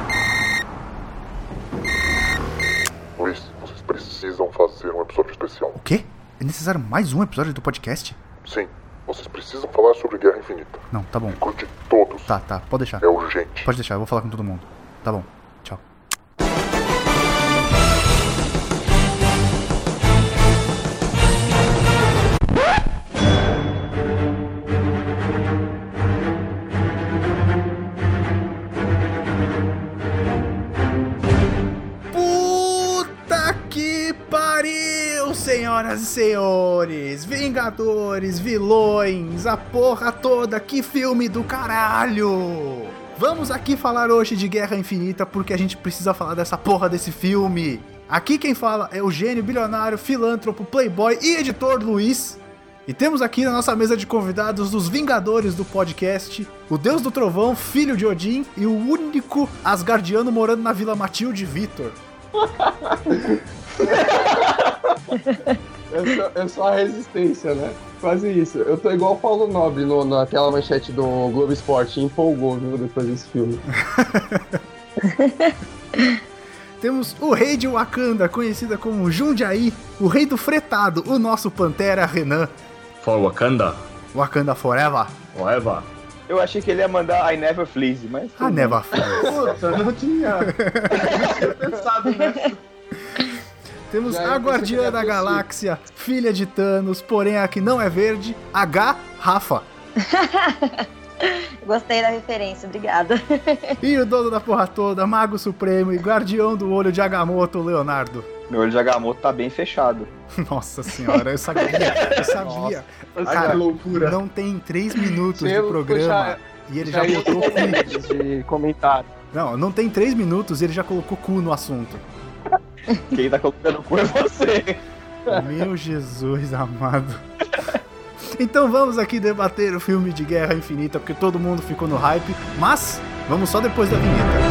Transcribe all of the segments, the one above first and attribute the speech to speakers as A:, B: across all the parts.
A: um especial.
B: O quê? É necessário mais um episódio do podcast?
A: Sim, vocês precisam falar sobre Guerra Infinita.
B: Não, tá bom.
A: Inclui de todos.
B: Tá, tá, pode deixar.
A: É urgente.
B: Pode deixar, eu vou falar com todo mundo. Tá bom, tchau. Puta que pariu, senhoras e senhores, vingadores, vilões, a porra toda, que filme do caralho! Vamos aqui falar hoje de Guerra Infinita porque a gente precisa falar dessa porra desse filme. Aqui quem fala é o gênio, bilionário, filântropo, playboy e editor Luiz. E temos aqui na nossa mesa de convidados os Vingadores do podcast, o Deus do Trovão, filho de Odin e o único Asgardiano morando na Vila Matilde, Vitor.
C: É só, é só a resistência, né? Quase isso. Eu tô igual o Paulo Nobre no, naquela manchete do Globo Esporte. Empolgou, viu, depois desse filme.
B: Temos o rei de Wakanda, conhecida como Jundiaí, o rei do fretado, o nosso Pantera Renan.
D: For Wakanda,
B: Wakanda Forever,
D: Forever.
E: Eu achei que ele ia mandar I Never Fleeze, mas.
B: a Neva Fleece.
C: Puta, não tinha.
B: Temos
C: Já
B: a
C: eu pensei que ele
B: Guardiã
C: ia
B: da
C: tossir.
B: Galáxia, filha de Thanos, porém a que não é verde, H. Rafa.
F: Gostei da referência, obrigada.
B: E o dono da porra toda, Mago Supremo e Guardião do Olho de Agamotto, Leonardo.
E: Meu olho de agamoto tá bem fechado.
B: Nossa senhora, eu sabia, eu sabia.
C: Olha
B: Cara,
C: que loucura.
B: Ah, Não tem três minutos
C: Se eu
B: de programa
C: puxar-
B: e ele já
C: puxar
B: botou um cu.
C: de comentário.
B: Não, não tem três minutos e ele já colocou cu no assunto.
E: Quem tá colocando o cu é você.
B: Meu Jesus amado. Então vamos aqui debater o filme de Guerra Infinita, porque todo mundo ficou no hype, mas vamos só depois da vinheta.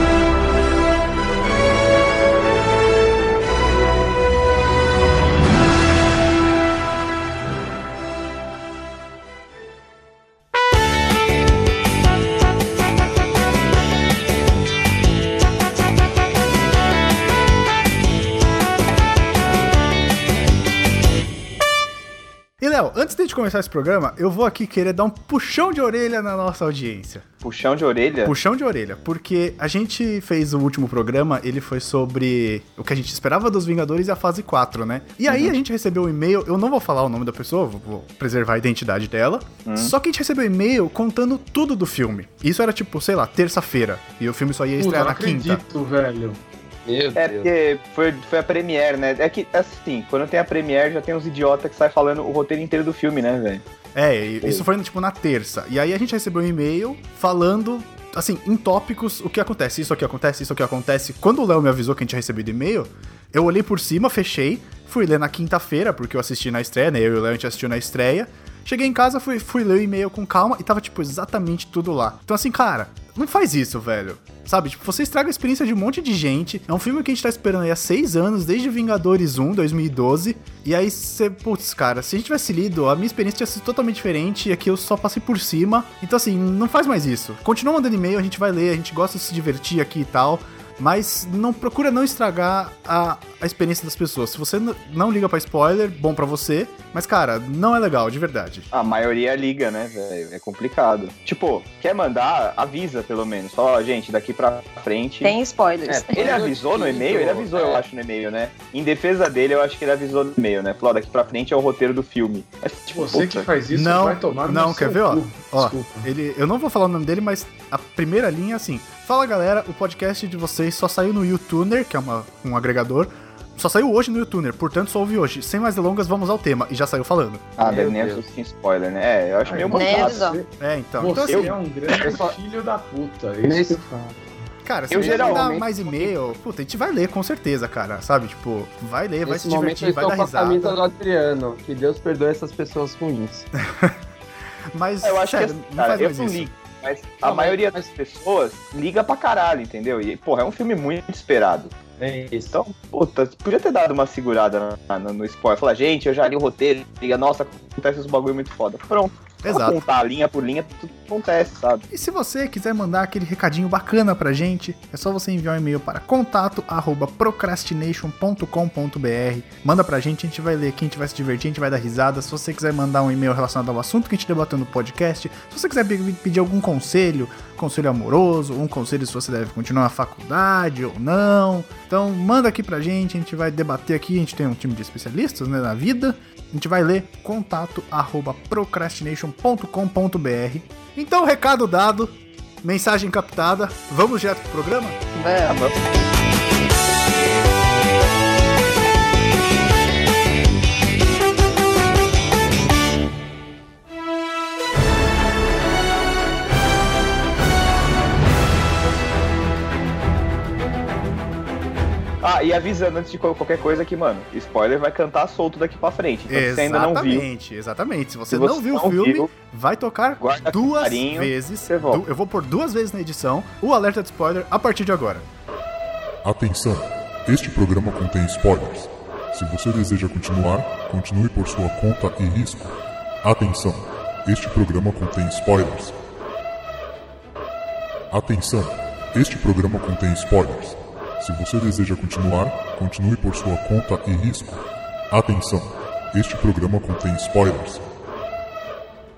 B: E Léo, antes de a gente começar esse programa, eu vou aqui querer dar um puxão de orelha na nossa audiência.
E: Puxão de orelha?
B: Puxão de orelha, porque a gente fez o último programa, ele foi sobre o que a gente esperava dos Vingadores e a fase 4, né? E aí a gente recebeu um e-mail, eu não vou falar o nome da pessoa, vou- vou preservar a identidade dela. Só que a gente recebeu um e-mail contando tudo do filme. Isso era tipo, sei lá, terça-feira. E o filme só ia estrear na quinta.
G: velho.
C: Meu
E: É
C: Deus.
E: porque foi, foi a Premiere, né? É que, assim, quando tem a Premiere, já tem uns idiotas que sai falando o roteiro inteiro do filme, né, velho?
B: É, e isso foi tipo na terça. E aí a gente recebeu um e-mail falando. Assim, em tópicos, o que acontece, isso aqui acontece, isso aqui acontece. Quando o Léo me avisou que a gente tinha recebido e-mail, eu olhei por cima, fechei, fui ler na quinta-feira, porque eu assisti na estreia, né? Eu e o Léo a gente assistiu na estreia. Cheguei em casa, fui, fui ler o e-mail com calma e tava, tipo, exatamente tudo lá. Então, assim, cara, não faz isso, velho. Sabe? Tipo, você estraga a experiência de um monte de gente. É um filme que a gente tá esperando aí há seis anos, desde Vingadores 1, 2012. E aí você, putz, cara, se a gente tivesse lido, a minha experiência tinha sido totalmente diferente. E aqui eu só passei por cima. Então, assim, não faz mais isso. Continua mandando e-mail, a gente vai ler, a gente gosta de se divertir aqui e tal. Mas não procura não estragar a, a experiência das pessoas. Se você n- não liga pra spoiler, bom pra você. Mas, cara, não é legal, de verdade.
E: A maioria liga, né, velho? É complicado. Tipo, quer mandar, avisa pelo menos. Fala, ó, gente, daqui pra frente.
F: Tem spoilers.
C: É,
E: Ele avisou no e-mail? Ele avisou, eu acho, no e-mail, né? Em defesa dele, eu acho que ele avisou no e-mail, né? Falou, ó, daqui pra frente é o roteiro do filme. Mas, tipo,
G: Você
E: puta,
G: que faz isso
B: Não,
G: vai tomar no
B: não,
G: seu
B: quer ver, ó?
G: cu.
B: Ó.
G: Desculpa.
B: Ele, eu não vou falar o nome dele, mas a primeira linha é assim: Fala galera, o podcast de vocês só saiu no YouTuner, que é uma- um agregador. Só saiu hoje no YouTuner, portanto só ouvi hoje. Sem mais delongas, vamos ao tema. E já saiu falando.
E: Ah,
C: Meu
E: deve nem
C: Deus.
E: assustar em spoiler, né? É, eu acho
G: Ai,
E: meio
G: não.
F: Nem
E: mancado.
F: avisou.
B: É, então. Então,
G: Você
B: assim,
G: é um grande filho da puta. é Isso que eu falo.
B: cara, se um
E: eu
B: você mandar
E: geralmente-
B: mais
C: um
B: e-mail, puta, a gente vai ler com certeza, cara, sabe? Tipo, vai ler, vai
C: Nesse
B: se
C: momento eu
B: divertir, vai
C: estou
B: dar
C: com a camisa
B: risada.
C: do Adriano. Que Deus perdoe essas pessoas ruins.
B: Mas,
E: Eu acho
B: sério,
E: que assim,
B: não
E: cara,
B: faz
E: eu
B: mais
E: não
B: isso.
E: ligo. Mas
C: Não,
E: a
C: mas-
E: maioria
C: mas-
E: das pessoas liga pra caralho, entendeu? E, porra, é um filme muito esperado.
C: É isso.
E: Então, puta, podia ter dado uma segurada na- na- no spoiler. Falar, gente, eu já li o roteiro. Liga, nossa, acontece uns bagulho muito foda. Pronto.
B: Exato.
E: Contar linha por linha, tudo acontece, sabe?
B: E se você quiser mandar aquele recadinho bacana pra gente, é só você enviar um e-mail para contato@procrastination.com.br. Manda pra gente, a gente vai ler aqui, a gente vai se divertir, a gente vai dar risada. Se você quiser mandar um e-mail relacionado ao assunto que a gente debateu no podcast, se você quiser pe- pedir algum conselho, conselho amoroso, um conselho se você deve continuar na faculdade ou não, então manda aqui pra gente, a gente vai debater aqui, a gente tem um time de especialistas, né, na vida. A gente vai ler contato@procrastination.com.br. Então, recado dado, mensagem captada, vamos direto pro programa?
F: Vamos.
E: Ah, e avisando antes de qual- qualquer coisa que, mano, spoiler vai cantar solto daqui pra frente. Então, se você ainda não viu,
B: exatamente, exatamente. Se você,
E: se você
B: não viu o
E: não
B: filme,
E: viu,
B: vai tocar
E: guarda com
B: duas
E: carinho,
B: vezes.
E: você volta.
B: Du- eu vou pôr duas vezes na edição o alerta de spoiler a partir de agora.
A: Atenção! Este programa contém spoilers. Se você deseja continuar, continue por sua conta e risco. Atenção! Este programa contém spoilers. Atenção! Este programa contém spoilers. Se você deseja continuar, continue por sua conta e risco. Atenção! Este programa contém spoilers.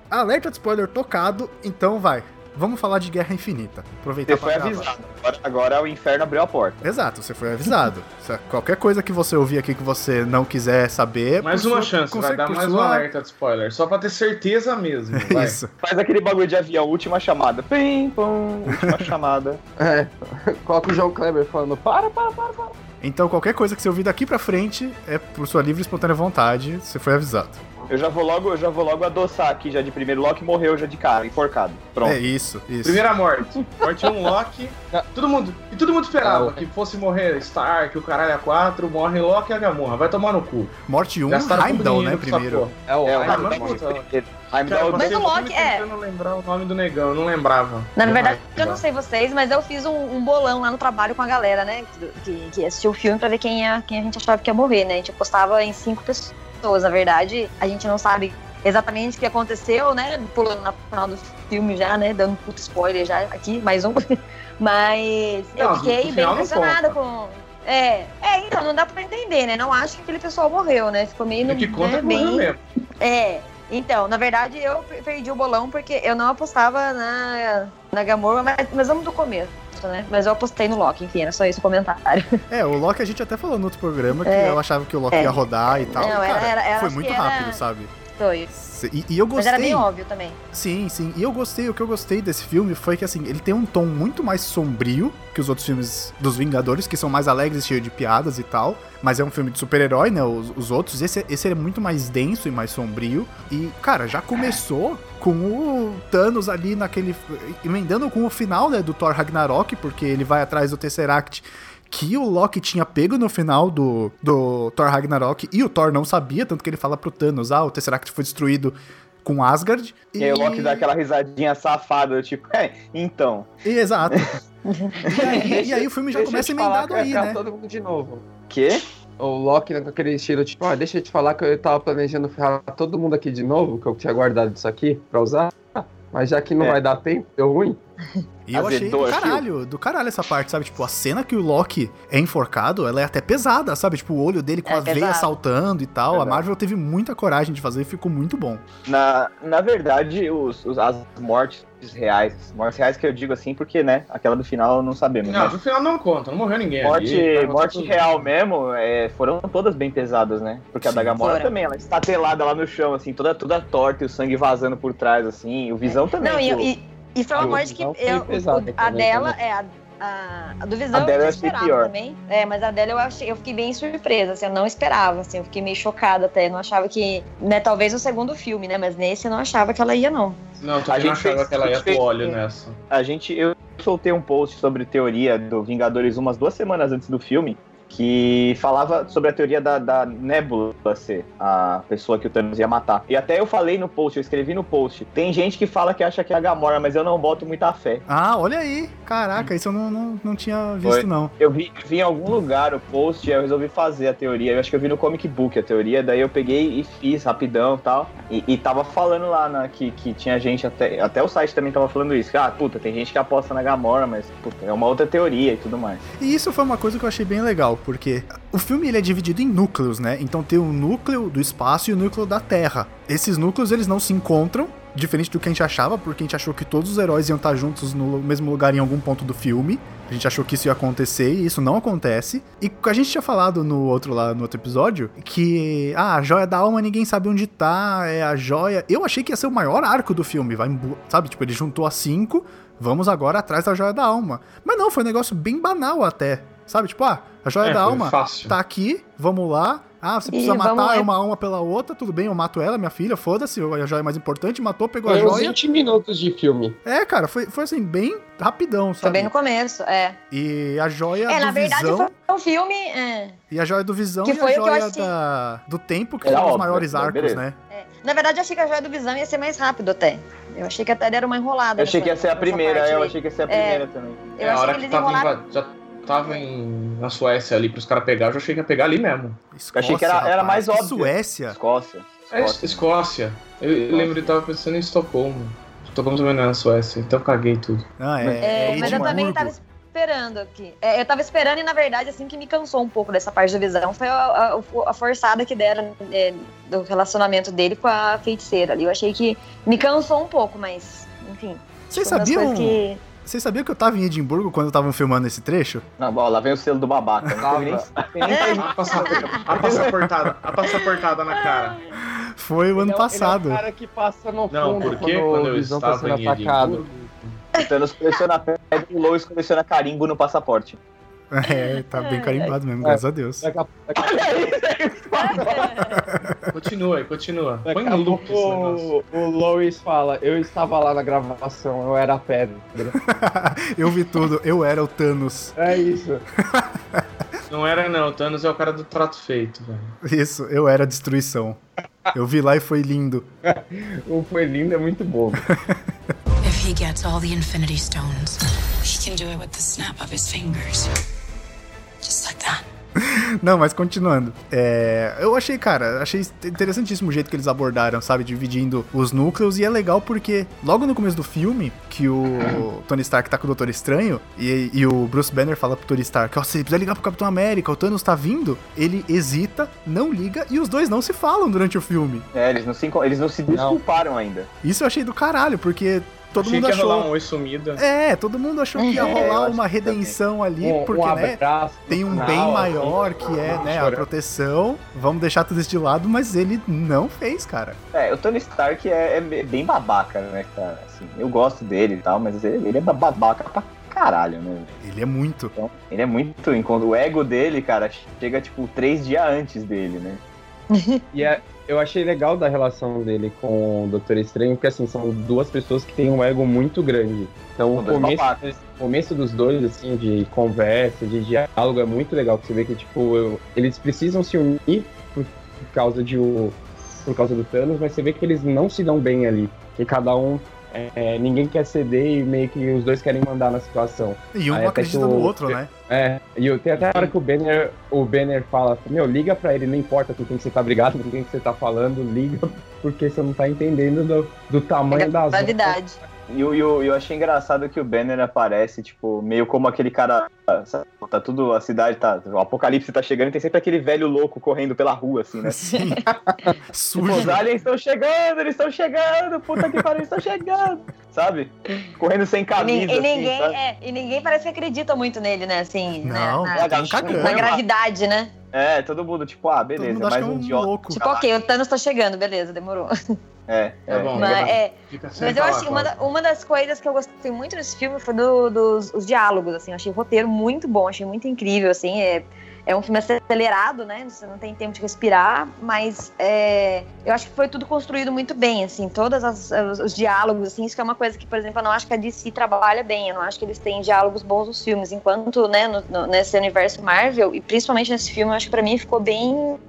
B: Alerta de spoiler tocado, então vai. Vamos falar de Guerra Infinita. Aproveitar
E: você foi
B: pra gravar.
E: avisado. Agora, agora o inferno abriu a porta.
B: Exato, você foi avisado. Se- Qualquer coisa que você ouvir aqui que você não quiser saber.
G: é Mais
B: por
G: uma
B: sua-
G: chance, vai
B: consegue
G: dar
B: por
G: mais um
B: sua-
G: alerta de spoiler. Só pra ter certeza mesmo. Vai.
B: Isso.
E: Faz aquele bagulho de avião, última chamada. Pim, pum, última chamada.
C: É, coloca o João Kleber falando, para, para, para.
B: Então qualquer coisa que você ouvir daqui pra frente é por sua livre e espontânea vontade, você foi avisado.
E: Eu já vou logo, eu já vou logo adoçar aqui já de primeiro. Loki morreu já de cara, enforcado. Pronto.
B: É isso, isso.
G: Primeira morte. Morte um Loki. Todo mundo, e todo mundo esperava que fosse morrer Stark, o caralho a 4, morre Loki e a Gamorra. Vai tomar no cu.
B: Morte 1,
G: Gastaram todo o
B: Heimdall, né,
G: dinheiro pra essa
B: primeiro.
G: porra.
C: É o
E: É, o
B: Ah,
G: Ai,
C: Ryan.
E: Heimdall
G: mas
E: morre
G: puta.
E: primeiro.
G: Cara,
E: Heimdall-
F: mas
G: passei
F: o Loki,
G: filme
F: é.
G: tentando lembrar o nome do negão, eu não lembrava.
F: Na
G: Do
F: verdade,
G: Heimdall.
F: eu não sei vocês, mas eu fiz um, um bolão lá no trabalho com a galera, né? do- Que, que assistiu o filme pra ver quem, ia, quem a gente achava que ia morrer, né? A gente apostava em cinco pessoas. Na verdade, a gente não sabe exatamente o que aconteceu, né? Pulando na final do filme já, né? Dando um puto spoiler já aqui, mais um. Mas
G: Não,
F: eu
G: no
F: fiquei bem
G: final não
F: impressionada
G: conta.
F: com. É, é, então, não dá pra entender, né? Não acho que aquele pessoal morreu, né? Ficou meio.
G: O que conta
F: né,
G: é morrer
F: bem-
G: mesmo.
F: é, então, na verdade eu per- perdi o bolão porque eu não apostava na, na Gamora, mas, mas vamos do começo, né? Mas eu apostei no Loki, enfim, era só isso o comentário.
B: É, o Loki a gente até falou no outro programa que
F: É.
B: eu achava que o Loki
F: É.
B: ia rodar e tal.
F: Não,
B: E,
F: era-
B: cara,
F: era- era-
B: foi
F: acho
B: muito
F: que era-
B: rápido, sabe?
F: Foi.
B: Se- E, e eu
F: Mas
B: gostei.
F: era bem óbvio também.
B: Sim, sim. E eu gostei, o que eu gostei desse filme foi que, assim, ele tem um tom muito mais sombrio que os outros filmes dos Vingadores, que são mais alegres, cheio de piadas e tal. Mas é um filme de super-herói, né? Os, os outros. Esse, esse é muito mais denso e mais sombrio. E, cara, já começou com o Thanos ali naquele. emendando com o final, né? Do Thor Ragnarok, porque ele vai atrás do Tesseract. Que o Loki tinha pego no final do, do Thor Ragnarok e o Thor não sabia, tanto que ele fala pro Thanos: ah, o Tesseract foi destruído com Asgard.
E: E aí o Loki dá aquela risadinha safada, tipo, é, então.
B: Exato. e, aí, e aí o filme já
C: Deixa eu
B: começa
C: te falar
B: emendado
C: que vai
B: aí,
C: ficar
B: né?
C: todo mundo de novo.
E: Quê?
C: O Loki né, com aquele estilo, tipo, ó, deixa eu te falar que eu tava planejando ferrar todo mundo aqui de novo, que eu tinha guardado isso aqui pra usar, mas já que não
E: É.
C: vai dar tempo, deu ruim.
B: E eu achei do
E: Azedou,
B: caralho, do caralho essa parte, sabe? Tipo, a cena que o Loki é enforcado, ela é até pesada, sabe? Tipo, o olho dele com
F: É
B: a veia
F: pesado.
B: saltando e tal. A
E: Verdade.
B: Marvel teve muita coragem de fazer e ficou muito bom.
E: Na, na verdade, os, os- as mortes reais, mortes reais que eu digo assim, porque, né, aquela do final não sabemos.
G: Não,
E: né?
G: Ah, no final não conta, não morreu ninguém. ali,
E: Morte,
G: vai
E: morte
G: contar
E: real mesmo, é, foram todas bem pesadas, né? Porque
B: Sim,
E: a da Gamora
F: foram.
E: também, ela estatelada lá no chão, assim, toda, toda torta e o sangue vazando por trás, assim, e o Visão também.
F: Não, e,
E: pô.
F: e, e foi uma
C: Ah, o
F: morte que
C: Visão foi
F: eu, o-
C: pesado
F: a
C: também,
F: dela, é a, a, a do Visão
E: A dela eu
F: eu
E: achei
F: esperava
E: pior.
F: também. É, mas a dela eu achei, eu fiquei bem surpresa, assim, eu não esperava, assim, eu fiquei meio chocada até, eu não achava que, né, talvez no segundo filme, né, mas nesse eu não achava que ela ia não.
G: Não, tô
E: A
G: achando
E: gente fez-
G: achava que ela
E: a
G: ia
E: gente fez-
G: pro óleo nessa.
E: a gente eu soltei um post sobre teoria do Vingadores umas duas semanas antes do filme que falava sobre a teoria da, da Nebula ser a pessoa que o Thanos ia matar. E até eu falei no post, eu escrevi no post. Tem gente que fala que acha que é a Gamora, mas eu não boto muita fé.
B: Ah, olha aí. Caraca, isso eu não, não, não tinha visto,
E: Hum. Foi.
B: não.
E: Eu vi, vi em algum lugar o post e eu resolvi fazer a teoria. Eu acho que eu vi no comic book a teoria, daí eu peguei e fiz rapidão tal. e tal. E tava falando lá né, que, que tinha gente, até, até o site também tava falando isso. que, Ah, puta, tem gente que aposta na Gamora, mas puta, é uma outra teoria e tudo mais.
B: E isso foi uma coisa que eu achei bem legal, porque o filme ele é dividido em núcleos, né? Então tem o núcleo do espaço e o núcleo da Terra. Esses núcleos eles não se encontram, diferente do que a gente achava, porque a gente achou que todos os heróis iam estar juntos no mesmo lugar em algum ponto do filme. A gente achou que isso ia acontecer e isso não acontece. E a gente tinha falado no outro lá, no outro episódio, que ah, a joia da alma ninguém sabe onde tá, é a joia. Eu achei que ia ser o maior arco do filme, vai, em bu- sabe? Tipo, ele juntou as cinco, vamos agora atrás da joia da alma. Mas não, foi um negócio bem banal até. Sabe, tipo, ah, a joia
G: É,
B: da
G: foi
B: alma
G: fácil.
B: tá aqui, vamos lá. Ah, você
F: Ih,
B: precisa
F: vamos
B: matar
F: lá.
B: uma alma pela outra, tudo bem, eu mato ela, minha filha, foda-se, a joia é mais importante, matou, pegou a
C: Foi uns
B: joia.
C: 20 minutos de filme.
B: É, cara, foi, foi assim, bem rapidão,
F: Foi
B: sabe?
F: bem no começo, é.
B: E a joia
F: É,
B: do
F: na verdade
B: visão.
F: foi um filme. é.
B: E a joia do visão
F: Que
B: e
F: foi
B: a
F: o que eu
B: joia
F: achei.
B: da- do tempo, que
E: Era
B: foram os
E: óbvio,
B: maiores
E: né?
B: arcos,
E: Beleza.
B: né?
F: Na verdade, eu achei que a joia do visão ia ser mais rápido até. Eu achei que até era uma enrolada.
E: Eu achei
F: nessa-
E: que ia ser a
F: nessa
E: primeira,
F: parte
E: eu
F: aí.
E: achei que ia ser a
F: É.
E: primeira também.
F: Eu
G: é, a
F: achei
G: hora
F: que
G: que,
F: eles
G: tava,
F: enrolaram.
G: inva- já tava em, na Suécia ali pros caras pegar, eu já achei que ia pegar ali mesmo.
B: Escócia,
E: achei que era- era
B: rapaz,
E: mais
B: que
E: óbvio.
B: Suécia.
E: Escócia.
G: É
E: Escócia.
G: Es- Escócia. Eu, eu lembro que eu tava pensando em Estocolmo. Estocolmo também não é na Suécia, então eu caguei tudo.
B: Ah, é, é
F: É, mas eu também
B: Edimburgo.
F: tava esperando aqui. É, eu tava esperando e, na verdade, assim que me cansou um pouco dessa parte do visão foi a, a- a forçada que deram é, do relacionamento dele com a feiticeira ali. Eu achei que me cansou um pouco, mas, enfim.
B: Vocês
F: foi uma das
B: sabiam,
F: coisas que-
B: vocês sabiam que eu tava em Edimburgo quando estavam filmando esse trecho?
E: Não, ó, lá vem o selo do babaca. Não teve nem-
F: É,
G: A passaportada, a passaportada, a passaportada na cara.
B: Foi o
C: Ele
E: um-
B: ano
C: é-
B: passado.
C: Ele é o cara que passa no fundo
G: Não, porque quando
C: o
G: eu
C: Visão tá
G: estava
C: sendo
G: em
C: atacado.
G: Edimburgo,
E: o Thanos coleciona pedra e o Lois coleciona carimbo no passaporte.
B: É, tá bem carimbado mesmo,
C: É.
B: graças a Deus.
C: Daqui a, daqui a-
G: Continua aí, continua. Põe
C: daqui
G: em
C: a
G: loop
C: pouco
G: esse negócio.
C: o, o Lois fala, eu estava lá na gravação, eu era a pedra.
B: Eu vi tudo, eu era o Thanos.
C: É isso.
G: Não era não, o Thanos é o cara do trato feito, velho.
B: Isso, eu era a destruição. Eu vi lá e foi lindo.
C: O foi lindo é muito bom.
D: If he gets all the Infinity Stones, he can do it with the snap of his fingers. Just like that.
B: Não, mas continuando. É, eu achei, cara, achei interessantíssimo o jeito que eles abordaram, sabe? Dividindo os núcleos. E é legal porque logo no começo do filme, que o Tony Stark tá com o Doutor Estranho, e, e o Bruce Banner fala pro Tony Stark, ó, você precisa ligar pro Capitão América, o Thanos tá vindo. Ele hesita, não liga, e os dois não se falam durante o filme.
E: É, eles não se, encon- eles não se desculparam ainda.
B: Isso eu achei do caralho, porque todo
G: Achei
B: mundo
G: que ia
B: achou...
G: rolar um oi sumida.
B: É, todo mundo achou que ia
E: É, eu
B: rolar
E: acho
B: uma
E: que também.
B: redenção ali,
C: Um,
B: porque,
C: um
B: né,
C: abraço. no
B: tem um
C: final,
B: bem
C: assim.
B: maior que é, né, a
C: Chorando.
B: proteção. Vamos deixar tudo isso de lado, mas ele não fez, cara.
E: É, o Tony Stark é, é bem babaca, né, cara? Assim, eu gosto dele e tal, mas ele, ele é babaca pra caralho, né?
B: Ele é muito.
E: Então, ele é muito. Enquanto o ego dele, cara, chega tipo três dias antes dele, né?
C: E é- eu achei legal da relação dele com o Doutor Estranho, porque assim, são duas pessoas que têm um ego muito grande. Então o
E: São dois
C: começo,
E: babacas.
C: o começo dos dois, assim, de conversa, de diálogo, é muito legal. que Você vê que, tipo, eu- eles precisam se unir por, por causa de o. por causa do Thanos, mas você vê que eles não se dão bem ali. Que cada um. é, ninguém quer ceder e meio que os dois querem mandar na situação.
B: E um
C: Aí
B: não
C: até
B: acredita
C: que o-
B: no outro, né?
C: É, e eu- tem até a hora que o Banner, o Banner fala, assim, meu, liga pra ele, não importa com quem que você tá brigado, com quem que você tá falando, liga, porque você não tá entendendo do, do
F: É
C: tamanho da zona.
F: Gravidade.
E: E eu, eu, eu achei engraçado que o Banner aparece, tipo, meio como aquele cara. sabe? Tá tudo. A cidade tá. O apocalipse tá chegando e tem sempre aquele velho louco correndo pela rua, assim, né?
B: Sim.
E: Tipo,
B: Sujo.
E: os aliens estão chegando, eles estão chegando, puta que pariu, eles estão chegando, sabe? Correndo sem
F: E, nin-
E: camisa,
F: e
E: assim,
F: ninguém,
E: sabe?
F: é, e ninguém parece que acredita muito nele, né? Assim, né,
B: Não,
F: na,
B: tá um cagão.
F: na gravidade, né?
E: É, todo mundo, tipo, ah,
B: Todo
E: beleza,
B: mundo acha
E: mais
B: que é
E: um
B: um
E: idiota.
B: louco.
F: Tipo, ok, o Thanos tá chegando, beleza, demorou.
E: É,
G: Tá
E: é.
G: bom,
F: Mas,
G: obrigado.
F: é,
G: Fica sem
F: Mas eu
G: falar,
F: acho que uma, da-
G: Cláudio.
F: uma das coisas que eu gostei muito nesse filme foi do- dos os diálogos, assim. Eu achei o roteiro muito bom, achei muito incrível, assim. É, É um filme acelerado, né? Você não tem tempo de respirar, mas é, eu acho que foi tudo construído muito bem, assim, todos os, os diálogos, assim, isso que é uma coisa que, por exemplo, eu não acho que a DC trabalha bem, eu não acho que eles têm diálogos bons nos filmes, enquanto, né, no- no- nesse universo Marvel, e principalmente nesse filme, eu acho que pra mim ficou bem,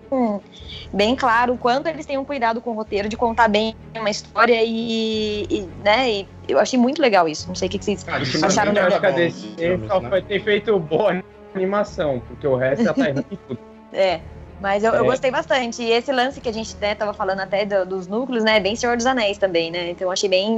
F: bem claro o quanto eles têm um cuidado com o roteiro de contar bem uma história e, e, né, e eu achei muito legal isso, não sei o que, que vocês...
G: Ah,
C: Isso
G: isso
F: Acharam
G: não é
C: eu acho que a
G: bom,
C: DC
G: né?
C: só vai ter feito boa animação, porque o resto já tá errando em tudo.
F: É, mas eu, eu
C: É.
F: gostei bastante. E esse lance que a gente né, tava falando até do- dos núcleos, né? É bem Senhor dos Anéis também, né? Então eu achei bem.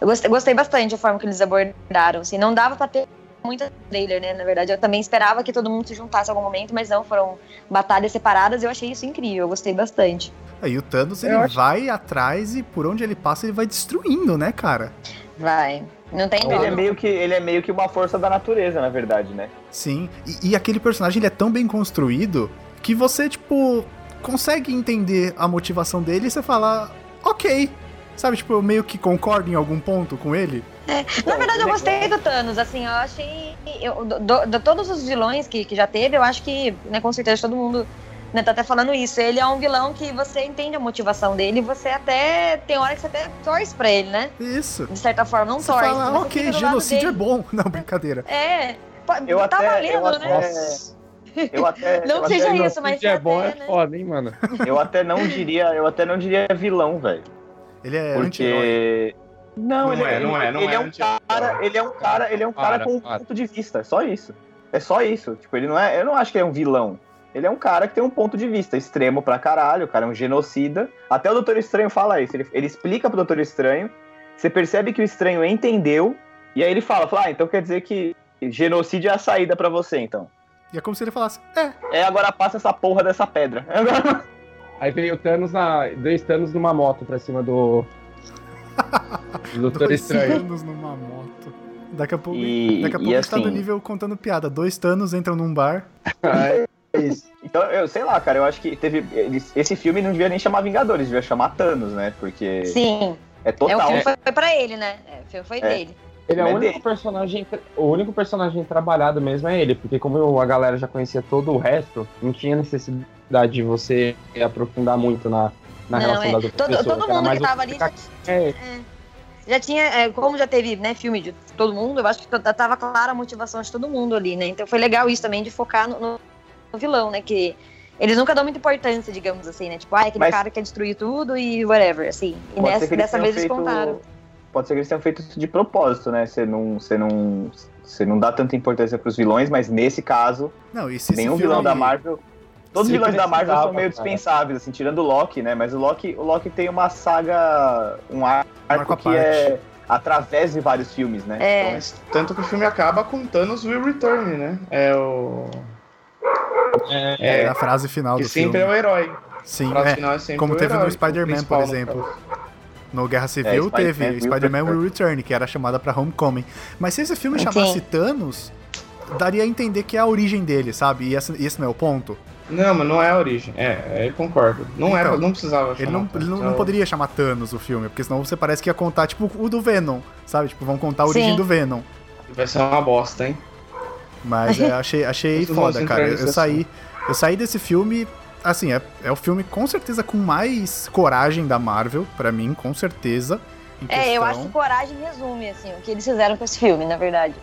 F: Eu gostei, gostei bastante da forma que eles abordaram. Assim, não dava pra ter muita trailer, né? Na verdade, eu também esperava que todo mundo se juntasse em algum momento, mas não, foram batalhas separadas. Eu achei isso incrível, eu gostei bastante.
B: Aí o Thanos, ele
C: Eu acho-
B: vai atrás e por onde ele passa, ele vai destruindo, né, cara?
F: Vai. Não tem
E: Ele é,
F: dúvida.
E: meio que, ele é meio que uma força da natureza, na verdade, né?
B: Sim. E, e aquele personagem, ele é tão bem construído que você, tipo, consegue entender a motivação dele e você fala, ok. Sabe, tipo, eu meio que concordo em algum ponto com ele.
F: Na verdade,
E: Tipo,
F: eu gostei do Thanos, assim, eu achei. Eu, do, do- de todos os vilões que, que já teve, eu acho que, né, com certeza, todo mundo né, tá até falando isso. Ele é um vilão que você entende a motivação dele, você até. Tem hora que você até torce pra ele, né?
B: Isso.
F: De certa forma, não
B: você
F: torce.
B: fala, ok,
F: você então, fica do lado
B: genocídio é
F: dele."
B: bom. Não, brincadeira.
F: É. pa-
E: Eu
F: tá
E: até- eu
F: valendo,
E: até-
F: né?
E: Eu até,
F: Não
E: eu
F: que seja
E: até,
F: isso, mas.
C: Se é
F: até,
C: bom, é
F: né?
C: foda, hein, mano?
E: Eu até não diria, eu até não diria vilão, velho.
B: Ele é anti-herói.
E: Porque. Não,
G: Não
E: ele
G: é, não é, não
E: ele
G: é
E: um
G: anti-herói.
E: cara, ele é um cara, ele é um cara
C: Para,
E: com um
C: para.
E: ponto de vista, é só isso. É só isso. Tipo, ele não é, eu não acho que é um vilão. Ele é um cara que tem um ponto de vista extremo pra caralho, o cara é um genocida. Até o Doutor Estranho fala isso, ele, ele explica pro Doutor Estranho, você percebe que o Estranho entendeu, e aí ele fala, fala, ah, então quer dizer que genocídio é a saída pra você, então.
B: E é como se ele falasse, é,
E: É, agora passa essa porra dessa pedra.
C: Aí veio o Thanos na. Dois Thanos numa moto pra cima do. Do Doutor
B: dois
C: Estranho.
B: Thanos numa moto. Daqui a pouco,
E: E-
B: daqui a
E: e
B: pouco a gente tá do
E: assim-
B: nível contando piada. Dois Thanos entram num bar.
E: Então, eu sei lá, cara, eu acho que teve. eles- Esse filme não devia nem chamar Vingadores, devia chamar Thanos, né? Porque
F: Sim.
E: é
F: É, o
E: total.
F: filme foi, foi pra ele, né? É, o filme foi dele.
C: Ele é o
E: Mas
C: único
E: ele-
C: personagem. O único personagem trabalhado mesmo é ele, porque como a galera já conhecia todo o resto, não tinha necessidade de você aprofundar muito na, na
F: Não,
C: relação
F: é.
C: das outras
F: Todo-
C: pessoas.
F: todo
C: era
F: mundo
C: mais
F: que
C: o
F: tava ali já
C: É,
F: já tinha, é, como já teve né, filme de todo mundo, eu acho que t- tava clara a motivação de todo mundo ali, né? Então foi legal isso também de focar no, no- no vilão, né? Que eles nunca dão muita importância, digamos assim, né? Tipo, ah, é aquele
E: Mas-
F: cara que quer destruir tudo e whatever, assim. E
E: Pode ser
F: nessa-
E: que eles
F: dessa
E: tenham
F: vez eles
E: feito-
F: contaram.
E: Pode ser que eles tenham feito isso de propósito, né? Você não, você não, você não dá tanta importância pros vilões, mas nesse caso,
B: Não, e se esse
E: nenhum
B: filme-
E: vilão da Marvel. Todos os
C: Se
E: vilões da Marvel são
C: precisava, cara.
E: meio dispensáveis, assim, tirando o Loki, né? Mas o Loki, o Loki tem uma saga, um ar- arco,
B: à
E: que
B: parte.
E: é através de vários filmes, né?
F: É.
G: Mas tanto que o filme acaba com Thanos Will Return, né? É o.
B: É
G: É,
B: a frase final
G: que
B: do
G: sempre é
B: filme.
G: o herói. O
B: Sim,
G: prazo
B: é.
G: final é sempre
B: Como
G: o
B: teve
G: herói,
B: no Spider-Man, por
G: principal, no
B: exemplo.
G: caso.
B: No Guerra Civil
E: né? É, Spider-Man
B: teve
E: Will
B: Spider-Man Will
E: Return.
B: Return, que era chamada pra Homecoming. Mas se esse filme
F: Ok.
B: chamasse Thanos, daria a entender que é a origem dele, sabe? E esse, e esse não é o ponto.
G: Não, mas não é a origem. É, eu concordo. Não é,
B: Então,
G: não precisava.
B: Ele
G: chamar
B: não,
G: Thanos,
B: ele não-
G: é
B: não
G: o-
B: poderia chamar Thanos o filme, porque senão você parece que ia contar, tipo, o do Venom, sabe? Tipo, vão contar a origem
F: Sim.
B: do Venom.
G: Vai ser uma bosta, hein?
B: Mas é, achei, achei
G: Vocês não vão
B: foda,
G: entrar
B: cara. Eu,
G: nesse
B: saí, eu saí desse filme, assim, é, é o filme com certeza com mais coragem da Marvel, pra mim, com certeza. em
F: É, eu
B: questão.
F: acho que coragem resume, assim, o que eles fizeram com esse filme, na verdade.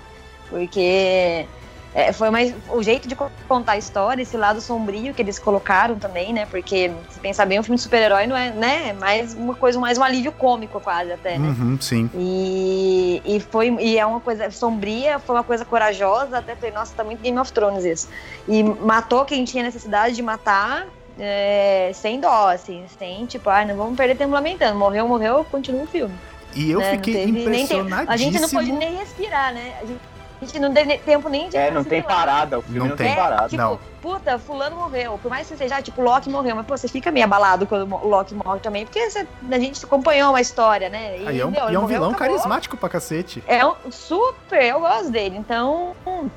F: Porque é, foi mais o jeito de co- contar a história, esse lado sombrio que eles colocaram também, né? Porque, se pensar bem, um filme de super-herói não é, né? É mais uma coisa, mais um alívio cômico quase até, né?
B: Uhum, sim.
F: E, e foi e é uma coisa sombria, foi uma coisa corajosa, até falei, nossa, tá muito Game of Thrones isso. E matou quem tinha necessidade de matar, é, sem dó, assim, sem tipo, ai, não vamos perder tempo lamentando. Morreu, morreu, continua o filme.
B: E eu
F: né? Não
B: fiquei
F: teve nem tempo.
B: impressionadíssimo.
F: A gente não pode nem respirar, né? A gente, a gente não teve nem- tempo nem de.
E: É, não tem
F: assimilar.
E: parada, o filme
B: Não
E: não,
B: tem.
E: tem parada.
F: Tipo,
B: Não.
F: puta, fulano morreu. Por mais que seja, tipo, Loki morreu. Mas, pô, você fica meio abalado quando o Loki morre também. Porque você- a gente acompanhou uma história, né?
B: Aí é um,
F: meu,
B: e
F: ele
B: é um
F: morreu,
B: vilão
F: acabou.
B: carismático pra cacete.
F: É um super, eu gosto dele. Então. hum.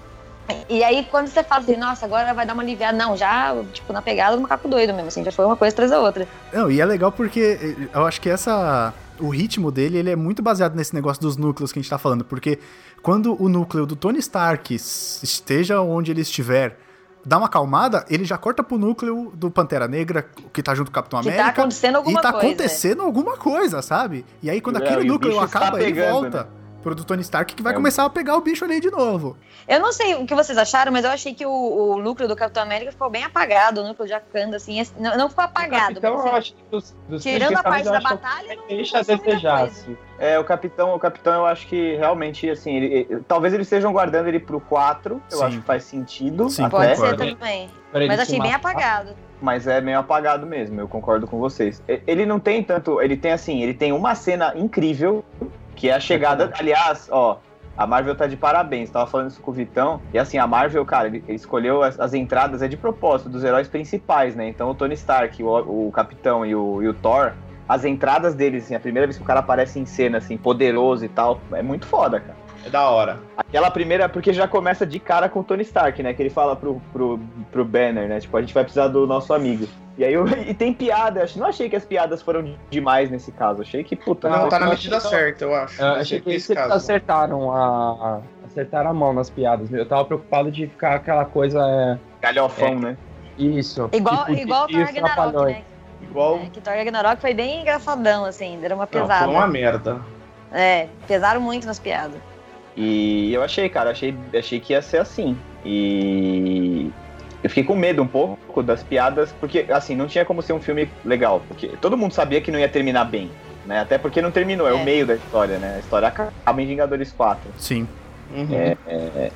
F: E aí, quando você fala assim, nossa, agora vai dar uma aliviada. Não, já, tipo, na pegada do macaco doido mesmo, assim, já foi uma coisa atrás da outra.
B: Não, e é legal porque eu acho que essa. O ritmo dele ele é muito baseado nesse negócio dos núcleos que a gente tá falando. Porque quando o núcleo do Tony Stark s- esteja onde ele estiver, dá uma acalmada, ele já corta pro núcleo do Pantera Negra, que tá junto com o Capitão
F: Que tá
B: América.
F: acontecendo alguma
B: e tá
F: coisa.
B: acontecendo alguma coisa, sabe? E aí quando
E: Não,
B: aquele
E: É, e o
B: núcleo
E: bicho está
B: acaba, ele
E: pegando, né?
B: volta pro do Tony Stark que vai
E: É, o-
B: começar a pegar o bicho ali de novo.
F: Eu não sei o que vocês acharam, mas eu achei que o, o núcleo do Capitão América ficou bem apagado, o núcleo de Akanda, assim, esse- não, não ficou apagado.
C: Então
F: mas,
C: eu
F: assim,
C: acho que dos, dos
F: tirando a parte
C: principais, eu
F: da
C: acho que
F: batalha, não
C: deixa a
F: aconteceu muita
C: desejar,
F: coisa.
C: assim.
E: É, o capitão, o capitão eu acho que realmente, assim, ele- ele- talvez eles estejam guardando ele pro 4, eu
B: Sim.
E: acho que faz sentido.
B: Sim,
E: até,
F: Pode ser
B: Concordo.
F: também.
C: Pra ele
F: Mas
C: se
F: achei bem
C: matar.
F: apagado.
E: mas é meio apagado mesmo, eu concordo com vocês. E- Ele não tem tanto, ele tem assim, ele tem uma cena incrível, que é a chegada, aliás, ó, a Marvel tá de parabéns, tava falando isso com o Vitão, e assim, a Marvel, cara, ele, ele escolheu as, as entradas, é de propósito, dos heróis principais, né? Então o Tony Stark, o, o Capitão e o, e o Thor, as entradas deles, assim, a primeira vez que o cara aparece em cena, assim, poderoso e tal, é muito foda, cara.
G: É da hora.
E: Aquela primeira, porque já começa de cara com o Tony Stark, né? Que ele fala pro, pro, pro Banner, né? Tipo, a gente vai precisar do nosso amigo. E aí eu- e tem piada, eu acho- não achei que as piadas foram de- demais nesse caso. Achei que, puta,
G: Não,
E: não,
G: tá na
C: eu
G: medida
C: achei-
G: certa, eu acho.
C: Eu achei É,
H: é
C: que tá
G: esse
C: eles
G: caso.
C: acertaram a. Acertaram a mão nas piadas. Eu tava preocupado de ficar aquela coisa. é,
E: galhofão, né?
C: Isso.
F: Igual,
C: tipo, de
F: igual o Thor
C: isso, atrapalhou.
F: Ragnarok, né?
G: Igual.
F: É, que Thor Ragnarok foi bem engraçadão, assim, deram uma
G: Não,
F: pesada.
G: foi uma merda.
F: É, pesaram muito nas piadas.
E: E eu achei, cara, achei, achei que ia ser assim. E eu fiquei com medo um pouco das piadas, porque assim, não tinha como ser um filme legal, porque todo mundo sabia que não ia terminar bem, né? Até porque não terminou, é,
F: É.
E: o meio da história, né? A história acaba em Vingadores 4.
B: Sim.
G: Uhum.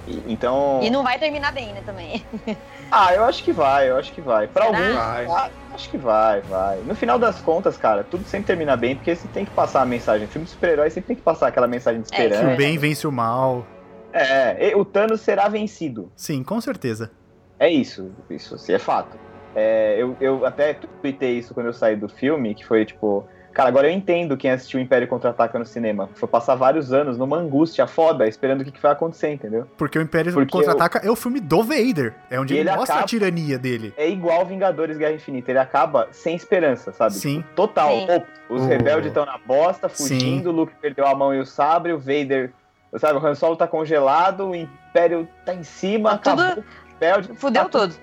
E: E- então,
F: E não vai terminar bem, né, também.
E: ah, eu acho que vai, eu acho que vai. Pra
F: Será?
E: alguns
G: Vai.
E: Ah, acho que vai, vai. No final das contas, cara, tudo sempre termina bem, porque você tem que passar a mensagem. Filme de super-herói sempre tem que passar aquela mensagem de
F: É,
B: Que
E: esperança.
B: o bem vence o mal.
E: É, e o Thanos será vencido.
B: Sim, com certeza.
E: É isso, isso assim, é fato. É, eu, eu até tuitei isso quando eu saí do filme, que foi tipo. Cara, agora eu entendo quem assistiu Império Contra-Ataca no cinema. Foi passar vários anos numa angústia foda, esperando o que, que vai acontecer, entendeu?
B: Porque o Império
E: Porque
B: Contra-Ataca é o filme do Vader. É onde
E: E
B: ele,
E: ele
B: mostra a
E: acaba-
B: tirania dele.
E: É igual Vingadores Guerra Infinita, ele acaba sem esperança, sabe?
B: Sim,
E: Total.
F: Sim.
E: Pô, os
B: O-
E: rebeldes estão na bosta, fugindo, o Luke perdeu a mão e o sabre, o Vader, sabe, o Han Solo tá congelado, o Império tá em cima,
F: Tá tudo-
E: acabou o rebelde.
F: Fudeu
E: tá
F: tudo.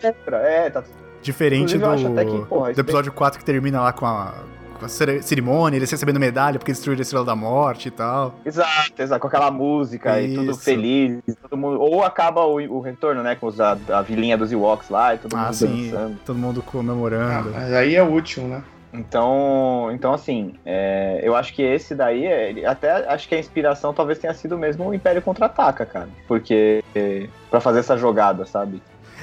E: É, tá tudo.
B: diferente
E: Inclusive,
B: do,
E: eu acho até que, porra,
B: do
E: isso
B: episódio 4 que termina lá com a, com a cere- cerimônia, eles recebendo medalha porque destruíram a Estrela da Morte e tal.
E: Exato, exato, com aquela música e tudo
B: Isso.
E: feliz, todo mundo. Ou acaba o, o retorno, né? Com os, a, a vilinha dos Ewoks lá e todo
B: Ah,
E: mundo
B: sim,
E: dançando.
B: todo mundo
G: Ah,
B: comemorando.
G: mas aí é o último, né?
E: Então, então assim, é, eu acho que esse daí, é, ele- até acho que a inspiração talvez tenha sido mesmo o Império Contra-Ataca, cara. Porque, é, pra fazer essa jogada, sabe?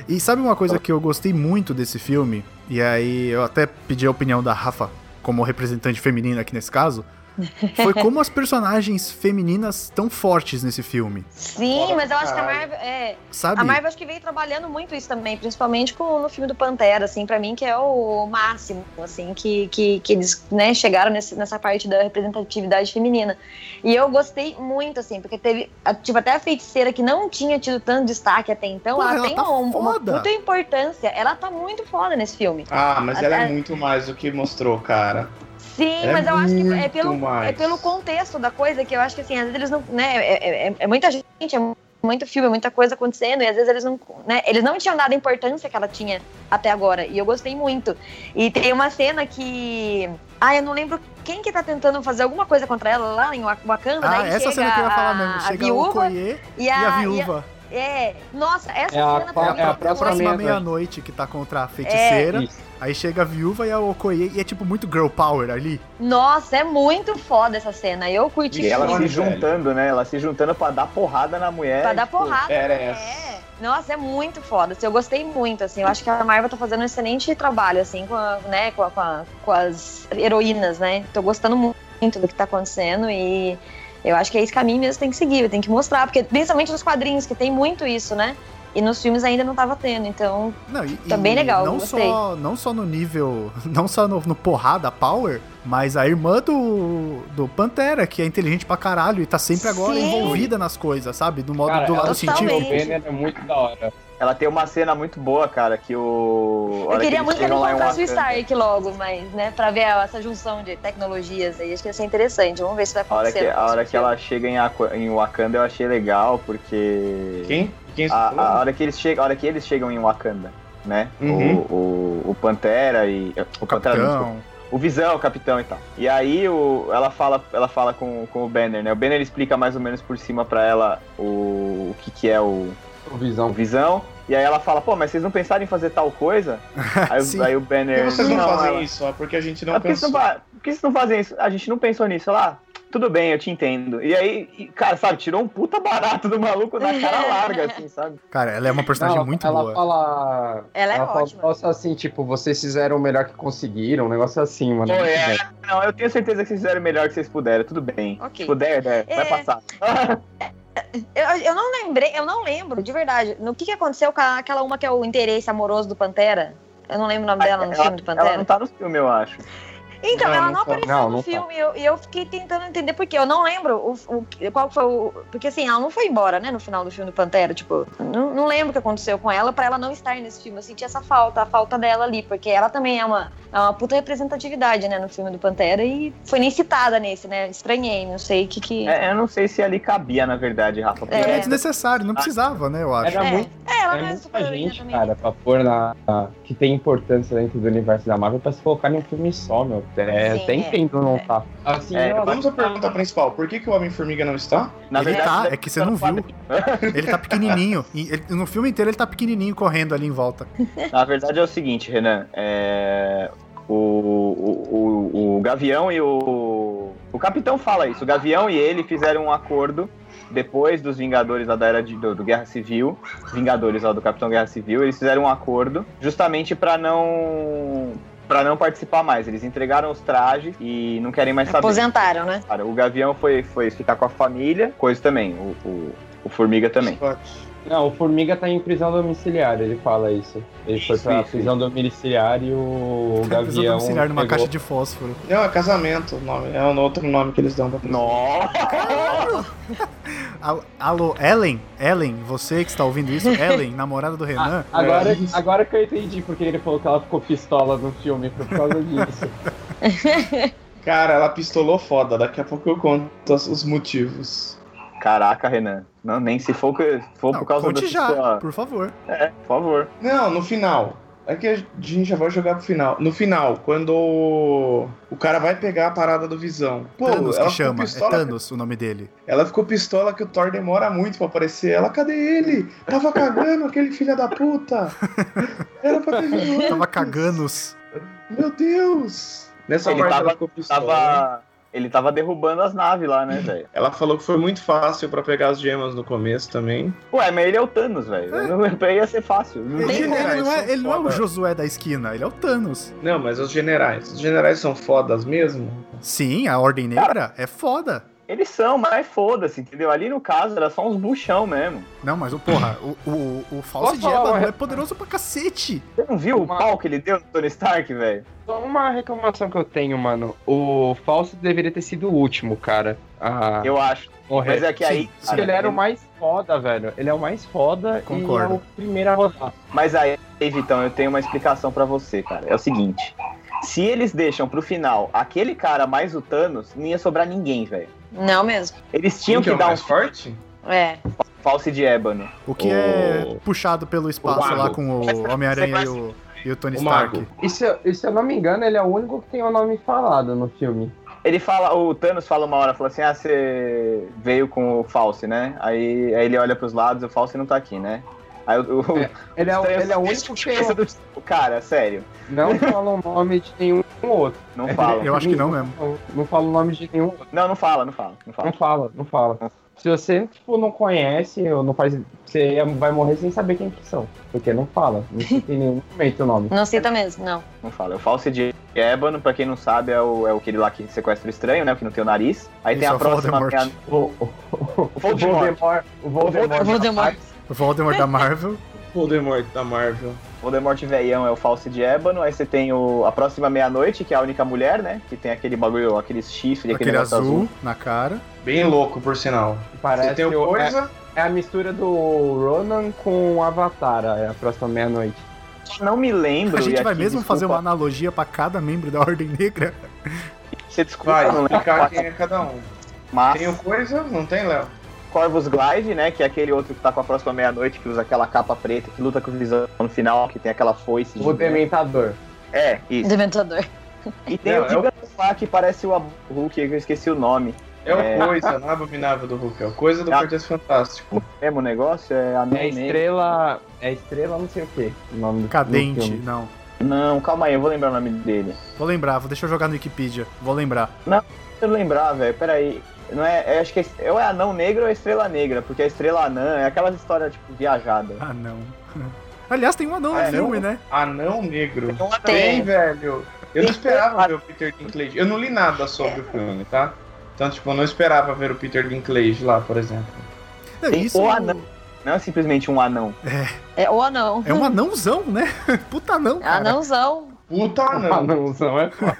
B: E sabe uma coisa que eu gostei muito desse filme? E aí eu até pedi a opinião da Rafa como representante feminina aqui nesse caso. Foi como as personagens femininas tão fortes nesse filme,
F: Sim,
G: Fora
F: mas eu acho que a
G: caralho.
F: Marvel. É,
B: sabe?
F: a Marvel acho que veio trabalhando muito isso também, principalmente com, no filme do Pantera, assim, pra mim, que é o máximo, assim, que, que, que eles né, chegaram nesse- nessa parte da representatividade feminina. E eu gostei muito, assim, porque teve. a- Tipo, até a feiticeira que não tinha tido tanto destaque até então,
B: Porra,
F: ela,
B: ela
F: tem
B: tá
F: um- uma
B: foda.
F: puta importância. Ela tá muito foda nesse filme.
G: Ah, mas ela é
F: Até-
G: muito mais do que mostrou, cara.
F: Sim,
G: Ela é
F: mas eu acho que é
G: muito
F: pelo,
G: mais.
F: é pelo contexto da coisa que eu acho que assim, às vezes eles não. Né, é, é- é muita gente, é muito filme, é muita coisa acontecendo, e às vezes eles não. Né, eles não tinham dado a importância que ela tinha até agora. E eu gostei muito. E tem uma cena que. Ah, eu não lembro quem que tá tentando fazer alguma coisa contra ela lá em Wak- Wakanda.
B: Ah,
F: aí
B: essa
F: chega
B: cena que eu ia falar
F: a-
B: mesmo.
F: a
B: Chega o
F: viúva
B: Okoye
F: e
B: e a
F: a. e a-
B: viúva.
F: é. Nossa, essa
C: É a
F: cena
C: pa-
B: É
C: é
B: a,
C: a
F: também.
C: próxima
B: próxima
C: mesa.
B: meia-noite que tá contra
F: É,
B: a feiticeira.
C: Isso.
B: Aí chega a viúva e a Okoye. E é tipo muito girl power ali.
F: Nossa, é muito foda essa cena. Eu curti
E: E ela
G: Sim,
F: muito.
E: se
G: velho.
E: juntando, né? Ela se juntando pra dar porrada na mulher.
F: Pra dar
E: tipo,
F: porrada.
G: era
F: né?
G: essa.
F: É. Nossa, é muito foda. assim, eu gostei muito, assim. Eu acho que a Marvel tá fazendo um excelente trabalho, assim, com, a- né, com, a- com a- com as heroínas, né? Tô gostando mu- muito do que tá acontecendo e eu acho que é esse caminho mesmo que tem que seguir, tem que mostrar, porque principalmente nos quadrinhos, que tem muito isso, né? E nos filmes ainda não tava tendo, então.
B: Não, e,
F: Tá
B: e
F: bem legal,
B: não
F: gostei.
B: só Não só no nível. Não só no, no porrada power, mas a irmã do, do Pantera, que é inteligente pra caralho e tá sempre agora
F: Sim.
B: envolvida nas coisas, sabe? Do modo
C: Cara,
B: do
C: ela
B: lado
C: tá
B: científico.
F: totalmente.
E: né?
C: Banner é muito da hora.
E: Ela tem uma cena muito boa, cara, que o. a hora
F: eu queria
E: eles um
F: muito que ele
E: chegam lá em
F: encontrasse o
E: Wakanda.
F: Stark logo, mas, né, pra ver essa junção de tecnologias aí, acho que ia ser interessante. Vamos ver se vai
E: A hora,
F: acontecer.
E: que,
F: no
E: a
F: próximo
E: hora que
F: filme.
E: ela chega em, Aqua- em Wakanda eu achei legal, porque.
G: Quem?
H: Quem
C: Ah,
E: a,
H: falou?
E: a hora que eles chegam, a hora que eles chegam em Wakanda, né?
G: Uhum.
E: O, o, o Pantera e o Pantera, não, desculpa.
B: Capitão.
E: o Visão, o Capitão e tal. E aí o, ela fala, ela fala com, com o Banner, né? O Banner explica mais ou menos por cima pra ela o, o que que é o,
C: O
E: o
C: visão.
E: Visão. E aí ela fala, pô, mas vocês não pensaram em fazer tal coisa? Aí, o-
B: Sim.
E: aí o
H: Por
E: Banner...
H: que vocês não, fazem
E: ela-
H: isso? Ah, porque a gente
E: ah,
H: não
E: por, que vocês
H: pensa.
E: não, fa- por que vocês não fazem isso? A gente não pensou nisso. Lá, tudo bem, eu te entendo. E aí, e, cara, sabe, tirou um puta barato do maluco na cara larga, assim, sabe?
B: Cara, ela é uma personagem
C: Não,
B: muito
C: ela
B: boa.
C: fala.
F: Ela é
C: ela fala
F: ótima.
C: um negócio assim, tipo, vocês fizeram o melhor que conseguiram, um negócio assim, mano.
E: Pô, é, não, eu tenho certeza que vocês fizeram o melhor que vocês puderam, tudo bem.
F: Ok.
E: Tipo, der, der, vai
F: É.
E: passar.
H: Tá
F: Eu, eu não lembrei, eu não lembro, de verdade. No que, que aconteceu com a- aquela uma que é o interesse amoroso do Pantera? Eu não lembro o nome dela no filme do Pantera.
E: ela não tá no filme, eu acho.
F: Então,
H: Não,
F: ela
H: não
F: não,
H: tá.
F: apareceu
C: Não,
F: no
C: não tá.
F: filme e eu, e eu fiquei tentando entender por quê. Eu não lembro o, o- qual foi o. Porque assim, ela não foi embora, né, no final do filme do Pantera. Tipo, não, não lembro o que aconteceu com ela pra ela não estar nesse filme. Eu senti essa falta, a falta dela ali, porque ela também é uma, é uma puta representatividade, né, no filme do Pantera e foi nem citada nesse, né? Estranhei, não sei o que que.
E: É, eu não sei se ali cabia, na verdade, Rafa. porque-
B: Era
F: É.
B: desnecessário,
C: Ah.
B: não precisava, né, eu acho.
C: Era
F: É.
C: muito.
F: É, ela
C: É
F: não é
C: muita
F: super-heroína
C: gente,
F: também.
C: cara, pra pôr na, na- que tem importância dentro do universo da Marvel pra se colocar num filme só, meu. É,
F: Sim,
C: até
F: é.
C: entendo não tá.
H: Assim,
E: É,
H: não,
E: eu
H: vamos à pergunta principal. Por que, que o Homem-Formiga não está?
E: Na
B: ele
E: verdade,
B: tá,
E: deve
B: é que
E: ser
B: você não
E: no
B: viu.
E: quadrinho.
B: Ele tá pequenininho. E ele- no filme inteiro ele tá pequenininho correndo ali em volta.
E: Na verdade é o seguinte, Renan. é, O, o, o, o Gavião e o. O Capitão fala isso. O Gavião e ele fizeram um acordo depois dos Vingadores lá da era de- do, do Guerra Civil. Vingadores lá do Capitão Guerra Civil. Eles fizeram um acordo justamente pra não. Pra não participar mais. Eles entregaram os trajes e não querem mais saber.
F: Aposentaram, né?
E: Cara, o Gavião foi, foi ficar com a família, coisa também. O, o, o Formiga também.
C: Não, o Formiga tá em prisão domiciliar, ele fala isso. Ele foi pra
E: Isso,
C: prisão domiciliar e o, o
B: Precisou
C: Gavião.
B: domiciliar numa
C: pegou-
B: caixa de fósforo.
H: Não, é casamento o nome. É um outro nome que eles dão pra
E: Nossa!
B: Al- Alô, Ellen? Ellen, você que está ouvindo isso? Ellen, namorada do Renan?
C: Agora, agora que eu entendi porque ele falou que ela ficou pistola no filme por causa disso.
H: Cara, ela pistolou foda. Daqui a pouco eu conto os os motivos.
E: Caraca, Renan. Não, nem se for, que- for
B: Não,
E: por causa
B: conte
E: da
B: já,
E: sua-
B: por favor.
E: É, por favor.
H: Não, no final. É que a gente já vai jogar pro final. No final, quando o, o cara vai pegar a parada do Visão. Pô,
B: Thanos
H: ela
B: que
H: ficou
B: chama. É
H: pistola
B: Thanos o nome dele.
H: Ela ficou pistola que o Thor demora muito pra aparecer. Ela, cadê ele? Tava cagando aquele filho da puta. Era pra ter vindo antes.
B: Tava caganos.
H: Meu Deus. Nessa
E: Ele
H: parte
E: tava-
H: ela ficou pistola.
E: Tava, ele tava derrubando as naves lá, né, velho?
H: Ela falou que foi muito fácil pra pegar as gemas no começo também.
E: Ué, mas ele é o Thanos, velho. Não- Pra ele ia ser fácil.
B: Ele,
H: tem
B: ele
H: como,
B: não
H: eles
B: é,
H: são
B: ele não é o
H: foda.
B: Josué da esquina, ele é o Thanos.
H: Não, mas os generais. Os generais são fodas mesmo?
B: Sim, a Ordem Negra é foda.
E: Eles são, mas foda-se, entendeu? Ali no caso era só uns buchão mesmo.
B: Não, mas, o porra, o, o, o Falso
C: Posso
B: de
C: falar uma-
B: Ébano é poderoso pra cacete.
E: Você não viu
C: Uma-
E: o pau que ele deu no Tony Stark, velho?
C: Só uma reclamação que eu tenho, mano. O falso deveria ter sido o último, cara. Ah,
E: Eu acho. Mas é que
B: Sim,
E: aí.
B: sim.
C: Porque ele era o
E: ele-
C: mais foda, velho. Ele é o mais foda
B: Concordo.
C: e é o primeiro a rodar.
E: Mas aí, Vitão, eu tenho uma explicação pra você, cara. É o seguinte: se eles deixam pro final aquele cara mais o Thanos, não ia sobrar ninguém, velho.
F: Não mesmo.
E: Eles tinham
H: Quem
E: que
H: é o
E: dar um
H: mais forte?
F: É.
E: falso de ébano.
B: O que é puxado pelo espaço
H: mago.
B: lá com o Homem-Aranha e o, e o Tony
H: O
B: Stark.
H: mago.
C: E se, eu- e se eu não me engano, ele é o único que tem o nome falado no filme.
E: Ele fala, o Thanos fala uma hora, fala assim: ah, você veio com o falso, né? Aí, aí ele olha pros lados, o falso não tá aqui, né? Aí o. o-
C: Ele é, o-
E: Estranho-
C: ele é o único que
E: Esse do- Cara, sério,
C: não fala o nome de nenhum outro.
E: não fala.
B: É, Eu acho que não mesmo.
C: Não, não fala o nome de nenhum outro.
E: Não, não fala, não fala, não
C: Não
E: fala.
C: fala, não fala. Se você tipo, não conhece ou não faz. Você vai morrer sem saber quem que são. Porque não fala. Não cita em nenhum momento o nome.
F: Não cita mesmo, não.
E: Não fala. É O falso de ébano, pra quem não sabe, é o, é o aquele lá que sequestra o estranho, né? O que não tem o nariz. Aí
B: Isso,
E: tem
B: é
E: a
B: o
E: próxima.
B: Voldemort.
E: meia-
C: O, o,
E: O
C: o Voldemort. O Voldemort.
F: O Voldemort.
B: O Voldemort da Marvel.
H: Voldemort da Marvel.
E: Voldemort veião é o falso de ébano, aí você tem o A Próxima Meia-Noite, que é a única mulher, né? Que tem aquele bagulho, aqueles chifres, aquele,
B: Aquele
E: negócio azul.
B: azul na cara.
H: Bem louco, por sinal. Você
C: Parece
H: tem o
C: o- é-
H: coisa,
C: É a mistura do Ronan com o Avatar, é a próxima meia-noite.
E: Não me lembro.
B: A
E: e
B: gente vai
E: aqui,
B: mesmo
E: desculpa,
B: fazer uma analogia pra cada membro da Ordem Negra?
E: Você desculpa,
H: vai
E: não lembro.
G: é
H: explicar quem é cada um.
E: Mas
H: Tem o coisa, não tem, Léo?
E: Corvus Glaive, né? Que é aquele outro que tá com a próxima meia-noite, que usa aquela capa preta, que luta com o visão no final, que tem aquela foice.
C: O Dementador.
E: É, isso.
F: Dementador.
E: E tem
G: Não,
E: o
G: é o-
E: Gigantofá que parece o Abu- Hulk, eu esqueci o nome.
G: É o
E: É.
G: coisa, não é abominável do Hulk, é o coisa do
E: Ah.
G: Quarteto Fantástico.
E: É o mesmo negócio? É a
C: É estrela. É estrela não sei o quê. O nome do- do
B: Cadente,
C: filme.
B: não.
E: Não, calma aí, eu vou lembrar o nome dele.
B: Vou lembrar, vou, deixa eu jogar no Wikipedia. Vou lembrar.
E: Eu lembrar, velho, peraí. Não é, é- acho que é, ou é anão negro ou é estrela negra, porque a estrela anã é aquelas histórias, tipo, viajada.
B: Ah, não. Aliás, tem um anão no
G: Ah, é?
B: filme, né?
G: Anão negro.
E: Então,
G: Tem,
F: Tem.
G: velho. Eu não esperava ver o Peter Dinklage. Eu não li nada sobre o filme, tá? Então, tipo, eu não esperava ver o Peter Dinklage lá, por exemplo.
B: Não,
E: Tem
B: isso
E: o anão. Não é simplesmente um anão.
F: É, ou anão. Ah,
B: é um anãozão, né? Puta anão,
E: Ah,
B: cara.
F: Anãozão.
G: Puta
C: Ah,
G: anão.
C: não, não é foda.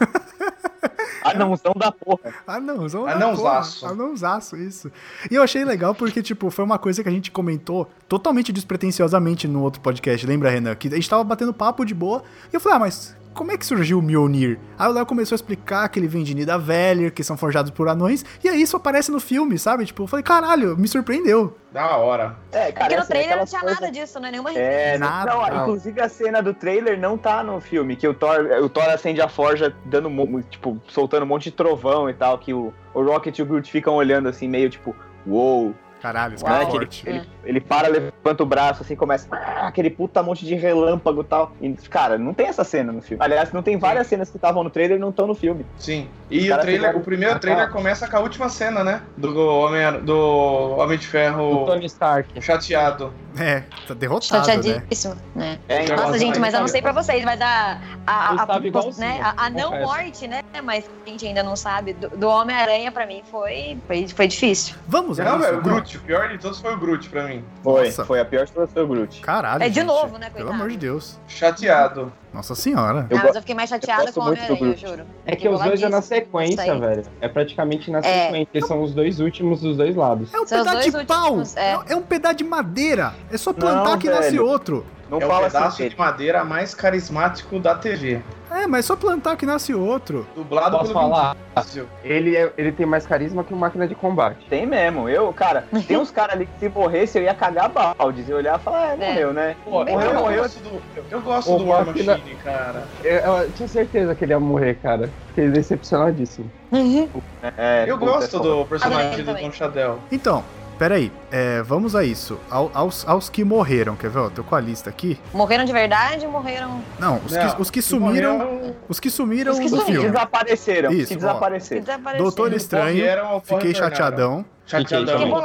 E: Anãozão da porra.
B: Anãozão. da
G: Anãozaço.
B: porra. Anãozaço, isso. E eu achei legal porque, tipo, foi uma coisa que a gente comentou totalmente despretensiosamente no outro podcast, lembra, Renan? Que a gente tava batendo papo de boa e eu falei, ah, mas como é que surgiu o Mjolnir? Aí o Léo começou a explicar que ele vem de Nida Velha, que são forjados por anões, e aí isso aparece no filme, sabe? Tipo, eu falei, caralho, me surpreendeu.
G: Da hora.
E: É,
F: É que
E: cara,
F: no trailer não tinha nada disso, né? Nenhuma
E: É,
B: Nada.
E: não,
C: Não.
E: inclusive a cena do trailer não tá no filme, que o Thor, o Thor acende a forja dando, mo- tipo, soltando um monte de trovão e tal, que o, o Rocket e o Groot ficam olhando assim, meio tipo, uou,
B: Caralho, esse
E: Uau.
B: cara é
E: É que ele-
B: forte.
E: ele, ele para, levanta o braço, assim, começa "Ah", aquele puta monte de relâmpago e tal. E, cara, não tem essa cena no filme. Aliás, não tem várias cenas que estavam no trailer e não estão no filme.
G: Sim. E
E: Os
G: o
E: caras
G: trailer,
E: fizeram-
G: o primeiro trailer começa com a última cena, né? Do Homem, do Homem de
C: O
G: Ferro
C: Tony Stark.
G: chateado.
B: É, tá derrotado, né?
F: chateadíssimo, né?
E: É, então,
F: Nossa,
G: Nossa,
F: gente, mas eu não
G: cara.
F: sei pra vocês, vai dar a,
C: Eu
F: a,
C: estava
F: a,
C: igualzinho,
F: né, a, a não
C: confesso.
F: morte, né? Mas a gente ainda não sabe. Do, do Homem-Aranha, pra mim, foi, foi, foi difícil.
B: Vamos,
G: Não,
B: isso,
G: velho, o
B: então.
G: Groot. O pior de todos foi o Groot pra mim.
E: foi,
B: Nossa.
E: foi a pior cena do Groot.
B: Caralho,
F: É de
B: gente.
F: novo, né,
B: Pelo
F: coitado.
B: amor de Deus.
G: Chateado.
B: Nossa senhora.
E: Eu
F: ah,
E: go-
F: mas eu fiquei mais chateada
E: gosto
F: com o
E: muito do
F: Homem-Aranha, eu
E: Groot.
F: juro.
C: É que os dois é na
F: Isso
C: sequência,
F: aí.
C: velho. É praticamente na
F: É.
C: sequência. Eles são os dois últimos dos dois lados.
B: É um
F: Seus
B: pedaço de
F: dois
B: pau.
F: últimos, é.
B: É um pedaço de madeira. É só plantar
E: Não,
B: que nasce
E: velho.
B: outro.
E: Não
G: é o
E: fala
G: pedaço
E: assim,
G: de
E: dele.
G: madeira mais carismático da TV.
B: É, mas só plantar que nasce outro.
G: Dublado
C: Posso
G: pelo Vin
C: falar?
G: Diesel.
C: Ele, é- ele tem mais carisma que o máquina de combate.
E: Tem mesmo. Eu, cara, tem uns caras ali que se morresse eu ia cagar baldes. Eu ia olhar e falar, ah,
F: É.
E: morreu, né?
G: Pô,
F: Bem
G: eu,
E: legal.
G: gosto do, eu gosto
C: O
G: do War
C: Máquina-
G: Machine, cara.
C: Eu, eu tinha certeza que ele ia morrer, cara. Fiquei decepcionadíssimo.
F: Uhum.
E: É,
G: Eu
E: puta,
G: gosto do personagem
F: eu
G: do
F: também.
G: Tom Chadel.
B: Então, peraí. É, vamos a isso. Ao- aos, aos que morreram, quer ver? Eu tô com a lista aqui.
F: Morreram de verdade, morreram...
B: Não, os,
G: Não,
B: que, os que sumiram.
G: morreram-
B: Os que sumiram
F: Os que
B: do
E: Que
F: sumiram.
B: filme.
E: desapareceram,
B: Isso,
E: que
B: ó.
F: que
E: desapareceram.
F: desapareceram.
B: Doutor Estranho.
G: morreram ou
B: Fiquei
G: retornaram.
B: chateadão.
G: Chateadão.
C: Fiquei
G: Doutor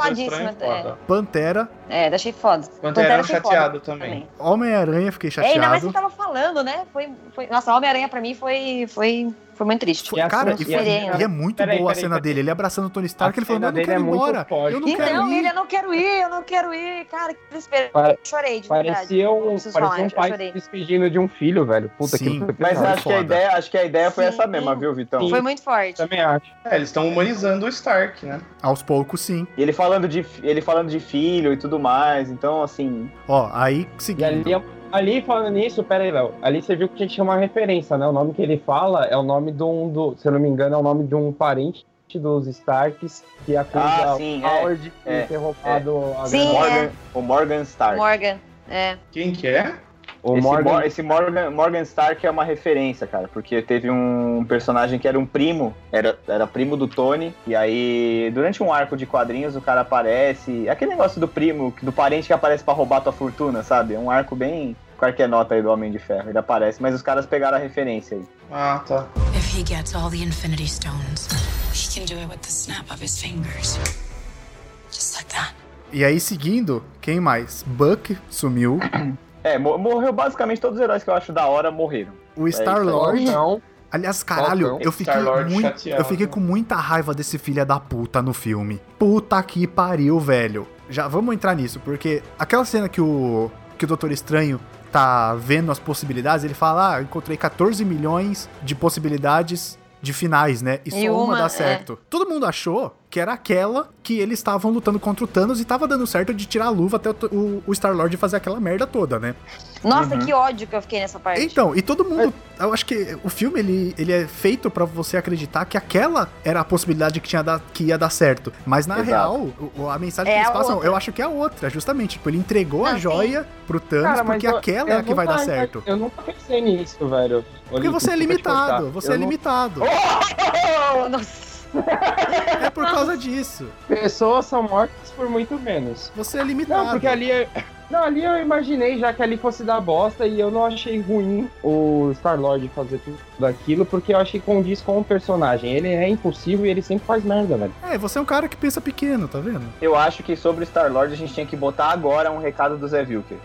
G: Estranho,
F: boladíssima até.
G: foda.
B: Pantera.
F: É, deixei foda.
G: Pantera
F: achei
G: chateado
F: foda
G: também.
B: Homem-Aranha, fiquei
F: É, ainda mais
B: chateado.
F: que você tava falando, né? Foi, foi... Nossa, Homem-Aranha pra mim foi, foi, foi muito triste.
B: Foi-
C: E a
B: cara,
C: cena-
B: e,
F: e a
B: foi,
F: cena-
B: e é muito
C: Peraí,
B: boa a
C: peraí,
B: cena
C: peraí.
B: dele. Ele abraçando o Tony Stark,
C: A
B: ele falou:
C: cena
B: Não, eu não
C: dele
B: quero ir
C: é muito
B: embora.
C: forte.
B: Eu não quero
F: Então,
B: ir.
F: ele, eu não quero ir, eu não quero ir, cara, que desespero.
C: Pare-
F: chorei, de verdade.
C: Parecia
F: Não
C: um,
F: preciso falar,
C: parecia um
F: eu
C: pai se
F: chorei.
C: despedindo de um filho, velho. Puta
B: Sim.
C: que foi
E: Mas
B: Foi
C: pesado.
E: acho que, a
B: foda.
E: ideia, acho que a ideia foi
F: Sim.
E: essa mesma, viu, Vitão?
C: Sim.
F: Foi muito forte.
C: Também acho.
G: É, eles estão humanizando o Stark, né?
B: Aos poucos, sim.
E: E Ele falando, de, ele falando de filho e tudo mais, então, assim,
B: Ó, aí
C: E ali,
B: seguindo.
C: ali falando nisso, pera aí, Léo. Ali você viu que tinha que chamar uma referência, né? O nome que ele fala é o nome de um, do, se eu não me engano, é o nome de um parente dos Starks que acusa
E: Ah, sim,
C: o Howard de
E: é,
C: ter roubado a
F: Sim,
C: grana.
E: Morgan, o Morgan Stark.
F: Morgan, é.
G: Quem que é?
C: o
E: esse Mor-
C: Morgan.
E: esse Morgan, Morgan Stark é uma referência, cara, porque teve um personagem que era um primo, era, era primo do Tony, e aí durante um arco de quadrinhos o cara aparece. é Aquele negócio do primo, do parente que aparece pra roubar tua fortuna, sabe? É um arco bem. Qualquer nota aí do Homem de Ferro, ele aparece, mas os caras pegaram a referência aí.
G: Ah, tá.
D: If he gets all the Infinity Stones, he can do it with the snap of his fingers. Just like that.
B: E aí seguindo, quem mais? Buck sumiu.
E: É, mo- morreu basicamente todos os heróis que eu acho da hora morreram.
B: O Star-Lord.
C: Não,
B: Aliás, caralho,
C: Falcão.
B: eu fiquei,
G: Star-Lord
B: muito-
G: chateado.
B: eu fiquei com muita raiva desse filho da puta no filme. Puta que pariu, velho. Já vamos entrar nisso, porque aquela cena que o, que o Doutor Estranho tá vendo as possibilidades, ele fala: Ah, encontrei 14 milhões de possibilidades de finais, né? E só
F: E
B: uma,
F: uma,
B: dá
F: é.
B: certo. Todo mundo achou que era aquela que eles estavam lutando contra o Thanos e tava dando certo de tirar a luva até o, o, o Star-Lord fazer aquela merda toda, né?
F: Nossa, que ódio que eu fiquei nessa parte.
B: Então, e todo mundo. Eu acho que o filme ele, ele é feito pra você acreditar que aquela era a possibilidade que, tinha da- que ia dar certo. Mas na
E: Exato.
B: real, o- o- a mensagem
F: É
B: que eles
F: a
B: passam,
F: outra.
B: eu acho que é a outra, justamente. Tipo, ele entregou a
F: Não, sim.
B: joia pro Thanos
C: Cara, mas
B: porque
C: eu-
B: aquela
C: eu
B: é a que
C: não
B: vai dar
C: tava-
B: certo.
C: Eu nunca pensei nisso, velho.
B: Porque
C: Olímpio,
B: você é
C: pra te
B: limitado,
C: contar.
B: você
C: Eu
B: é
C: não-
B: limitado. Então!
F: Nossa.
B: É por causa disso.
C: Pessoas são mortas por muito menos.
B: Você é
C: Não,
B: limitado.
C: porque ali eu... Não, ali eu imaginei já que ali fosse dar bosta e eu não achei ruim o Star-Lord fazer tudo aquilo, porque eu achei que condiz com o personagem. Ele é impulsivo e ele sempre faz merda, velho.
B: É, você é um cara que pensa pequeno, tá vendo?
E: Eu acho que sobre o Star-Lord a gente tinha que botar agora um recado do Zé Vilker.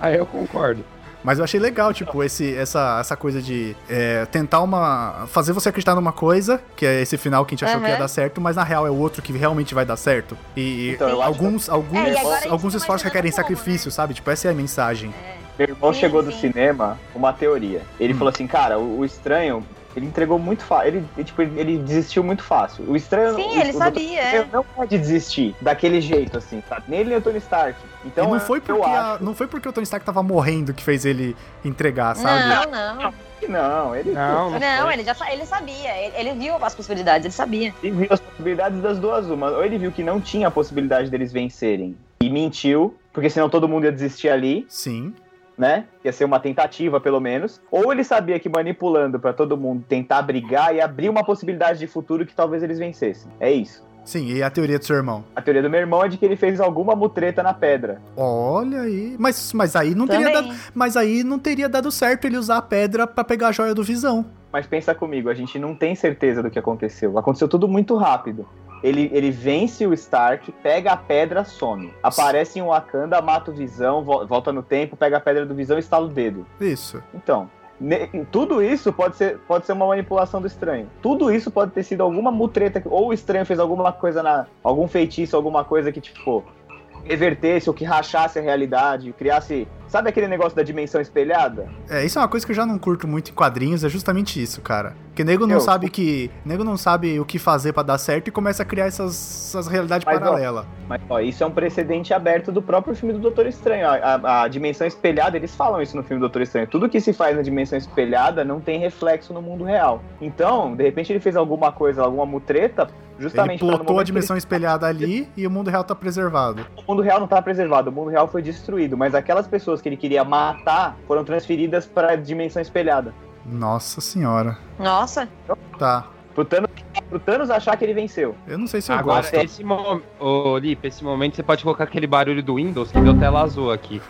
C: Aí eu concordo.
B: Mas eu achei legal, tipo, esse, essa, essa coisa de é, tentar uma. fazer você acreditar numa coisa, que é esse final que a gente achou que ia
F: Aham.
B: dar certo, mas na real é o outro que realmente vai dar certo. E
E: Então, eu acho
B: alguns, alguns,
F: É, e agora a gente
B: alguns
F: tá
B: esforços
F: imaginando
B: requerem
F: como,
B: sacrifício, sabe? Tipo, essa é a mensagem.
E: Meu irmão
F: Sim,
E: chegou do
F: sim.
E: cinema com uma teoria. Ele
B: Hum.
E: falou assim, cara, o, o estranho, ele entregou muito fácil. Ele, ele, tipo, ele, ele desistiu muito fácil. O estranho.
F: Sim,
E: o-
F: ele
E: o
F: sabia,
E: Dr.
F: é.
E: Estranho Não pode desistir daquele jeito, assim, tá? Nem ele nem o Tony Stark. Então,
B: e não
E: eu-
B: foi, porque
E: eu
B: a-
E: acho
B: não foi porque o Tony Stark tava morrendo que fez ele entregar, sabe? Tá
F: Não, não.
E: que não. Ele,
C: Não, não.
F: Não, é
C: foi.
F: ele já sa- ele sabia. Ele, ele viu as possibilidades, ele sabia.
E: ele viu as possibilidades das duas, uma. Ou ele viu que não tinha a possibilidade deles vencerem e mentiu, porque senão todo mundo ia desistir ali.
B: Sim.
E: né? Ia ser uma tentativa, pelo menos. Ou ele sabia que manipulando pra todo mundo tentar brigar e abrir uma possibilidade de futuro que talvez eles vencessem. É isso.
B: Sim, e a teoria do seu irmão?
E: A teoria do meu irmão é de que ele fez alguma mutreta na pedra.
B: Olha aí. Mas, mas aí não teria dado.
F: Também.
B: Mas aí não teria dado certo ele usar a pedra pra pegar a joia do visão.
E: Mas pensa comigo, a gente não tem certeza do que aconteceu. Aconteceu tudo muito rápido. Ele, ele vence o Stark, pega a pedra, some. Aparece em Wakanda, mata o Visão, vol- volta no tempo, pega a pedra do Visão e estala o dedo.
B: Isso.
E: Então, ne- tudo isso pode ser, pode ser uma manipulação do estranho. Tudo isso pode ter sido alguma mutreta, que- ou o estranho fez alguma coisa na. algum feitiço, alguma coisa que, tipo, revertesse ou que rachasse a realidade, criasse. Sabe aquele negócio da dimensão espelhada?
B: É, isso é uma coisa que eu já não curto muito em quadrinhos, é justamente isso, cara. Que nego não
E: Eu- tipo
B: sabe que. Nego não sabe o que fazer pra dar certo e começa a criar essas, essas realidades
E: Mas, ó,
B: paralelas.
E: Mas ó, isso é um precedente aberto do próprio filme do Doutor Estranho. A, a- a dimensão espelhada, eles falam isso no filme do Doutor Estranho. Tudo que se faz na dimensão espelhada não tem reflexo no mundo real. Então, de repente, ele fez alguma coisa, alguma mutreta,
B: Ele
E: justamente. pra
B: plotou
E: no
B: a
E: momento que ele tá.
B: dimensão espelhada ali e o mundo real tá preservado.
E: O mundo real não tá preservado, o mundo real foi destruído, mas aquelas pessoas que ele queria matar foram transferidas pra dimensão espelhada.
B: Nossa senhora.
F: Nossa.
B: Tá.
E: Pro Thanos, pro Thanos achar que ele venceu.
B: Eu não sei se eu
C: Agora, é-
B: gosto.
C: esse momento. Ô, Lipe, esse momento você pode colocar aquele barulho do Windows que deu tela azul aqui.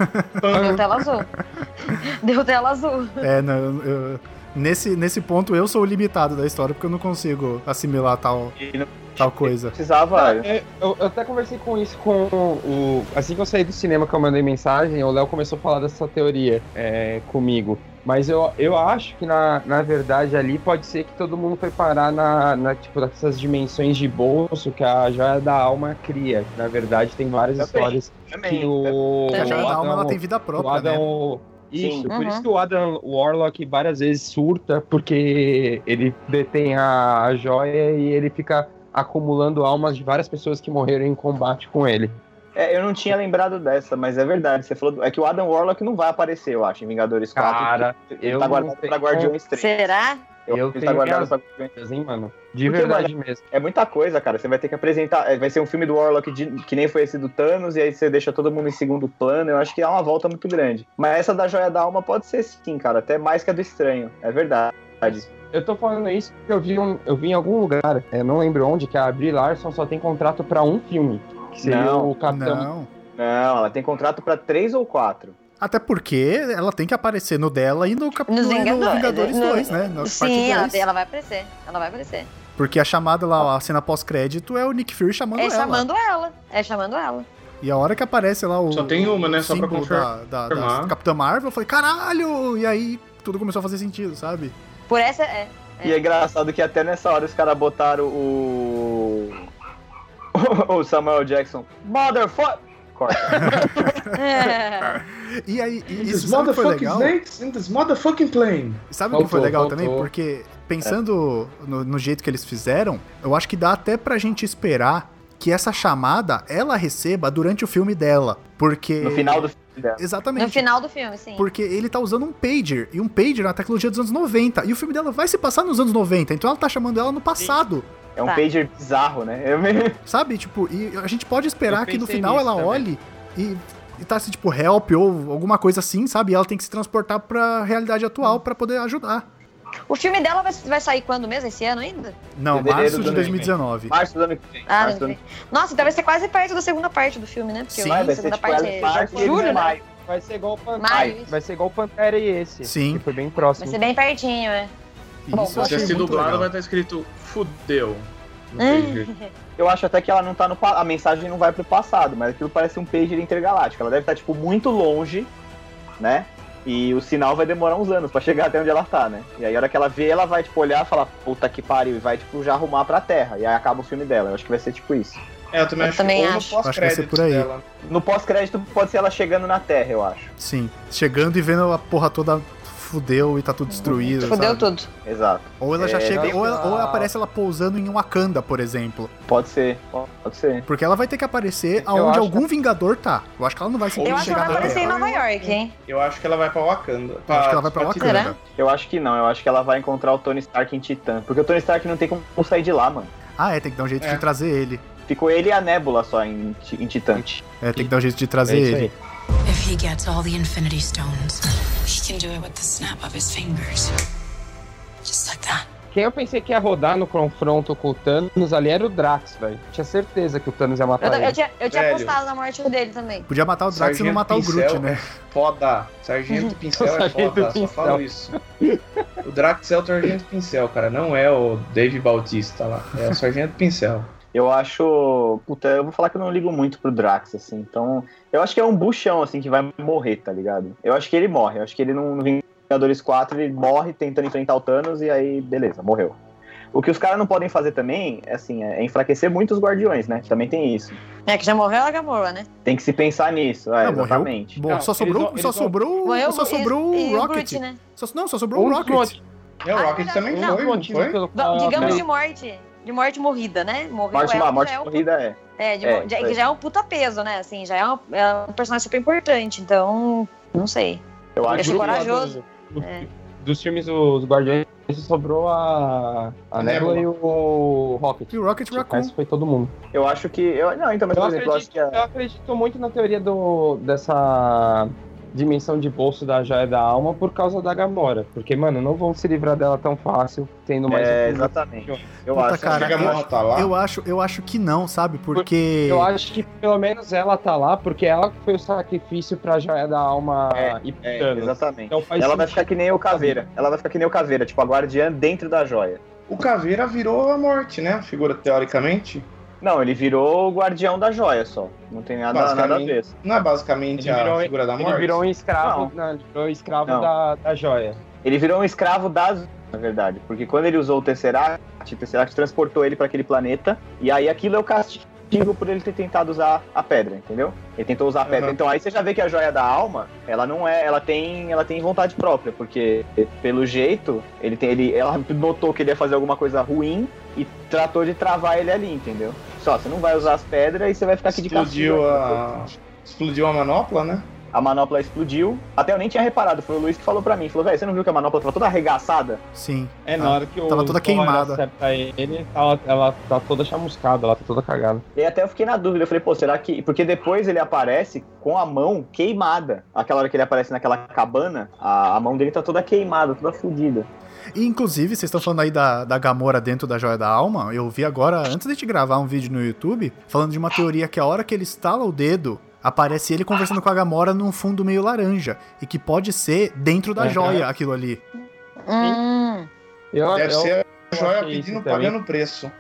F: Deu tela azul. Deu tela azul.
B: É, não, eu- eu- nesse, nesse ponto eu sou o limitado da história porque eu não consigo assimilar tal,
E: E não
B: tal coisa.
E: precisava.
C: É, eu, eu até conversei com isso com o. Assim que eu saí do cinema que eu mandei mensagem, o Léo começou a falar dessa teoria é, comigo. Mas eu, eu acho que, na, na verdade, ali pode ser que todo mundo foi parar na, na, tipo, nessas dimensões de bolso que a joia da alma cria. Na verdade, tem várias
E: Também,
C: histórias que o.
B: Porque a joia
C: o
B: da alma ela
C: Adam-
B: tem vida própria,
C: o
B: né?
C: Adam. Isso,
E: Sim.
C: por
F: Uhum.
C: isso que o Adam Warlock várias vezes surta, porque ele detém a a joia e ele fica acumulando almas de várias pessoas que morreram em combate com ele.
E: É, eu não tinha lembrado dessa, mas é verdade. Você falou. do- É que o Adam Warlock não vai aparecer, eu acho, em Vingadores 4.
C: Cara,
E: ele
C: eu
E: tá
C: não
E: guardado
C: sei
E: pra Guardiões 3.
F: Será?
E: Eu,
C: eu
E: ele tá
C: tenho
E: guardado
C: minhas-
E: pra Guardiões
C: hein, mano? De
E: Porque,
C: verdade mesmo.
E: É muita coisa, cara. Você vai ter que apresentar. é, Vai ser um filme do Warlock de- que nem foi esse do Thanos, e aí você deixa todo mundo em segundo plano. Eu acho que é uma volta muito grande. Mas essa da Joia da Alma pode ser sim, cara. Até mais que a do Estranho. É verdade.
C: Eu tô falando isso porque eu vi, um- eu vi em algum lugar, eu não lembro onde, que a Brie Larson só tem contrato pra um filme. Que seria
E: Não,
C: o Capitão.
B: Não.
E: Não, ela tem contrato pra três ou quatro.
B: Até porque ela tem que aparecer no dela e no, Cap-
F: Nos
B: no- no
F: Vingadores,
B: Vingadores
F: no-
B: 2, né? Na parte
F: Sim, ela,
B: 2.
F: ela vai aparecer. Ela vai aparecer.
B: Porque a chamada lá, a cena pós-crédito é o Nick Fury chamando
F: é
B: ela.
F: chamando ela. É chamando ela.
B: E a hora que aparece lá o.
G: Só tem uma, né? Só pra
B: símbolo
G: confirmar.
B: Da, da, da Capitã Marvel, eu falei, caralho! E aí tudo começou a fazer sentido, sabe?
F: Por essa é.
E: E é engraçado que até nessa hora os caras botaram o. o Samuel Jackson. Motherfucker! Corta.
F: É.
B: E aí, e
H: This
B: isso sabe o que foi
H: motherfucking
B: legal?
H: snakes in this motherfucking plane.
B: Sabe o que foi
C: Voltou,
B: legal
C: voltou.
B: também? Porque pensando no, no jeito que eles fizeram, eu acho que dá até pra gente esperar que essa chamada ela receba durante o filme dela. Porque.
E: No final do filme dela.
B: Exatamente.
F: No final do filme, sim.
B: Porque ele tá usando um pager. E um pager é uma tecnologia dos anos 90. E o filme dela vai se passar nos anos 90. Então ela tá chamando ela no passado.
E: É um
F: Tá.
E: pager bizarro, né? Eu me-
B: Sabe? Tipo, e a gente pode esperar
I: Eu
B: que no
I: pensei
B: final
I: nisso
B: ela
I: também.
B: olhe e, e tá assim, tipo, help ou alguma coisa assim, sabe? E ela tem que se transportar pra realidade atual pra poder ajudar.
F: O filme dela vai, vai sair quando mesmo? Esse ano ainda?
B: Não,
E: Fevereiro
B: março de
E: do ano que vem.
B: 2019.
E: Março do ano que vem.
F: Ah,
E: março
F: não
E: do ano
F: sei. Nossa, então vai ser quase perto da segunda parte do filme, né? Porque
B: Sim.
F: a
E: Vai, vai ser
F: segunda
E: tipo
F: parte
E: ela-
F: é
E: março e
F: julho, né?
E: maio.
C: Vai ser igual o Pan-
F: Maio, isso.
C: Vai ser igual o Pantera e esse.
B: Sim.
C: Que foi bem
F: Vai
C: próximo.
F: ser bem pertinho, é. Bom,
B: eu
G: Se
B: achei
G: assim
B: muito
G: dublado,
B: legal.
G: vai estar escrito fudeu. No
F: É.
G: pager.
E: Eu acho até que ela não tá no. pa- A mensagem não vai pro passado, mas aquilo parece um pager intergaláctico. Ela deve estar, tipo, muito longe, né? E o sinal vai demorar uns anos pra chegar até onde ela tá, né? E aí a hora que ela vê, ela vai, tipo, olhar e falar, puta que pariu, e vai, tipo, já arrumar pra terra. E aí acaba o filme dela. Eu acho que vai ser tipo isso.
H: É, eu também
F: Eu
H: acho.
F: também
H: ou no
F: acho.
B: Acho que vai ser
H: pós-créditos
B: por aí.
H: dela.
E: No pós-crédito pode ser ela chegando na terra, eu acho.
B: Sim. Chegando e vendo a porra toda fudeu e tá tudo destruído.
F: Fudeu
B: sabe?
F: tudo.
E: Exato.
B: Ou ela já
E: É,
B: chega,
E: legal.
B: ou, ela- ou aparece ela pousando em Wakanda, por exemplo.
E: Pode ser, pode ser.
B: Porque ela vai ter que aparecer
C: Eu
B: aonde
C: acho
B: algum Vingador tá. Eu acho que ela não vai
H: Ou
F: Eu
B: simplesmente
F: acho que ela
B: chegar
F: vai
B: na
F: aparecer em
B: Terra.
F: Nova York, hein?
H: Eu acho que ela vai pra Wakanda.
B: Eu acho que ela vai pra
H: Wakanda.
B: Wakanda.
F: Será?
E: Eu acho que não, eu acho que ela vai encontrar o Tony Stark em Titã. Porque o Tony Stark não tem como sair de lá, mano.
B: Ah, é, tem que dar um jeito
H: É.
B: de trazer ele.
E: Ficou ele e a Nebula só em, Ti- em Titã.
B: É, tem que dar um jeito de trazer ele.
D: If he gets all the Infinity Stones, he can do it with the snap of his fingers. Just like that.
C: Quem eu pensei que ia rodar no confronto com o Thanos ali era o Drax, velho. Tinha certeza que o Thanos ia
F: Eu,
C: matar
F: ta- eu
C: ele.
F: tinha, eu tinha
H: Velho.
F: apostado na morte dele também.
B: Podia matar o Drax e não
H: Sargento
B: matar o Groot,
H: Pincel.
B: né?
H: Foda. Sargento Pincel é
C: Sargento
H: foda,
C: Pincel.
H: só falo isso. O Drax é o Sargento Pincel, cara. Não é o Dave Bautista lá. É o Sargento Pincel.
E: Eu acho. Puta, eu vou falar que eu não ligo muito pro Drax, assim. Então. Eu acho que é um buchão, assim, que vai morrer, tá ligado? Eu acho que ele morre. Eu acho que ele não. No Vingadores 4, ele morre tentando enfrentar o Thanos e aí, beleza, morreu. O que os caras não podem fazer também, assim, é enfraquecer muito os Guardiões, né? Que também tem isso.
F: É, que já morreu a Gamora, né?
E: Tem que se pensar nisso, é,
B: Não, morreu.
E: exatamente.
B: Bom,
C: Não,
B: só
C: eles
B: sobrou,
C: vão- eles
B: só
C: vão-
B: sobrou,
F: Morreu
B: só
F: o-
B: sobrou
F: e- e
B: o Rocket.
F: Groot, né?
B: Só- não, só sobrou
C: Um
B: o
C: dos
B: Rocket.
H: E É, o
F: Ah,
H: Rocket
F: não,
H: também
F: não,
H: foi, não
C: motivo
H: foi?
C: pelo
F: Bom,
C: qual-
F: digamos
E: não.
F: de morte. De morte morrida, né? Morreu
E: Ah, Morte,
F: ela,
E: uma, morte
F: já é um-
E: corrida é.
F: É, de
E: É,
F: mo- já-
E: isso aí.
F: já é um puta peso, né? Assim, já é um, é um personagem super importante, então. Não sei.
E: Eu acho
F: Achei
E: que-
F: corajoso.
C: Do- do-
F: É.
C: Dos filmes os Guardiões sobrou a, a
H: A
C: Nebula
H: Nebula.
C: e o Rocket.
B: E o Rocket
C: O
B: Raccoon.
C: resto foi todo mundo.
E: Eu acho que. Eu, não, então, mas,
C: Eu
E: por exemplo, eu acho
C: acredito,
E: que a-
C: eu acredito muito na teoria do, dessa dimensão de bolso da joia da alma por causa da Gamora. Porque, mano, não vão se livrar dela tão fácil, tendo mais
E: É,
C: um filme.
E: exatamente. Eu
B: Puta,
E: acho. é
B: cara,
H: Acho que a Gamora tá lá.
B: Eu acho, eu acho que não, sabe? Porque
C: Eu acho que pelo menos ela tá lá, porque ela foi o sacrifício pra joia da alma
E: É,
C: e pro
E: É,
C: Thanos.
E: exatamente.
C: Então faz
E: Ela vai
C: sentido.
E: ficar que nem o Caveira. Ela vai ficar que nem o Caveira, tipo, a guardiã dentro da joia.
H: O Caveira virou a morte, né? Figura teoricamente.
E: Não, ele virou o guardião da joia só. Não tem nada, nada a
H: Basicamente.
E: ver.
H: Não é basicamente
C: Ele virou-
H: a figura da morte?
C: Ele virou um escravo,
E: Não.
C: né, ele virou um escravo
E: Não.
C: da, da joia.
E: Ele virou um escravo das, na verdade. Porque quando ele usou o Tesseract, o Tesseract transportou ele pra aquele planeta. E aí aquilo é o castigo por ele ter tentado usar a pedra, entendeu? Ele tentou usar a pedra.
H: Uhum.
E: Então aí você já vê que a joia da alma, ela não é, ela tem, ela tem vontade própria, porque pelo jeito, ele tem, ele, ela notou que ele ia fazer alguma coisa ruim e tratou de travar ele ali, entendeu? Só, você não vai usar as pedras e você vai ficar aqui de
H: Explodiu
E: castigo.
H: a... Explodiu a manopla, né?
E: A manopla explodiu. Até eu nem tinha reparado, foi o Luiz que falou pra mim. Falou, velho, você não viu que a manopla tava toda arregaçada?
B: sim.
C: É, na
B: Ah,
C: hora que o
B: tava toda
C: Thor
B: queimada.
C: acerta ele, ela, ela tá toda chamuscada, ela tá toda cagada.
E: E aí até eu fiquei na dúvida, eu falei, pô, será que. Porque depois ele aparece com a mão queimada. Aquela hora que ele aparece naquela cabana, a, a mão dele tá toda queimada, toda fodida.
B: E inclusive, vocês estão falando aí da, da Gamora dentro da Joia da Alma. Eu vi agora, antes de te gravar um vídeo no YouTube, falando de uma teoria que a hora que ele estala o dedo, aparece ele conversando com a Gamora num fundo meio laranja. E que pode ser dentro da
C: Uhum.
B: joia aquilo ali.
F: Hum.
C: Eu,
H: Deve
C: eu-
H: ser a
C: eu
H: joia
C: achei isso
H: pedindo,
C: também.
H: pagando preço.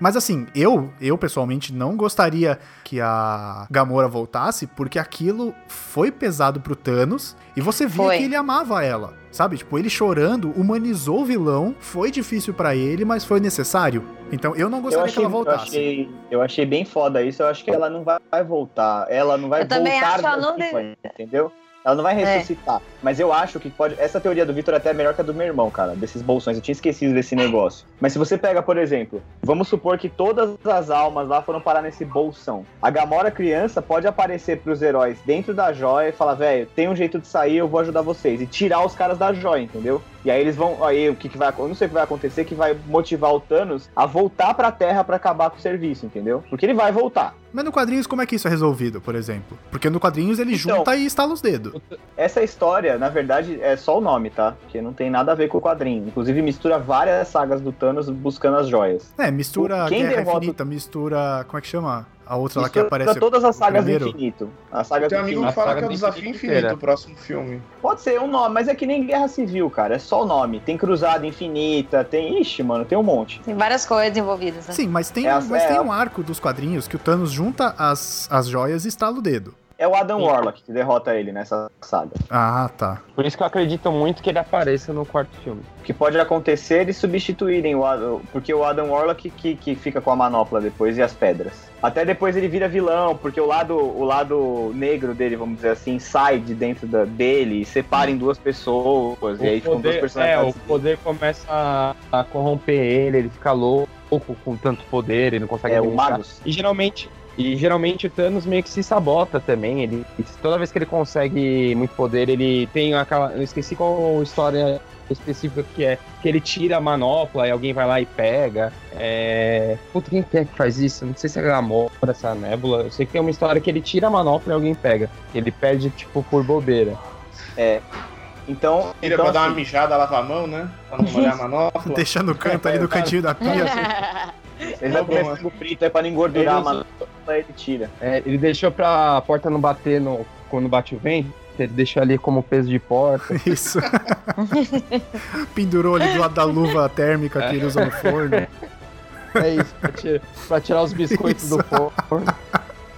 B: Mas assim, eu, eu pessoalmente não gostaria que a Gamora voltasse, porque aquilo foi pesado pro Thanos e você via
F: Foi.
B: que ele amava ela. Sabe? Tipo, ele chorando, humanizou o vilão, foi difícil pra ele, mas foi necessário. Então eu não
E: Eu
B: gostaria
E: achei,
B: que ela
E: eu,
B: voltasse.
E: achei, eu achei bem foda isso. Eu acho que ela não vai, vai voltar. Ela não vai
F: Eu
E: voltar.
F: também acho que ela
E: da
F: não
E: Tiffany, Entendeu? Ela não vai
F: É.
E: ressuscitar. Mas eu acho que pode. Essa teoria do Victor até é melhor que a do meu irmão, cara. Desses bolsões. Eu tinha esquecido desse negócio. Mas se você pega, por exemplo, vamos supor que todas as almas lá foram parar nesse bolsão. A Gamora criança pode aparecer pros heróis dentro da joia e falar, velho, tem um jeito de sair, eu vou ajudar vocês. E tirar os caras da joia, entendeu? E aí eles vão. Aí o que, que vai acontecer? Eu não sei o que vai acontecer, que vai motivar o Thanos a voltar pra Terra pra acabar com o serviço, entendeu? Porque ele vai voltar.
B: Mas no quadrinhos, como é que isso é resolvido, por exemplo? Porque no quadrinhos ele
E: Então-
B: junta e estala os dedos.
E: Essa história, na verdade, é só o nome, tá? Porque não tem nada a ver com o quadrinho. Inclusive, mistura várias sagas do Thanos buscando as joias.
B: É, mistura
E: Quem
B: Guerra
E: derrota-
B: Infinita, mistura. Como é que chama? A outra lá que
E: Mistura
B: aparece.
E: todas as sagas
B: primeiro.
E: do infinito. As sagas
H: Tem um
E: do
H: amigo
E: infinito.
H: que fala
G: saga
H: que é o
G: do
H: Desafio
G: Infinito
H: Infinito,
G: inteira.
H: o próximo filme.
C: Então,
E: Pode ser um nome, mas é que nem Guerra Civil, cara. É só o nome. Tem Cruzada Infinita, tem. Ixi, mano, tem um monte.
F: Tem várias coisas envolvidas, né?
B: Sim, mas tem,
E: É a-
B: mas
E: é
B: tem
E: a-
B: um arco dos quadrinhos que o Thanos junta as, as joias e estala o dedo.
E: É o Adam Warlock que derrota ele nessa saga.
B: Ah, tá.
C: Por isso que eu acredito muito que ele apareça no quarto filme.
E: O que pode acontecer é eles substituírem o Adam, porque o Adam Warlock que, que fica com a manopla depois e as pedras. Até depois ele vira vilão, porque o lado, o lado negro dele, vamos dizer assim, sai de dentro da- dele e separa em duas pessoas. e aí
C: O
E: ficam
C: poder,
E: duas
C: é, o
E: personalidades.
C: poder começa a, a corromper ele, ele fica louco com tanto poder, ele não consegue
E: é, o
C: administrar.
E: Magus.
C: E geralmente, e geralmente o Thanos meio que se sabota também. Ele, toda vez que ele consegue muito poder, ele tem aquela. Eu esqueci qual história específica que é. Que ele tira a manopla e alguém vai lá e pega. É. Puta, quem que é que faz isso? Não sei se é a Gamora, essa nébula. Eu sei que tem uma história que ele tira a manopla e alguém pega. Ele perde, tipo, por bobeira.
E: Então,
H: Ele
E: então
H: vai dar uma
E: assim,
H: mijada, lava a mão, né? Pra não molhar a manopla.
B: Deixa no canto ali no cantinho da pia.
E: ele vai
H: Tá
E: comer
H: bom,
E: frango frito, é pra não engordurar a
C: Ele usa-
E: manopla, ele tira.
C: É, ele deixou pra porta não bater no, quando bate o vento. Ele deixou ali como peso de porta.
B: Isso. Pendurou ali do lado da luva térmica que ele usa no forno.
C: É isso, pra, tirar- pra tirar os biscoitos do forno.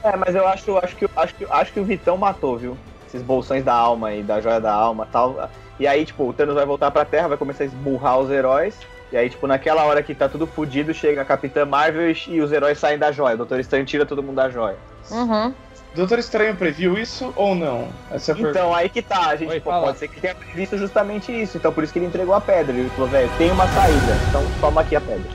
E: É, mas eu acho, acho, que, acho, que, acho que o Vitão matou, viu? Esses bolsões da alma e da joia da alma tal. E aí, tipo, o Thanos vai voltar pra Terra, vai começar a esburrar os heróis. E aí, tipo, naquela hora que tá tudo fudido, chega a Capitã Marvel e, e os heróis saem da joia. O Doutor Estranho tira todo mundo da joia.
F: Uhum.
H: Doutor Estranho previu isso ou não? Essa é a pergunta.
E: Então, aí que tá. A gente,
C: Oi,
E: pô,
C: fala.
E: pode ser que tenha previsto justamente isso. Então, por isso que ele entregou a pedra. Ele falou, velho, tem uma saída. Então, toma aqui a pedra.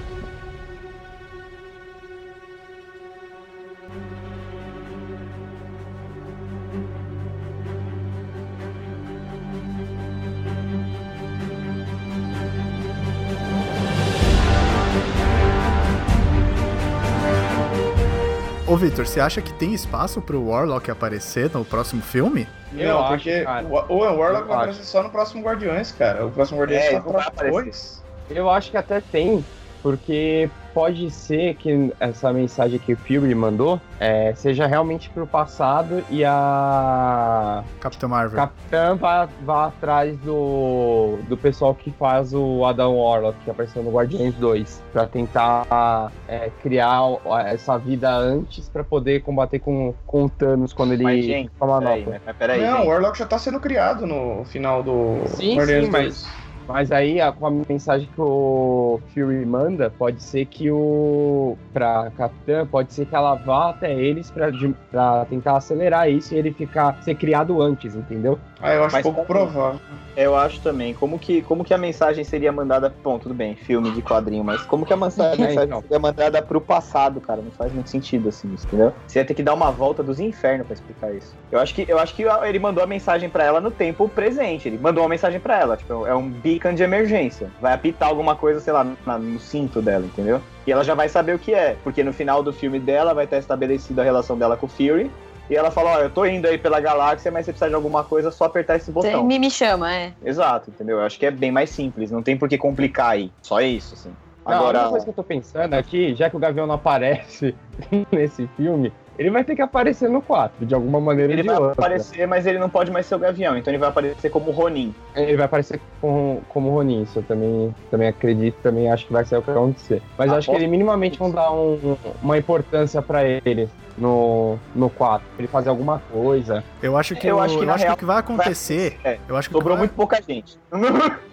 B: Ô, Victor, você acha que tem espaço pro Warlock aparecer no próximo filme?
H: Não, porque
C: cara.
H: o o Owen Warlock
C: Eu acho.
H: vai aparecer só no próximo Guardiões, cara. O próximo Guardiões
E: É,
H: só
E: não vai
H: pra
E: aparecer.
H: dois.
C: Eu acho que até tem, porque pode ser que essa mensagem que o filme mandou é, seja realmente pro passado e a
B: Capitão Marvel.
C: Capitã vá, vá atrás do, do pessoal que faz o Adam Warlock, que apareceu no Guardiões 2, pra tentar é, criar o- essa vida antes pra poder combater com, com o Thanos quando ele
E: Mas, gente,
C: com a
E: Peraí,
C: manopla.
E: mas mas peraí.
H: não, o
E: gente.
H: Warlock já tá sendo criado no final do
C: Sim,
H: Guardiões
C: sim,
H: 2.
C: Mas aí, a- com a mensagem que o Fury manda, pode ser que o. pra Capitã, pode ser que ela vá até eles pra, de- pra tentar acelerar isso e ele ficar. ser criado antes, entendeu?
H: Ah, eu acho
E: Mas
H: pouco
E: tá bom.
H: provável.
E: Eu acho também. Como que, como que a mensagem seria mandada. Bom, tudo bem, filme de quadrinho, mas como que a mansa-
C: É,
E: mensagem
C: então.
E: seria mandada pro passado, cara? Não faz muito sentido assim isso, entendeu? Você ia ter que dar uma volta dos infernos pra explicar isso. Eu acho que, eu acho que ele mandou a mensagem pra ela no tempo presente. Ele mandou uma mensagem pra ela. Tipo, é um beacon de emergência. Vai apitar alguma coisa, sei lá, na- no cinto dela, entendeu? E ela já vai saber o que é. Porque no final do filme dela vai estar estabelecida a relação dela com o Fury. E ela fala, ó, eu tô indo aí pela galáxia, mas você precisa de alguma coisa, é só apertar esse botão.
F: Me, me chama, é.
E: Exato, entendeu? Eu acho que é bem mais simples, não tem por que complicar aí. Só isso, assim.
C: Agora, a
E: Agora,
C: é única coisa que eu tô pensando aqui, já que o Gavião não aparece nesse filme, Ele vai ter que aparecer no 4, de alguma maneira
E: Ele
C: ou de
E: vai
C: outra.
E: aparecer, mas ele não pode mais ser o Gavião, então ele vai aparecer como Ronin.
C: Ele vai aparecer com, como Ronin, isso eu também, também acredito, também acho que vai ser o que vai acontecer.
E: Ah,
C: Mas eu acho que ele minimamente vão dar um- uma importância pra ele no, no 4, pra ele fazer alguma coisa.
B: Eu acho que,
E: Eu
B: o-
E: acho que,
B: eu
E: na
B: acho que
E: real,
B: o que vai acontecer.
E: é,
B: eu, acho que o que
E: Sobrou
B: vai,
E: muito pouca gente.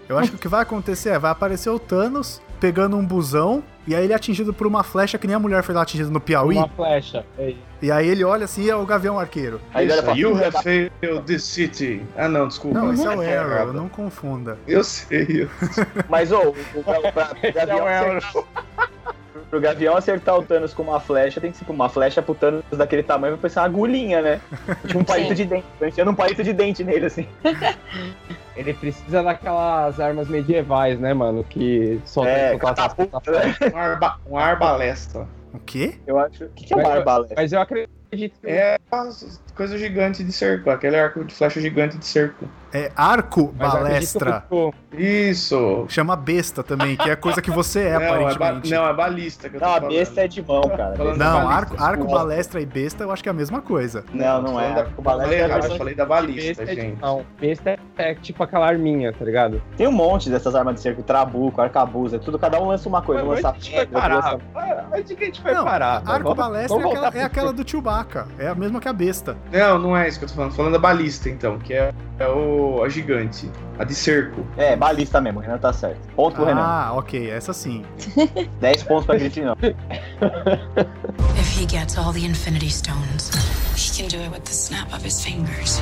B: eu acho que o que vai acontecer é: vai aparecer o Thanos pegando um busão, e aí ele é atingido por uma flecha que nem a mulher foi lá atingida no Piauí.
C: Uma flecha. É isso.
B: E aí ele olha assim e é o Gavião Arqueiro.
E: Aí ele olha
H: Isso,
E: pra
H: you have failed this city. Ah, não, desculpa.
B: Não,
G: Uhum.
B: esse é o
H: Tá errado.
B: Arrow, não confunda.
H: Eu sei. Um
E: Mas, ô, o- o- pra- pra- pro
G: um
E: Gavião é acertar- pro Gavião acertar o Thanos com uma flecha, tem que ser com uma flecha pro Thanos daquele tamanho, vai parecer uma agulhinha, né? Tipo um palito de dente, tô enfiando um palito de dente nele, assim.
C: Ele precisa daquelas armas medievais, né, mano? Que solta
E: É,
C: solta-
E: catapulta,
C: solta-
E: né?
H: Um, arba, um arbalesta.
B: O quê?
E: Eu acho. O que, que é
C: Mas-
E: uma arbalesta?
C: Mas eu acredito que
H: É as- coisa gigante de cerco, aquele arco de flecha gigante de cerco.
B: É arco
C: mas eu acredito que
B: balestra.
C: o-
H: Isso.
B: Chama besta também, que é a coisa que você é,
H: não, é ba-
B: aparentemente.
H: não, é balista que eu tô
E: Não, a
H: falando.
E: besta é de mão, cara.
H: Falando
E: Besta-
H: da
B: Não,
H: balestra,
B: arco, arco,
E: desculpa.
B: balestra e besta eu acho que é a mesma coisa.
E: Não,
H: tô
E: não
H: falando
E: é.
H: Da,
E: Arco balestra
H: falei
E: é a
H: errado,
E: versão-
H: eu falei da
C: besta
H: balista,
C: é,
H: gente.
C: não, besta é tipo aquela arminha, tá ligado?
E: Tem um monte dessas armas de cerco, trabuco, arcabuz, é tudo, cada um lança uma coisa, um
C: Mas
E: lança
C: onde que a gente
E: pedra,
C: vai
E: outro
C: parar?
E: lança...
C: Onde que a gente vai
B: Não,
C: parar?
B: Arco
C: Vamos-
B: balestra é
C: vamos
B: aquela,
C: voltar
B: é
C: pro-
B: aquela do Chewbacca. É a mesma que a besta.
H: Não, não é isso que eu tô falando. Tô falando da balista, então, que é, é o, a gigante. A de cerco.
E: É, balista mesmo, o Renan tá certo. Ponto pro Renan.
B: Ah, ok, essa sim.
E: 10 pontos pra Gritinho.
D: If he gets all the Infinity Stones, he can do it with the snap of his fingers.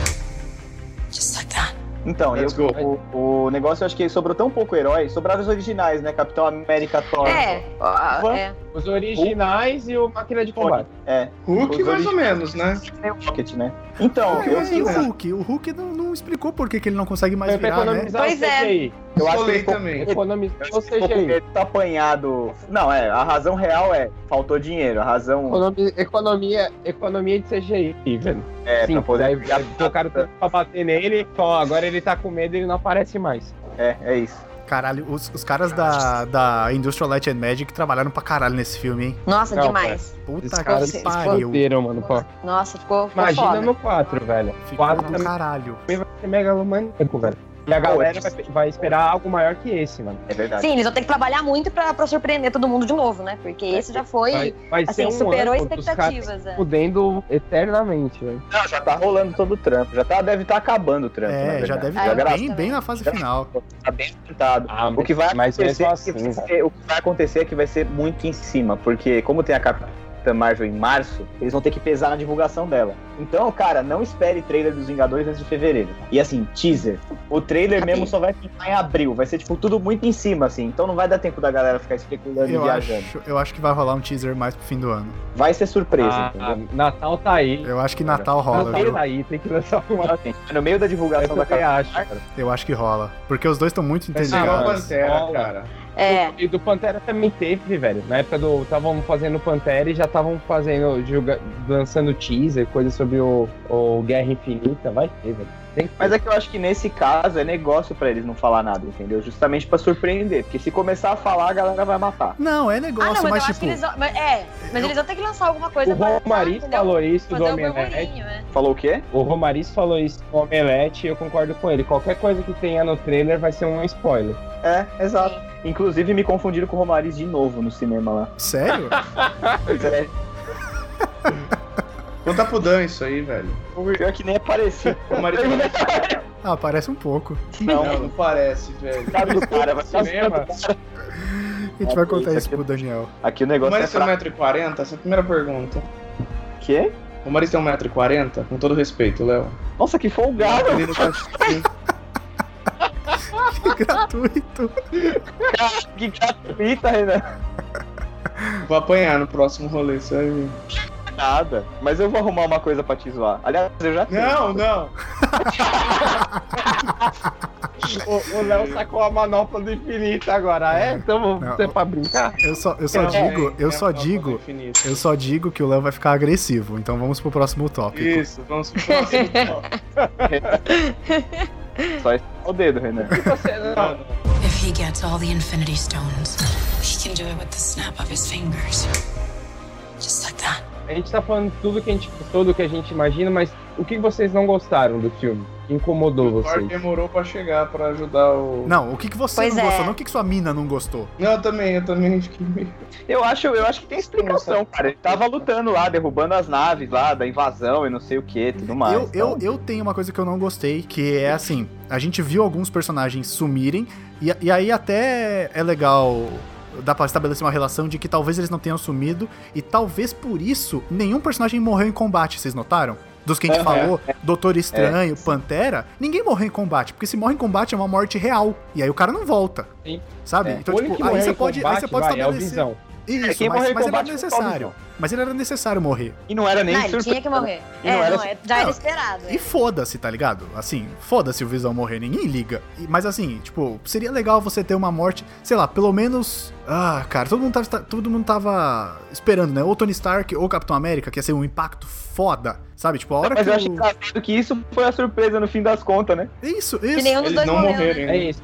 D: Just like that.
E: Então,
H: Let's
E: eu-
H: go.
E: O, o negócio eu acho que sobrou tão pouco herói, sobraram os originais, né? Capitão América Thor.
F: É, ó,
E: Van-
F: é.
C: Os originais e o máquina de combate.
E: É,
H: Hulk,
E: Os
H: mais ou menos, né?
E: meio Rocket, né? Então,
H: É,
E: eu,
B: E o
H: né?
B: Hulk? O Hulk não, não explicou por que, que ele não consegue mais
C: Foi pra
B: virar, né?
C: economizar
F: Pois
C: o
F: é.
C: CGI.
E: eu acho que
H: Solei
E: ele ficou-
H: também.
C: Economizar o
E: ficou com
C: CGI.
E: medo de tá apanhado. Não, é, a razão real é, faltou dinheiro. A razão
C: Economi- Economia, economia de CGI, velho.
E: é
C: Sim,
E: pra poder.
C: aí trocaram tanto tá pra bater nele. Ó, agora ele tá com medo ele não aparece mais.
E: É, é isso.
B: Caralho, os, os caras da, da Industrial Light and Magic trabalharam pra caralho nesse filme, hein?
F: Nossa,
C: Não,
F: demais.
C: Os
B: Puta
C: caras
B: que
C: se
B: pariu.
C: expandiram, mano. pô.
F: Nossa, ficou, ficou
C: Imagina
F: foda.
C: no 4, velho.
B: Ficou
C: 4
B: do
C: também
B: caralho.
C: vai ser megalomaníaco, velho. E a galera vai, vai esperar algo maior que esse, mano.
E: É verdade.
F: Sim, eles vão ter que trabalhar muito pra, pra surpreender todo mundo de novo, né? Porque esse já foi,
C: É, Vai, vai
F: assim,
C: ser um
F: superou
C: ano dos caras
F: expectativas. é.
C: fudendo eternamente, velho.
E: Não, já tá rolando todo o trampo. Já tá, deve estar acabando o trampo. na
B: É, já
E: verdade.
B: deve
F: Ah,
B: estar
F: eu
E: gra-
B: bem,
F: gosto
B: bem na fase
E: também.
B: final.
E: Tá bem adiantado.
C: Ah,
E: O que vai
C: mas mesmo
E: acontecer, é que
C: assim,
E: vai
C: velho.
E: ser- o que vai acontecer é que vai ser muito em cima, porque como tem a Capitã Marvel em março, eles vão ter que pesar na divulgação dela. Então, cara, não espere trailer dos Vingadores antes de fevereiro. E assim, teaser. O trailer
F: Amém.
C: Assim.
E: mesmo só vai ficar em abril. Vai ser, tipo, tudo muito em cima, assim. Então não vai dar tempo da galera ficar especulando e
B: Eu
E: Tá viajando.
B: acho, eu acho que vai rolar um teaser mais pro fim do ano.
E: Vai ser surpresa,
C: Ah,
E: entendeu?
C: Natal tá aí.
B: Eu acho que Natal rola,
C: Natal
B: viu?
C: tá aí, tem que lançar alguma coisa.
E: Então, assim, no meio da
C: Eu
E: divulgação da
C: também
E: Capitã
C: acho, cara.
B: Eu acho que rola. Porque os dois estão muito
E: ah,
C: Esse
H: Igual a
C: cara,
B: interligados.
H: é Pantera,
C: escola.
H: cara.
F: É,
C: E do Pantera também teve, velho. Na época do. Estavam fazendo Pantera e já estavam fazendo. Julga, lançando teaser, coisa sobre o, o Guerra Infinita. Vai ter, velho. Tem que
E: Mas é que eu acho que nesse caso é negócio pra eles não falar nada, entendeu? Justamente pra surpreender, porque se começar a falar, a galera vai matar.
B: Não, é
F: Ah,
B: negócio,
F: não, mas
B: mas
F: eu acho
B: tipo.
F: que eles vão. mas- É, mas eles vão ter que lançar alguma coisa
C: o
F: pra.
C: Romariz
F: entendeu?
C: falou isso do
F: Fazer um
C: Omelete.
F: burburinho, né?
E: Falou o quê?
C: O Romariz falou isso do Omelete e eu concordo com ele. Qualquer coisa que tenha no trailer vai ser um spoiler.
E: É, exato. Inclusive me confundiram com o Romariz de novo no cinema lá.
B: Sério?
E: É,
H: Conta pro Dan isso aí, velho.
E: pior é que nem apareceu.
H: O marido não,
B: ah, parece um pouco.
H: não, não parece, velho.
E: Sabe do cara, vai ser
C: Cinema?
B: A gente vai contar isso pro Daniel.
E: Aqui o
H: O
E: negócio é
H: Maris tem
E: pra
H: 1,40m? Essa é a primeira pergunta.
E: quê?
H: O Maris tem 1,40m? Com todo respeito, Léo.
E: Nossa, que folgado!
H: Ele não tá-
B: Que gratuito.
E: Que gratuita, Renan.
H: Vou apanhar no próximo rolê, sabe?
E: Nada. Mas eu vou arrumar uma coisa pra te zoar. Aliás, eu já tenho.
H: Não, não.
C: O o Léo sacou a manopla do infinito agora, é? Então
B: Não.
C: você pra brincar.
B: Eu só, eu só
H: Não,
B: digo,
H: hein?
B: eu
H: É
B: só
H: a falta do
B: digo,
H: infinito.
B: eu só digo que o Léo vai ficar agressivo. Então vamos pro próximo tópico.
H: Isso, vamos pro próximo. tópico.
E: Só esticar o dedo, Renan.
C: Você, não,
D: If he gets all the Infinity Stones, he can do it with the snap of his fingers. Just like that.
C: a gente tá falando tudo que a gente gostou, do que a gente imagina, mas o que vocês não gostaram do filme? Que incomodou
H: O Thor
C: vocês?
H: demorou pra chegar pra ajudar o.
B: Não, o que, que você
F: Pois
B: não
F: é.
B: gostou, não o que, que sua mina não gostou.
H: Não, eu também, eu também fiquei meio.
E: Eu acho, eu acho que tem explicação, cara. Ele tava lutando lá, derrubando as naves lá, da invasão e não sei o que, tudo mais.
B: Eu, eu, eu tenho uma coisa que eu não gostei, que é assim, a gente viu alguns personagens sumirem, e, e aí até é legal, dá pra estabelecer uma relação de que talvez eles não tenham sumido, e talvez por isso nenhum personagem morreu em combate, vocês notaram? Dos que a gente
E: Aham. é.
B: falou, Doutor Estranho, Pantera, ninguém morreu em combate, porque se morre em combate é uma morte real, e aí o cara não volta.
C: Sim.
B: Sabe?
E: É.
B: Então,
C: O único
B: tipo, aí
C: que morreu
B: você
C: em
B: pode, aí
C: combate,
B: você pode
C: vai, é o
B: estabelecer.
C: Visão.
E: É,
B: Isso,
E: quem
B: mas,
E: morreu em
B: mas ele era
E: combate foi o
B: necessário. Mas ele era necessário morrer.
E: Então, E não era nem
F: Não, ele
E: surpresa.
F: tinha que morrer.
E: E
F: é,
E: não era
F: não, é- já
B: Não.
F: era esperado.
B: E foda-se, tá ligado? Assim, foda-se o Visão morrer, ninguém liga. E- Mas assim, tipo, seria legal você ter uma morte, sei lá, pelo menos. Ah, cara, todo mundo tava, todo mundo tava esperando, né? Ou Tony Stark ou Capitão América, que ia ser um impacto foda, sabe? Tipo, a hora
E: Mas
B: que.
E: eu acho
B: o-
E: engraçado que tá- isso foi a surpresa no fim das contas, né?
B: Isso,
F: Que
B: isso.
F: nenhum dos
H: Eles
F: dois
H: não
F: morreu,
H: morreram.
C: É
H: né?
C: isso.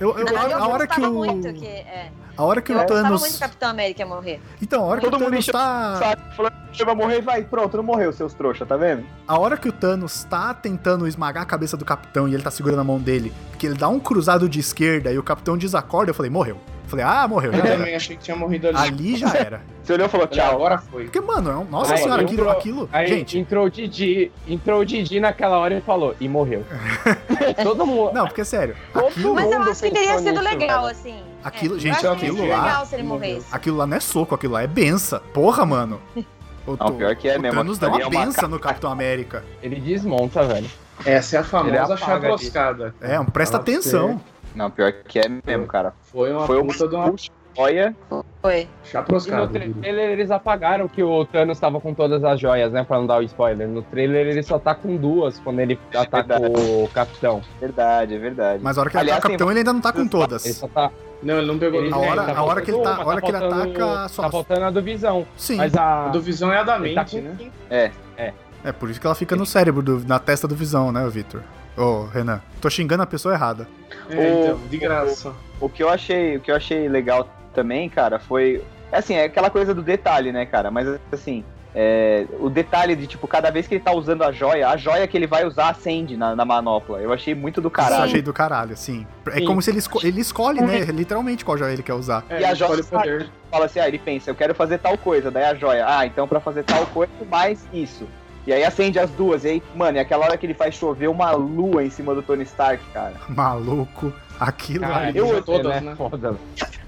B: Eu, eu-
F: né? Na verdade,
B: a, a
F: eu
B: hora que
F: gostava
B: o.
F: muito que... É.
B: A hora que
F: Eu
B: o
F: gostava
B: Thanos.
F: muito do Capitão América ia morrer.
B: Então, a hora que
E: Todo
B: o
E: mundo
B: Thanos
E: encheu
B: tá.
E: Sabe? Falando que vai morrer, vai, pronto, não morreu, seus trouxa, tá vendo?
B: A hora que o Thanos tá tentando esmagar a cabeça do capitão e ele tá segurando a mão dele, que ele dá um cruzado de esquerda e o capitão desacorda, eu falei, morreu. Eu falei, ah, morreu.
H: Eu
B: Já era.
H: também achei que tinha morrido ali.
B: Ali já era.
E: Você olhou e falou,
H: Olha,
E: Ah, tchau.
H: agora foi.
B: Porque, mano, é um- nossa
C: Aí,
B: senhora,
C: eu
B: aquilo,
C: pro-
B: aquilo.
C: Aí
B: gente,
C: entrou o Didi, entrou o Didi naquela hora e falou, e morreu. Todo mundo.
B: não, porque é sério,
C: Todo
B: aquilo,
F: Mas eu
C: mundo
F: acho que teria
C: pensou
F: sido
C: nisso,
F: legal,
C: velho.
F: assim.
B: né? Aquilo-
F: É,
B: gente,
F: eu acho que
B: aquilo
F: seria
B: lá-
F: legal se ele morresse.
B: aquilo lá não é soco, aquilo lá é benção. Porra, mano. O,
E: Não, pior que é
B: o
E: mesmo,
B: Thanos deu uma
E: ali é uma
B: benção no Capitão América.
C: Ele desmonta, velho.
H: Essa é a
C: Ele
H: famosa
C: apaga
H: chavroscada.
B: É, um- presta
H: Nossa,
B: atenção.
E: Não, pior que é
B: Hum.
E: mesmo, cara.
H: Foi uma
E: Foi uma
H: puta de uma
E: puxa. Olha,
F: Foi.
C: E no
H: chaproscada. eu diria.
C: trailer eles apagaram que o Thanos tava com todas as joias, né? Pra não dar o spoiler. No trailer ele só tá com duas quando ele ataca
E: verdade.
C: o capitão.
E: verdade, é verdade.
B: Mas a hora que ele
E: Aliás,
B: ataca o
E: tem-
B: Capitão, ele ainda não tá com
C: Ele
B: todas.
C: só tá.
H: Não, ele não pegou
C: ele-
B: A
H: ninguém.
B: hora-
C: ele
B: a hora que ele tá-
C: faltando
B: a hora que ele
C: faltando-
B: ataca, só-
C: Tá faltando a do visão.
B: Sim.
C: Mas a.
H: A do Visão é a da
C: Ele tá
H: mente,
C: com
H: né?
B: É por isso que ela fica no cérebro, do- na testa do Visão, né, Victor? Ô, Renan, tô xingando a pessoa errada.
H: É,
E: O-
H: então, de graça.
E: O que eu achei, o que eu achei legal também, cara, foi assim, é aquela coisa do detalhe, né, cara? Mas assim, é, o detalhe de tipo cada vez que ele tá usando a joia, a joia que ele vai usar acende na, na manopla. Eu achei muito do
B: Isso eu
E: caralho.
B: achei do caralho, sim. É
C: Sim.
B: como se ele, esco- ele escolhe, né, literalmente qual joia ele quer usar.
H: É,
E: E a
H: ele escolhe o
E: Jossa-
H: poder.
E: Fala assim, ah, ele pensa, eu quero fazer tal coisa, daí a joia, ah, então pra fazer tal coisa mais isso. E aí acende as duas, e aí, mano, é aquela hora que ele faz chover uma lua em cima do Tony Stark, cara.
B: Maluco, aquilo
C: Cara,
B: ali.
H: eu-
C: isso é,
H: todas, né?
C: Foda, velho.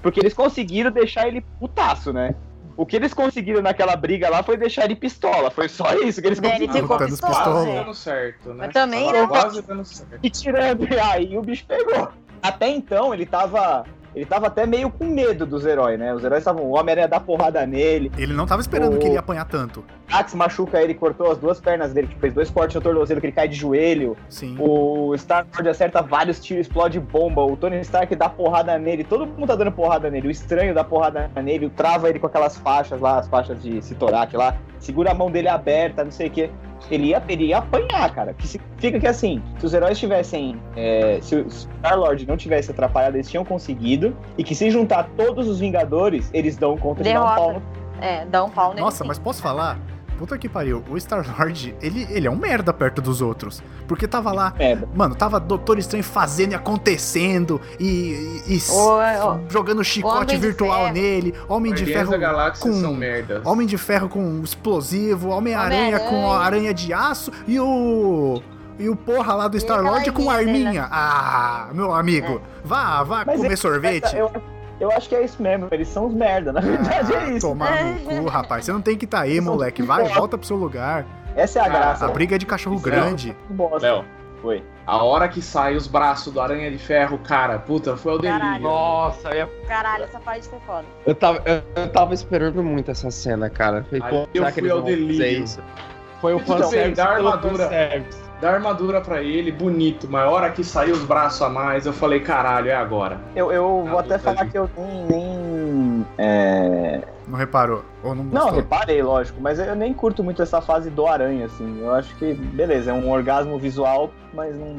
E: Porque eles conseguiram deixar ele putaço, né? O que eles conseguiram naquela briga lá foi deixar ele pistola, foi só isso que eles
F: Daí ele
E: conseguiram.
F: ficou
B: Botando os
F: pistola.
H: Quase
B: pistola.
F: velho.
H: dando certo, né?
F: Mas também
H: Tava
F: era-
H: Quase dando certo.
E: e tirando. E aí o bicho pegou. Até então, ele tava. Ele tava até meio com medo dos heróis, né? Os heróis estavam. O Homem-Aranha ia dar porrada nele.
B: Ele não tava esperando
E: O-
B: que ele ia apanhar tanto.
E: Axe machuca ele, cortou as duas pernas dele, que fez dois cortes no tornozelo, que ele cai de joelho.
B: Sim.
E: O Star-Lord acerta vários tiros, explode bomba. O Tony Stark dá porrada nele. Todo mundo tá dando porrada nele. O Estranho dá porrada nele. O Trava ele com aquelas faixas lá, as faixas de Citorak lá. Segura a mão dele aberta, não sei o quê. Ele ia, ele ia apanhar, cara. Que significa que, assim, se os heróis tivessem... é, se o Star-Lord não tivesse atrapalhado, eles tinham conseguido. E que se juntar todos os Vingadores, eles dão conta de dar um
F: Derrota.
E: pau no
F: É, dá um pau nele.
B: Nossa,
F: sim.
B: mas posso falar? Puta que pariu, o Star-Lord, ele, ele é um merda perto dos outros. Porque tava lá,
E: merda.
B: mano, tava Doutor Estranho fazendo e acontecendo, e, e- e s-
F: Ô, ô,
B: jogando chicote
F: Homem de
B: virtual
F: Ferro.
B: nele, Homem de
H: Guardiões
B: Ferro
H: da Galáxia
B: com-
H: são merdas.
B: Homem de Ferro com explosivo, Homem-Aranha
F: Homem-Aranha.
B: com aranha de aço e o. E o porra lá do
F: E
B: Star-Lord
F: aquela
B: com
F: arminha, né? É.
B: arminha. Ah, meu amigo. Vá, vá
E: Mas
B: comer
E: é-
B: sorvete.
E: Eu, eu acho que é isso mesmo. Eles são os merda. Na verdade, é
B: Ah,
E: isso.
B: Tomar no cu, rapaz. Você não tem que estar tá aí,
E: Vocês são
B: moleque.
E: tudo
B: Vai,
E: errado.
B: volta pro seu lugar.
E: Essa é a
H: Ah,
E: graça.
B: A briga é de cachorro
H: Isso é
B: grande.
E: Tá Bosta.
H: Léo,
E: Foi.
H: a hora que sai os braços do Aranha de Ferro, cara, puta, foi o delírio.
F: Caralho.
C: Nossa, eu, ia-
F: caralho, essa parte foi foda.
C: eu, tava, eu, eu tava esperando muito essa cena, cara. Falei,
H: Aí
C: pô,
H: eu
C: será que
H: fui
C: eles
H: ao
C: vão fazer
H: delírio.
C: isso? Então, Foi o
H: Tudo bem,
C: fanservice.
H: dá
C: pelo
H: armadura.
C: fanservice.
H: Dá armadura pra ele, bonito, mas a hora que saiu os braços a mais, eu falei, caralho, é agora.
E: Eu, eu
H: Ah,
E: vou
H: tá
E: até falar
H: ali.
E: que eu nem. nem é...
B: Não reparou? Ou não
E: Não,
B: gostou?
E: reparei, lógico, mas eu nem curto muito essa fase do aranha, assim. Eu acho que, beleza, é um orgasmo visual, mas não.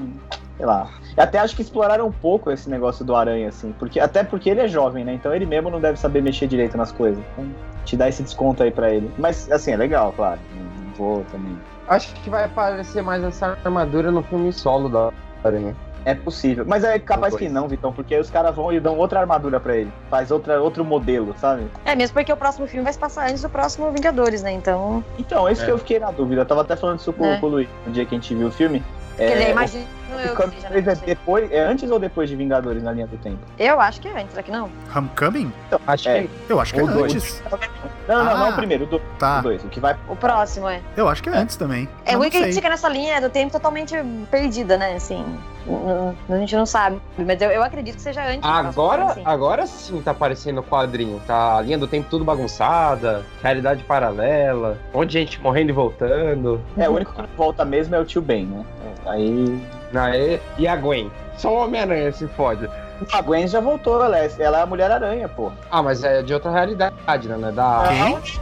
E: sei lá. Eu até acho que exploraram um pouco esse negócio do Aranha, assim. Porque, até porque ele é jovem, né? Então ele mesmo não deve saber mexer direito nas coisas. Então, te dá esse desconto aí pra ele. Mas, assim, é legal, claro. Não não vou também.
C: Acho que vai aparecer mais essa armadura no filme solo da né? Aranha.
E: É possível. Mas é capaz que não, Vitão, porque aí os caras vão e dão outra armadura pra ele. Faz outra, outro modelo, sabe?
F: É, mesmo porque o próximo filme vai se passar antes do próximo Vingadores, né? Então.
E: Então, é isso
G: É.
E: que eu fiquei na dúvida. Eu tava até falando isso com,
F: É.
E: com o Luiz no dia que a gente viu o filme.
F: Quer dizer,
E: É,
F: imagino eu
E: o
F: que
E: Vingadores
F: seja, né?
E: é,
F: Não sei.
E: depois, é antes ou depois de Vingadores na linha do tempo?
F: Eu acho que é antes, será que não?
B: Homecoming?
C: Acho
E: É.
C: que
B: Eu acho que é
E: Ou dois.
B: antes.
E: Não, não, não,
B: Ah.
E: o primeiro, o do- o
B: Tá,
E: dois. O que vai.
F: O próximo é.
B: eu acho que é antes também.
F: É
B: Eu
F: o
B: não
F: único que a
B: sei.
F: gente fica nessa linha do tempo totalmente perdida, né? Assim, n- n- a gente não sabe. Mas eu, eu acredito que seja antes. do
C: Agora,
F: próximo, assim.
C: agora sim tá aparecendo o quadrinho. Tá a linha do tempo tudo bagunçada, realidade paralela, um monte de gente morrendo e voltando.
E: É, o único que não volta mesmo é o tio Ben, né? É, Aí.
C: Na e, né? e a Gwen. Só o Homem-Aranha se fode.
E: A Gwen já voltou, ela é, ela é a Mulher Aranha, pô.
C: Ah, mas é de outra realidade, né? Não é Da...
B: Quem?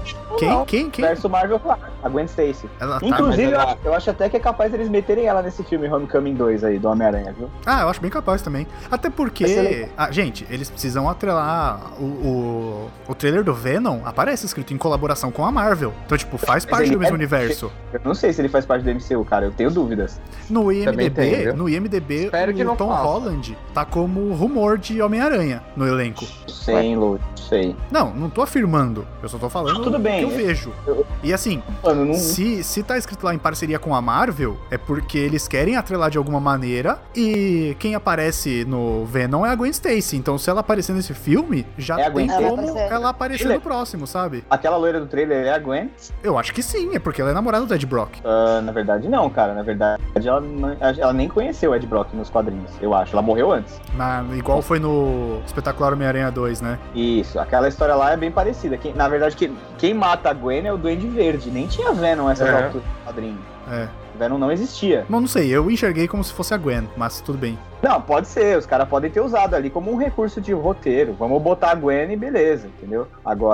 E: Não,
B: Quem?
E: não.
B: Quem? Quem?
E: Verso Marvel, claro. A Gwen Stacy.
B: Ela tá.
E: Inclusive,
C: mas
E: eu
C: ela-
E: acho, eu acho até que é capaz deles meterem ela nesse filme Homecoming 2 aí, do Homem-Aranha, viu?
B: Ah, eu acho bem capaz também. Até
E: Vai ser
B: porque. Ah, gente, eles precisam atrelar o, o, o trailer do Venom aparece escrito em colaboração com a Marvel. Então, tipo, faz parte
E: ele
B: do mesmo
E: é-
B: universo.
E: Eu não sei se ele faz parte do MCU, cara, eu tenho dúvidas.
B: No
C: Também tem,
B: IMDB,
C: viu?
B: no IMDB,
C: Espero que
B: o
C: não
B: Tom
C: faça.
B: Holland tá como rumor de Homem-Aranha no elenco.
E: Não Sei, hein, Lou, não sei.
B: Não, não tô afirmando. Eu só tô falando
E: Não, tudo bem,
B: o que eu
E: eu-
B: vejo.
E: eu- Uhum.
B: E assim,
E: Mano, não.
B: se, se tá escrito lá em parceria com a Marvel, é porque eles querem atrelar de alguma maneira. E quem aparece no Venom é a Gwen Stacy. Então, se ela aparecer nesse filme, já
E: É a
B: tem
E: Gwen
F: Stacy.
B: como
F: Ela aparece.
B: ela aparecer no próximo, sabe?
E: Aquela loira do trailer é a Gwen?
B: Eu acho que sim, é porque ela é namorada do Ed Brock.
E: Ah, na verdade, não, cara. Na verdade, ela, não- ela nem conheceu o Ed Brock nos quadrinhos, eu acho. Ela morreu antes.
B: Na- igual foi no Espetacular Homem-Aranha 2, né?
E: Isso, aquela história lá é bem parecida. Quem- na verdade, quem, quem mata a Gwen é o Duende Verde. Nem tinha Venom essas
G: É.
E: alturas do quadrinho.
B: É.
E: Venom não existia.
B: Não, não sei, eu enxerguei como se fosse a Gwen, mas tudo bem.
E: Não, pode ser. Os caras podem ter usado ali como um recurso de roteiro. Vamos botar a Gwen e beleza, entendeu?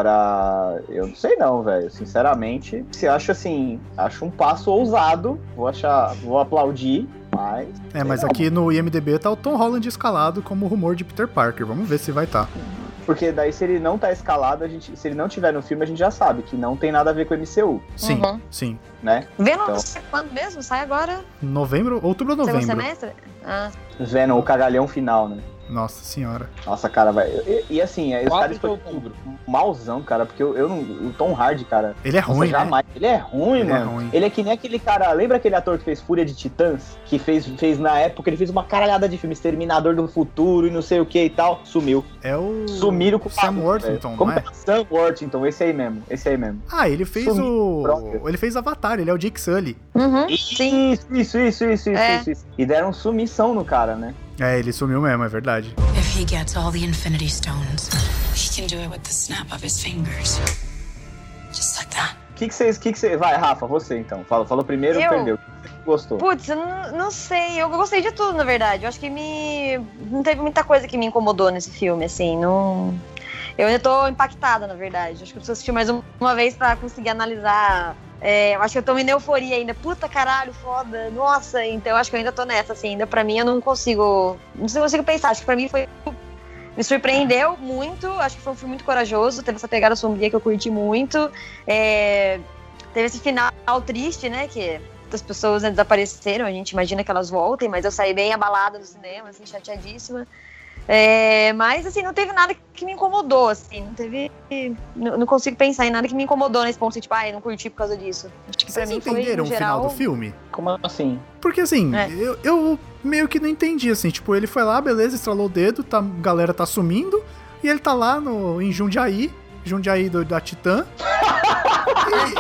E: Agora, eu não sei não, velho. Sinceramente, se acho assim, acho um passo ousado. Vou achar, vou aplaudir, mas
B: É, mas aqui no IMDB tá o Tom Holland escalado como rumor de Peter Parker. Vamos ver se vai tá.
E: Porque daí se ele não tá escalado, a gente, se ele não tiver no filme, a gente já sabe que não tem nada a ver com o MCU,
B: Sim,
F: Uhum.
B: sim.
E: né?
F: Venom,
E: Então.
F: sai quando mesmo? Sai agora?
B: Novembro, outubro ou
F: Segundo
B: novembro?
F: semestre? Ah,
E: Venom, o cagalhão final, né?
B: Nossa senhora.
E: Nossa, cara, vai. E, e assim, é, os caras
C: 4 de
E: estão
C: outubro.
E: malzão, cara, porque eu, eu não. O Tom Hardy, cara.
B: Ele é
E: nossa,
B: ruim, né?
E: jamais. Ele é ruim,
B: Ele é
E: mano.
B: ruim.
E: Ele é que nem aquele cara. Lembra aquele ator que fez Fúria de Titãs? Que fez, fez na época, ele fez uma caralhada de filme, Exterminador do Futuro e não sei o que e tal. Sumiu.
B: É
F: Hum.
B: o.
E: Sumiram com o
B: Sam
E: maluco,
B: Worthington,
E: velho.
B: não
E: Como
B: é?
E: é? Sam Worthington, esse aí mesmo. Esse aí mesmo.
B: Ah, ele fez
E: Sumiu,
B: o.
E: brother.
B: Ele fez Avatar, ele é o Jake Sully.
F: uhum. Sim.
E: Isso, isso, isso, isso, isso,
F: É.
E: isso, isso. E deram sumição no cara, né?
B: É, ele sumiu mesmo, é verdade.
F: Tipo,
D: If he gets all the Infinity Stones, he can do it with the snap of his fingers. Just like that.
E: O que que vocês. Que que cê- Vai, Rafa, você então. Fala, falou primeiro,
F: Eu?
E: perdeu. O que você gostou?
F: Putz, eu não, não sei. Eu gostei de tudo, na verdade. Eu acho que me. Não teve muita coisa que me incomodou nesse filme, assim. Não. Eu ainda tô impactada, na verdade. Acho que eu preciso assistir mais um- uma vez pra conseguir analisar. É, eu acho que eu tô em euforia ainda. Puta caralho, foda. Nossa, então eu acho que eu ainda tô nessa, assim. Ainda pra mim eu não consigo. Não sei, consigo pensar. Acho que pra mim foi. Me surpreendeu muito. Acho que foi um filme muito corajoso. Teve essa pegada sombria que eu curti muito. É, teve esse final triste, né? Que as pessoas né, desapareceram, a gente imagina que elas voltem, mas eu saí bem abalada do cinema, assim, chateadíssima. É, mas, assim, não teve nada que me incomodou, assim, não teve... Não, não consigo pensar em nada que me incomodou nesse ponto, assim, tipo, ai, não curti por causa disso. Acho que pra
B: Vocês
F: mim foi,
B: entenderam
F: no
B: o final
F: geral...
B: do filme?
E: Como assim?
B: Porque assim,
F: É.
B: eu, eu meio que não entendi, assim, tipo, ele foi lá, beleza, estralou o dedo, tá, a galera tá sumindo, e ele tá lá no, em Jundiaí, Jundiaí do- da Titã,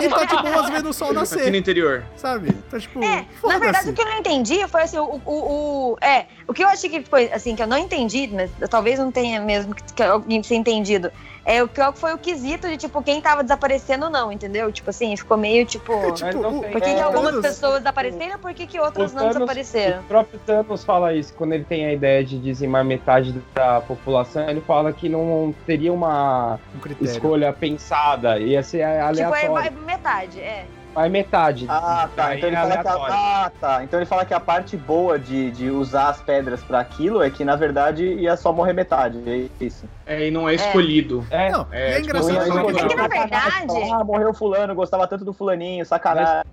B: e, e tá de boas vendo o sol
G: Aqui no
B: nascer,
G: interior.
B: sabe? Tá tipo,
F: É, Na verdade,
B: foda-se.
F: o que eu não entendi foi assim, o, o, o- é, o que eu achei que foi assim, que eu não entendi, mas eu talvez não tenha mesmo que, que alguém tenha entendido. É o que foi o quesito de tipo quem tava desaparecendo ou não, entendeu? Tipo assim, ficou meio tipo,
B: É, tipo,
C: Mas não
B: o-
C: tem-
F: por que, que
C: é,
F: algumas
B: Thanos-
F: pessoas desapareceram e por que, que outras
C: O
F: não
C: Thanos-
F: desapareceram?
C: O próprio Thanos fala isso, quando ele tem a ideia de dizimar metade da população, ele fala que não teria uma
B: um critério.
C: escolha pensada, ia ser
F: Tipo, é
C: aleatória.
F: vai- metade, é.
C: Vai metade.
E: Ah, tá.
I: Aí
E: Então ele,
I: é
E: fala que
I: aleatório.
E: a, ah, tá. então ele fala que a parte boa de, de usar as pedras pra aquilo é que, na verdade, ia só morrer metade. É isso.
G: É, e não é escolhido.
C: É,
B: Não,
G: É,
B: e é
G: tipo,
B: engraçado.
G: eu-
B: também que-
F: É que na verdade,
E: Ah, morreu fulano, gostava tanto do fulaninho, sacanagem.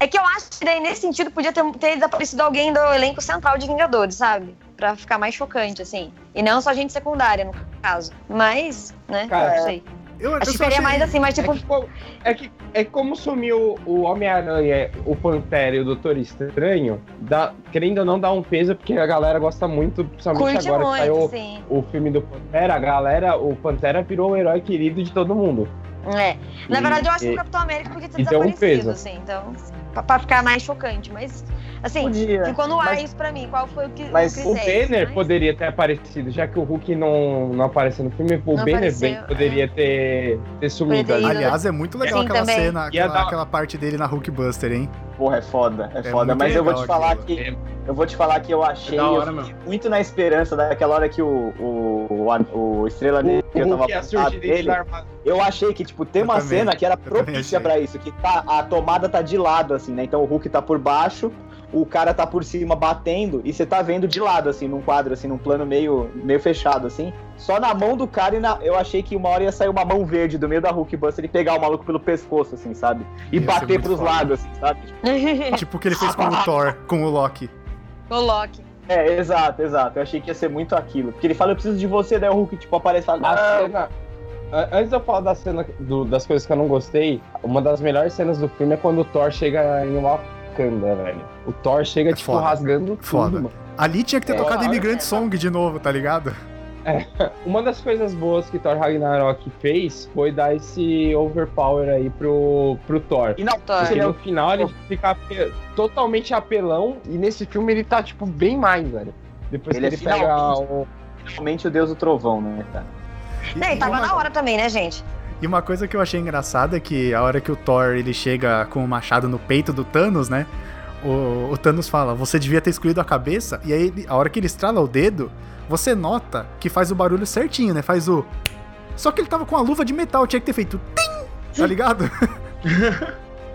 F: é que eu acho que daí nesse sentido podia ter, ter desaparecido alguém do elenco central de Vingadores, sabe? Pra ficar mais chocante, assim. E não só gente secundária, no caso. Mas, né?
C: Cara,
F: não sei.
B: Eu, eu
F: Acho que
B: só
F: seria
B: achei-
F: mais assim, mais tipo.
C: é, que, co- é, que, é como sumiu o Homem-Aranha, o Pantera e o Doutor Estranho, dá, querendo ou não dar um peso, porque a galera gosta muito, principalmente
F: Curte
C: agora
F: muito,
C: que
F: assim.
C: saiu
F: sim.
C: o filme do Pantera, a galera, o Pantera virou o herói querido de todo mundo.
F: É. Na
C: E-
F: verdade, eu acho que
C: e-
F: o Capitão América podia ter
C: e deu um
F: desaparecido,
C: peso.
F: assim. Então, pra, pra ficar mais chocante. Mas, assim,
E: Podia.
F: ficou no ar
C: Mas-
F: isso pra mim. Qual foi o que
E: mas
C: O
F: o, Chris Evans,
C: Banner
F: mas-
C: poderia ter aparecido, já que o Hulk não, não apareceu no filme, o Banner
F: apareceu, é.
C: bem poderia ter, ter sumido
F: Poderia
C: ali.
F: ter ido, né?
B: Aliás, é muito legal
F: Sim,
B: aquela
F: também.
B: cena,
C: Ia
B: aquela,
C: dar-
B: aquela parte dele na Hulkbuster, hein?
E: Porra, é foda, é,
B: É
E: foda.
B: muito
E: Mas eu vou
B: legal
E: te falar
B: aquilo.
E: que. Eu vou te falar que eu
G: É
E: achei.
G: da hora
E: eu
G: mesmo.
E: fiquei muito na esperança daquela hora que o, o, o, o Estrela Negra
C: O
E: tava
C: Hulk ia
E: apontado
C: surgir dentro
E: dele.
C: da armadura.
E: Eu achei que, tipo, tem
B: Eu
E: uma
B: também,
E: cena que era
B: também achei.
E: propícia pra isso, que tá, a tomada tá de lado, assim, né? Então o Hulk tá por baixo, o cara tá por cima batendo, e você tá vendo de lado, assim, num quadro, assim, num plano meio, meio fechado, assim. Só na mão do cara, e na- eu achei que uma hora ia sair uma mão verde do meio da Hulk Buster e pegar o maluco pelo pescoço, assim, sabe? E
B: Ia ser
E: bater
B: muito
E: pros
B: foda.
E: lados, assim, sabe?
B: Tipo o que ele fez com o Thor, com o Loki.
F: o Loki.
E: É, exato, exato. Eu achei que ia ser muito aquilo. Porque ele fala, eu preciso de você, daí o Hulk, tipo, aparece e fala,
C: A
E: "Ah,
C: cena- a- Antes de eu falar da cena do- das coisas que eu não gostei, uma das melhores cenas do filme é quando o Thor chega em Wakanda, velho. O Thor chega,
B: É
C: tipo,
B: foda.
C: rasgando tudo,
B: Foda.
C: mano.
B: Ali tinha que ter
E: É,
B: tocado
E: claro,
B: Imigrante
E: é.
B: Song de novo, tá ligado?
C: Uma das coisas boas que Thor Ragnarok fez foi dar esse overpower aí pro, pro Thor.
E: E não,
F: Thor.
C: Porque
E: ele é
C: no final ele fica ape- totalmente apelão e nesse filme ele tá, tipo, bem mais, velho. Depois
E: Ele
C: que
E: é
C: ele pega
E: finalmente-
C: o.
E: realmente o deus do trovão, né, cara?
B: E-
F: Não, e tava na hora também, né, gente?
B: E uma coisa que eu achei engraçada é que a hora que o Thor ele chega com o machado no peito do Thanos, né? O, o Thanos fala, você devia ter escolhido a cabeça, e aí ele- a hora que ele estrala o dedo, você nota que faz o barulho certinho, né? Faz o. Só que ele tava com a luva de metal, tinha que ter feito. Tim! Tá ligado?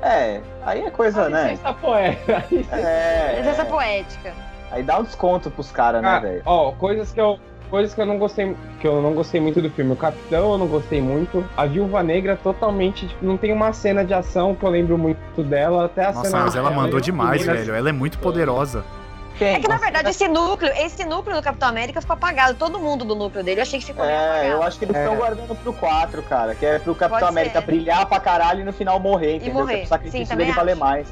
E: É, aí é coisa,
C: um-
E: né?
C: Essa poeta.
E: É,
F: Essa é poética.
E: Aí dá um desconto pros caras, né,
C: Ah,
E: velho?
C: ó, coisas que eu. Coisas que eu não gostei. Que eu não gostei muito do filme. O Capitão eu não gostei muito. A Viúva Negra totalmente. Tipo, não tem uma cena de ação que eu lembro muito dela. Até a
B: Nossa,
C: cena.
B: mas ela mandou demais,
C: Minas-
B: velho. Ela é muito poderosa.
F: É que, na verdade, esse núcleo, esse núcleo do Capitão América ficou apagado. Todo mundo do núcleo dele. Eu achei que ficou meio
E: É, eu
F: apagado.
E: acho que eles estão guardando pro 4, cara. Que é pro Capitão
F: Pode
E: América
F: ser.
E: brilhar pra caralho e no final morrer, entendeu?
F: morrer.
E: Que é pro sacrifício
F: Sim, também
E: dele
F: acho.
E: valer mais.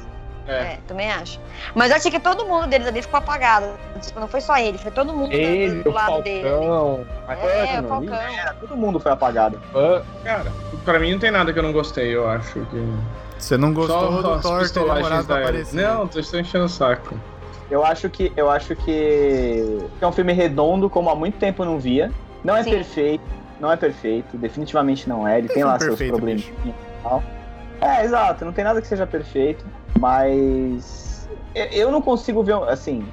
G: É.
F: É, também acho. Mas eu achei que todo mundo deles ali ficou apagado. Tipo, não foi só ele, foi todo mundo do-
C: Ele,
F: do
C: o
F: lado dele. ali.
C: Falcão. a
F: É, o
C: Ana,
F: Falcão.
E: Cara, todo mundo foi apagado.
C: Ivan.
G: Cara, pra mim não tem nada que eu não gostei, eu acho. Que...
B: Você não gostou
G: Só
B: do
G: as
B: Thor ter
G: pistolagens
B: namorado
G: da Ellie.
B: aparecer.
G: Não, tô estou enchendo o saco.
E: Eu acho que. Eu acho que. que é um filme redondo, como há muito tempo eu não via. Não é
F: Sim.
E: perfeito. Não é perfeito. Definitivamente não é. Ele
B: É
E: tem lá
B: filme
E: seus
B: perfeito,
E: problemas e tal. É, exato. Não tem nada que seja perfeito. Mas. eu- Eu não consigo ver. um- Assim.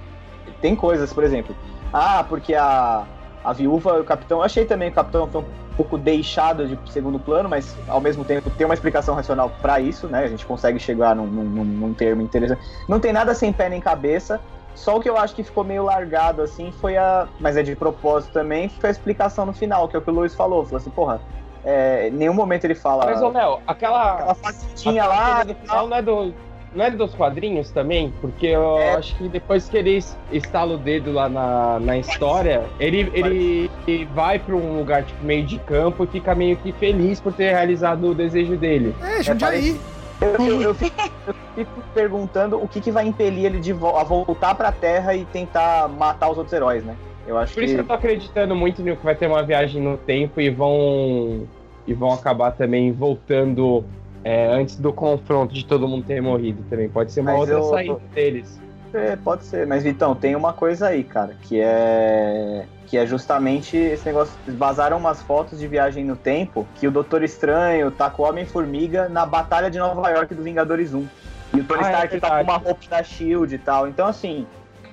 E: Tem coisas, por exemplo. Ah, porque a. A viúva, o capitão. Eu achei também que o capitão foi um pouco deixado de segundo plano, mas ao mesmo tempo tem uma explicação racional pra isso, né? A gente consegue chegar num- num- num- num termo interessante. Não tem nada sem pé nem cabeça. Só o que eu acho que ficou meio largado, assim, foi a. Mas é de propósito também, foi a explicação no final, que é o que o Luiz falou. Falou assim, porra, é, em nenhum momento ele fala.
C: Mas, ô, Léo, aquela.
E: aquela facetinha lá.
C: Aquele final não é do. Não é dos quadrinhos também? Porque eu
E: É.
C: acho que depois que ele es- estala o dedo lá na, na história, ele, ele, ele vai pra um lugar tipo, meio de campo e fica meio que feliz por ter realizado o desejo dele.
B: É, Jundiaí.
E: Eu, eu, eu fico, eu fico perguntando o que, que vai impelir ele de vo- a voltar pra terra e tentar matar os outros heróis, né? Eu acho
C: Por isso que eu tô acreditando muito no que vai ter uma viagem no tempo e vão. E vão acabar também voltando é, antes do confronto de todo mundo ter morrido também. Pode ser uma
E: Mas
C: outra
E: eu-
C: saída deles.
E: É, pode ser, mas Vitão, tem uma coisa aí, cara, que é que é justamente esse negócio, vazaram umas fotos de viagem no tempo que o Doutor Estranho tá com o Homem-Formiga na Batalha de Nova York do Vingadores 1. E o Tony
C: Ah, é
E: Stark tá com
C: verdade.
E: uma roupa da SHIELD e tal. Então, assim,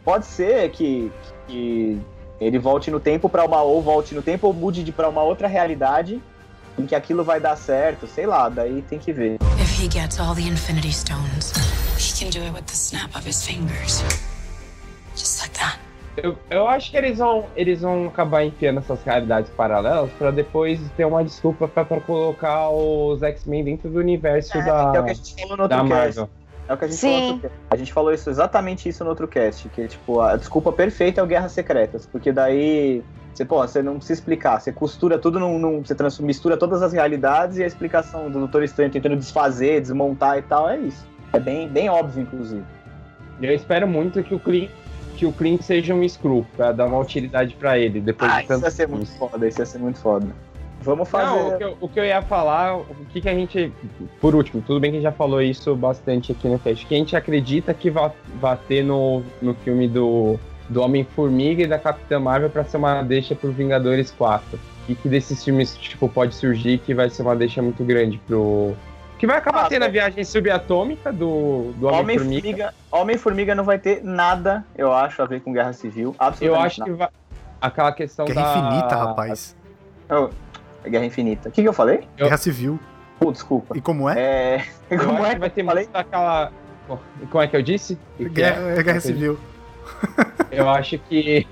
E: pode ser que, que ele volte no tempo pra uma ou volte no tempo ou mude de para uma outra realidade em que aquilo vai dar certo, sei lá, daí tem que ver.
D: If he gets all the Infinity Stones, he can do it with the snap of his fingers. Just like that.
C: Eu, eu acho que eles vão, eles vão acabar enfiando essas realidades paralelas pra depois ter uma desculpa pra, pra colocar os X-Men dentro do universo
E: É,
C: da,
E: que é o que a gente falou no
C: Ah, da
E: outro cast.
C: Marvel.
E: É o que a gente
F: Sim.
E: falou no outro cast. A gente falou isso, exatamente isso no outro cast, que tipo, a desculpa perfeita é o Guerras Secretas, porque daí você, pô, você não precisa explicar, você costura tudo, num, num- você trans- mistura todas as realidades e a explicação do Doutor Estranho tentando desfazer, desmontar e tal, é isso. É bem, bem óbvio, inclusive.
C: Eu espero muito que o Clint, que o Clint seja um Screw, pra dar uma utilidade pra ele. Depois
E: Ah,
C: de
E: isso
C: tanto
E: ia ser muito foda, isso ia ser muito foda. Vamos fazer.
C: então Não, o que, eu, o que eu ia falar, o que, que a gente. Por último, tudo bem que a gente já falou isso bastante aqui no cast. que a gente acredita que vai, vai ter no, no filme do, do Homem-Formiga e da Capitã Marvel pra ser uma deixa pro Vingadores 4. E que desses filmes, tipo, pode surgir que vai ser uma deixa muito grande pro. Que vai acabar
E: Ah,
C: tendo a
E: tá.
C: viagem subatômica do, do Homem-Formiga.
E: Homem-Formiga é Homem -Formiga não vai ter nada, eu acho, a ver com Guerra Civil.
C: eu
E: Absolutamente
C: acho que vai. Aquela questão
B: Guerra
C: é da.
B: infinita, rapaz.
E: nada. Eu- Oh, Guerra Infinita. O que, que eu falei?
C: Eu-
B: Guerra civil.
E: Pô, desculpa.
B: E como é?
E: É.
C: Eu
E: Como
C: acho
E: é
C: que
E: que
C: vai ter
E: eu falei?
C: muito daquela. Como é que eu disse? Que que é?
B: Guerra, é guerra civil.
C: Eu acho que.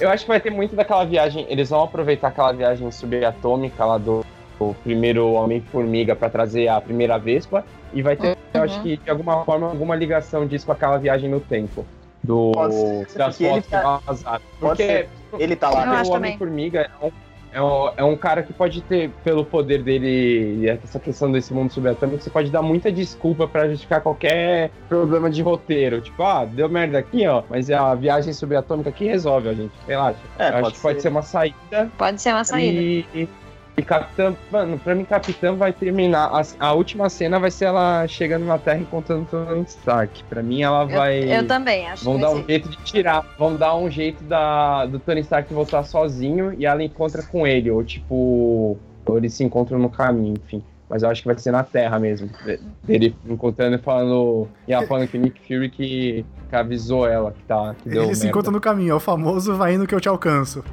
C: eu acho que vai ter muito daquela viagem. Eles vão aproveitar aquela viagem subatômica lá do, do primeiro Homem-Formiga pra trazer a primeira Vespa. E vai ter, eu
E: Uhum.
C: acho que, de alguma forma, alguma ligação disso com aquela viagem no tempo. Do,
E: Pode ser,
C: das
E: porque ele
C: fotos que
E: tá-
C: vazaram.
E: Pode
C: Porque
E: ser. Ele tá lá.
F: Eu
C: porque
F: acho
C: né? o
F: também.
C: Homem-Formiga é um, é, um, é um cara que pode ter, pelo poder dele, e essa questão desse mundo subatômico, você pode dar muita desculpa pra justificar qualquer problema de roteiro. Tipo, ah, deu merda aqui, ó, mas a viagem subatômica aqui resolve, ó, gente. Relaxa.
E: É,
C: Eu acho
E: pode
C: que pode
E: ser.
C: ser uma saída.
F: Pode ser uma saída.
C: E, e, e Capitã, mano, pra mim, Capitã vai terminar. A, a última cena vai ser ela chegando na Terra e contando o Tony Stark. Pra mim, ela
F: Eu-
C: vai.
F: Eu, também, acho
C: Vão
F: que
C: dar
F: vai
C: um
F: ser.
C: jeito de tirar. Vão dar um jeito da, do Tony Stark voltar sozinho e ela encontra com ele. Ou tipo. Ou eles se encontram no caminho, enfim. Mas eu acho que vai ser na Terra mesmo. de- Dele encontrando e falando. E ela falando que o Nick Fury que, que avisou ela que tá. Que deu
B: Ele se
C: merda.
B: encontra no caminho, é o famoso vai indo que eu te alcanço.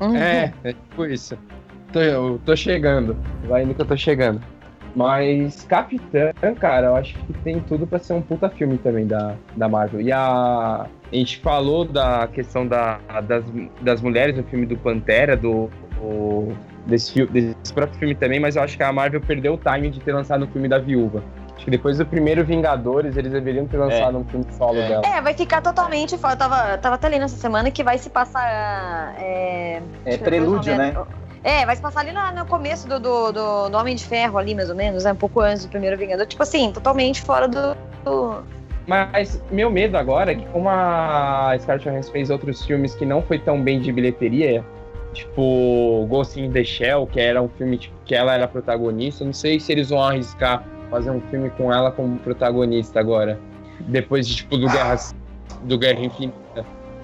F: Uhum.
C: É, é tipo isso. Tô, eu tô chegando. Vai indo que eu tô chegando. Mas Capitã, cara, eu acho que tem tudo pra ser um puta filme também da, da Marvel. E a. A gente falou da questão da, das, das mulheres no filme do Pantera, do. do- desse, fi- desse próprio filme também, mas eu acho que a Marvel perdeu o time de ter lançado o filme da viúva. Acho que depois do primeiro Vingadores, eles deveriam ter lançado um filme solo
E: É.
C: dela.
F: É, vai ficar totalmente fora. Eu tava, tava até lendo essa semana que vai se passar. É,
E: É prelúdio, né?
F: É, vai se passar ali na- no começo do, do, do, do Homem de Ferro, ali mais ou menos, né? um pouco antes do primeiro Vingador. Tipo assim, totalmente fora do. do-
C: Mas meu medo agora é que como a Scarlett Johansson fez outros filmes que não foi tão bem de bilheteria, tipo Ghost in the Shell, que era um filme tipo, que ela era protagonista, não sei se eles vão arriscar fazer um filme com ela como protagonista agora, depois de, tipo do Guerra do Guerra Infinita.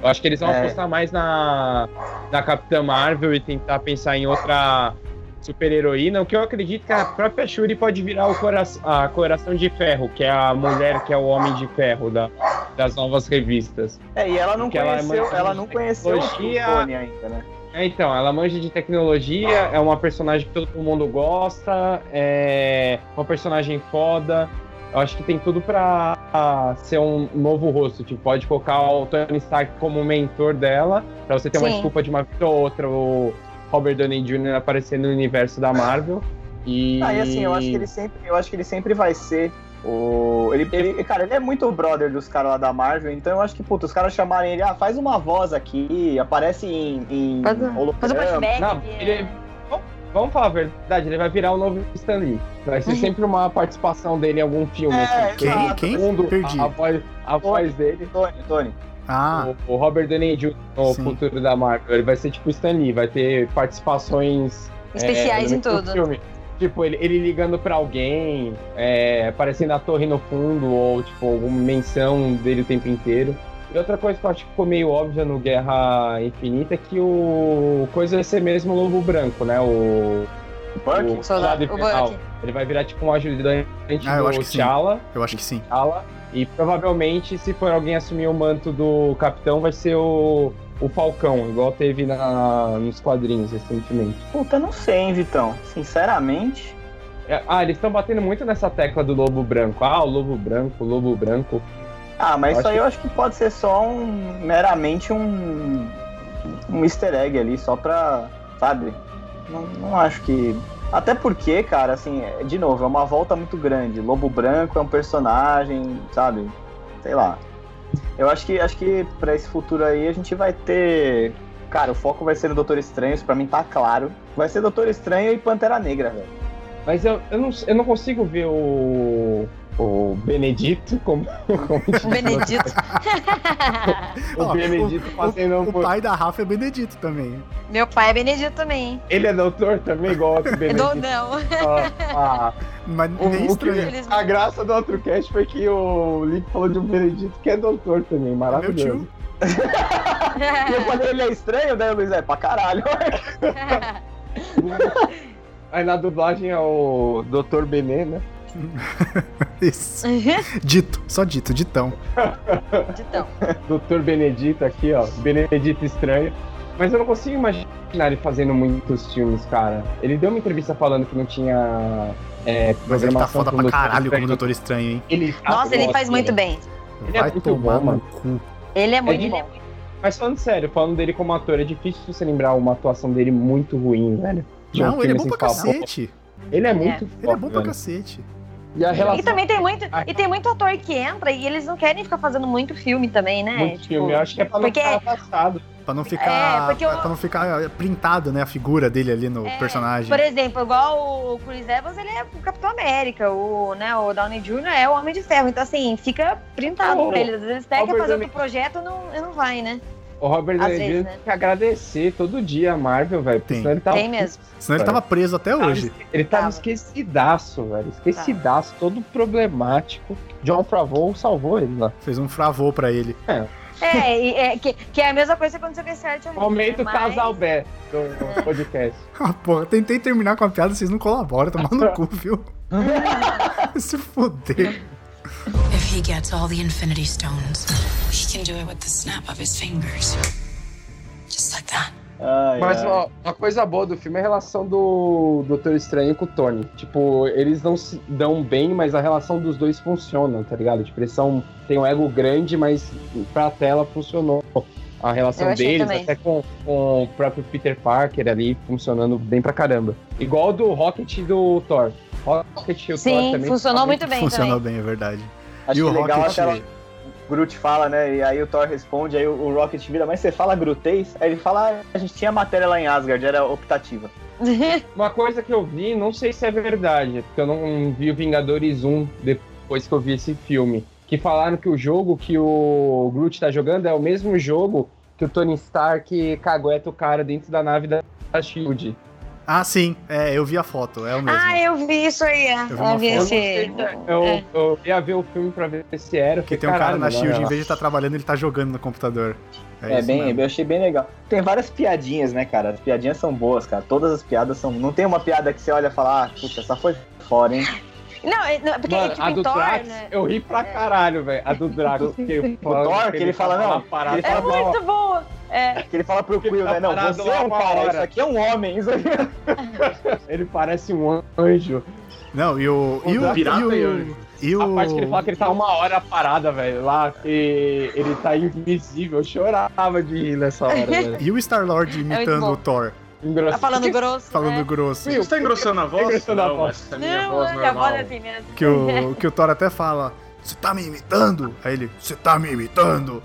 C: Eu acho que eles vão
E: É.
C: apostar mais na na Capitã Marvel e tentar pensar em outra super-heroína, o que eu acredito é que a própria Shuri pode virar o coração, a Coração de Ferro, que é a mulher que é o Homem de Ferro da- das novas revistas.
E: É, e ela não
C: Porque ela é
E: conheceu,
C: mãe
E: ela não
C: de
E: conheceu o
C: tecnologia.
E: Tony ainda, né?
C: É, então, ela manja de tecnologia,
B: Ah.
C: é uma personagem que todo mundo gosta, é uma personagem foda. Eu acho que tem tudo pra ser um novo rosto. Tipo, pode colocar o Tony Stark como mentor dela, pra você ter uma
F: Sim.
C: desculpa de uma vez ou outra, o Robert Downey Jr. aparecer no universo da Marvel. E...
E: Ah, e assim, eu acho que ele sempre, eu acho que ele sempre vai ser o ele, ele- cara, ele é muito brother dos caras lá da Marvel, então eu acho que puta, os caras chamarem ele, ah, faz uma voz aqui, aparece em, em
F: Faz um-
E: holograma.
F: Fazer um flashback.
C: Não,
F: é.
C: ele. vamos- Vamos falar a verdade, ele vai virar o novo Stan Lee. Vai ser
F: Uhum.
C: sempre uma participação dele em algum filme. assim.
E: É,
B: Quem?
E: exato.
B: Quem?
C: Mundo,
B: Perdi.
C: A, a voz, a voz dele,
E: Tony, Tony.
B: Ah,
C: o, o Robert Downey Jr. no
B: Sim.
C: futuro da Marvel, ele vai ser tipo o Stan Lee, vai ter participações
F: Especiais
C: é,
F: em
C: no
F: tudo.
C: filme. Tipo, ele, ele ligando pra alguém, é, aparecendo a torre no fundo, ou tipo, alguma menção dele o tempo inteiro. E outra coisa que eu acho que ficou meio óbvia no Guerra Infinita é que o coisa vai ser mesmo o Lobo Branco, né? O,
E: Bucky?
C: o
F: Soldado,
C: Soldado
F: o
C: Invernal.
F: Bucky.
C: Ele vai virar tipo um ajudante
B: Ah, eu acho
C: do
B: que sim.
C: T'Challa
B: eu acho que sim.
C: ala. E provavelmente, se for alguém assumir o manto do capitão, vai ser o, o Falcão, igual teve na, nos quadrinhos recentemente.
E: Puta, não sei, hein, Vitão. Sinceramente,
C: É, Ah, eles estão batendo muito nessa tecla do lobo branco. Ah, o lobo branco, o lobo branco.
E: Ah, mas
C: Eu
E: isso
C: acho
E: aí eu acho que pode ser só um. meramente um. um easter egg ali, só pra. sabe? Não, não acho que. Até porque, cara, assim, é- de novo, é uma volta muito grande. Lobo Branco é um personagem, sabe? Sei lá. Eu acho que acho que pra esse futuro aí a gente vai ter. Cara, o foco vai ser no Doutor Estranho, isso pra mim tá claro. Vai ser Doutor Estranho e Pantera Negra, velho.
C: Mas eu, eu, não, eu não consigo ver o. O Benedito como. como a gente
F: O Benedito.
C: O
B: Ó,
C: Benedito fazendo um.
B: O pai da Rafa é Benedito também.
F: Meu pai é Benedito também.
C: Ele é doutor também, igual o
B: É
C: Benedito.
F: Do, não.
C: Ah, ah.
B: Mas
C: O-
B: nem
C: o que- é?
B: estranho.
F: Infelizmente.
C: a graça do outro cast foi que o Lipe falou de um Benedito que é doutor também,
B: Meu
C: maravilhoso.
B: tio.
E: E eu falei, ele é estranho, né, Luiz? É pra caralho.
C: Aí na dublagem é o Dr. Benê, né?
B: Isso. Dito. Só dito, ditão.
F: Ditão.
C: Dr. Benedito aqui, ó. Benedito Estranho. Mas eu não consigo imaginar ele fazendo muitos filmes, cara. Ele deu uma entrevista falando que não tinha. É,
B: Mas ele tá
C: programação
B: foda
C: com
B: pra
C: Doutor
B: caralho como
C: Estranho.
B: Doutor Estranho, hein?
C: Ele
F: Nossa, ele
C: adora,
F: faz muito
C: né?
F: bem.
C: é Ele é
B: Vai
C: muito
B: tomar
C: bom,
B: no cu.
F: Ele é muito
C: de-
F: bom.
C: Mas falando sério, falando dele como ator, é difícil você lembrar uma atuação dele muito ruim, velho. De um
B: Não, ele é
C: filme
B: bom
C: assim
B: pra
C: que fala, pô,
B: cacete.
C: Ele é muito
B: Ele é
C: foda,
B: bom pra
C: velho.
B: cacete.
C: E a relação
F: E também tem muito, e tem muito ator que entra e eles não querem ficar fazendo muito filme também, né?
C: muito
F: Tipo,
C: filme, eu acho que é pra não
F: porque-
C: ficar afastado.
B: Pra não ficar.
F: É, porque eu-
B: Pra não ficar printado, né? A figura dele ali no
F: É,
B: personagem.
F: Por exemplo, igual o Chris Evans, ele é o Capitão América, o, né, o Downey Jr. é o Homem de Ferro. Então, assim, fica printado
C: Oh,
F: pra eles. Às vezes até quer
C: Robert
F: fazer
C: Downey-
F: outro projeto não, e não vai, né?
C: O Robert Downey
F: Às
C: Jr.
F: vezes, né?
C: tem que agradecer todo dia a Marvel, velho. porque
B: Tem.
C: senão ele tá
F: Tem mesmo.
B: Senão ele tava preso até hoje.
C: Ele tava
F: Tava.
C: Tá esquecidaço, Tá. velho. Esquecidaço, todo problemático. John Favreau salvou ele lá.
B: Fez um fravô pra ele.
F: É, e- é, que, que é a mesma coisa que aconteceu com esse Art
C: Momento
F: né? mas...
C: casal Bé do podcast.
B: Ah, porra, tentei terminar com a piada, vocês não colaboram, tomar no cu, viu? Se fuder.
D: If he gets all the Infinity Stones, he can do it with the snap of his fingers. Just like that.
E: Ai,
C: Mas
E: ai.
C: ó, uma coisa boa do filme é a relação do Doutor Estranho com o Tony. Tipo, eles não se dão bem, mas a relação dos dois funciona, tá ligado? Tipo, eles são, têm um ego grande, mas pra tela funcionou. A
F: Eu
C: relação
F: achei
C: deles,
F: também.
C: até com, com o próprio Peter Parker ali, funcionando bem pra caramba. Igual do Rocket e do Thor. Rocket e o Thor
F: Sim,
C: também.
F: funcionou muito bem então,
B: Funcionou
F: também.
B: bem, é verdade.
E: Acho
B: e o
E: que legal
B: Rocket.
E: aquela. Groot fala, né? E aí o Thor responde, aí o- o Rocket vira, mas você fala Grutês? Aí ele fala, ah, a gente tinha matéria lá em Asgard, era optativa.
C: Uma coisa que eu vi, não sei se é verdade, porque eu não vi o Vingadores 1 depois que eu vi esse filme. Que falaram que o jogo que o Groot tá jogando é o mesmo jogo que o Tony Stark cagueta o cara dentro da nave da da Shield.
B: Ah, sim. É, eu vi a foto, é o mesmo.
F: ah, eu vi isso aí. é.
B: vi
F: Eu,
B: uma
F: vi
B: foto.
F: esse.
C: Eu,
F: É.
C: eu ia ver o filme pra ver se era.
B: Porque
C: porque,
B: tem um cara
C: caralho,
B: na
C: mano,
B: Shield, em
C: ela-
B: vez de estar trabalhando, ele tá jogando no computador.
E: É,
B: isso
E: bem,
B: mesmo.
E: eu achei bem legal. Tem várias piadinhas, né, cara? As piadinhas são boas, cara. Todas as piadas são. Não tem uma piada que você olha e fala, ah, puta, essa foi fora, hein?
F: Não, é- não, porque
C: Mano,
F: tipo,
C: a
F: em
C: do
F: Thor,
C: Drax,
F: né?
C: eu ri pra caralho, velho. A do Drax. que o
E: Thor, que ele fala, não,
C: parado.
E: ele
F: É
E: fala,
F: muito boa. É,
E: Que ele fala pro
C: Ele
E: Quill,
C: tá
E: né? Não,
C: parado
E: você
C: lá
E: é um
C: uma
E: cara,
C: hora."
E: isso aqui é um homem, isso aqui.
C: Ele parece um anjo.
B: Não, e o. E o.
G: pirata
B: E o.
G: e anjo.
B: E o,
C: A parte que ele fala que ele tá uma hora parada, velho, lá, e ele tá invisível. Eu chorava de rir nessa hora, velho.
B: e o Star-Lord imitando
F: É bom.
B: o Thor,
F: tá
C: Engraçado.
F: falando grosso.
B: falando
F: né?
B: grosso.
G: Você tá engrossando a voz?
C: Engrossando a
G: Não,
C: voz.
G: essa é a minha
F: Não,
G: voz
F: olha, a
G: normal.
F: voz é assim mesmo.
B: Que o, que o Thor até fala: Você tá me imitando? Aí ele: Você tá me imitando?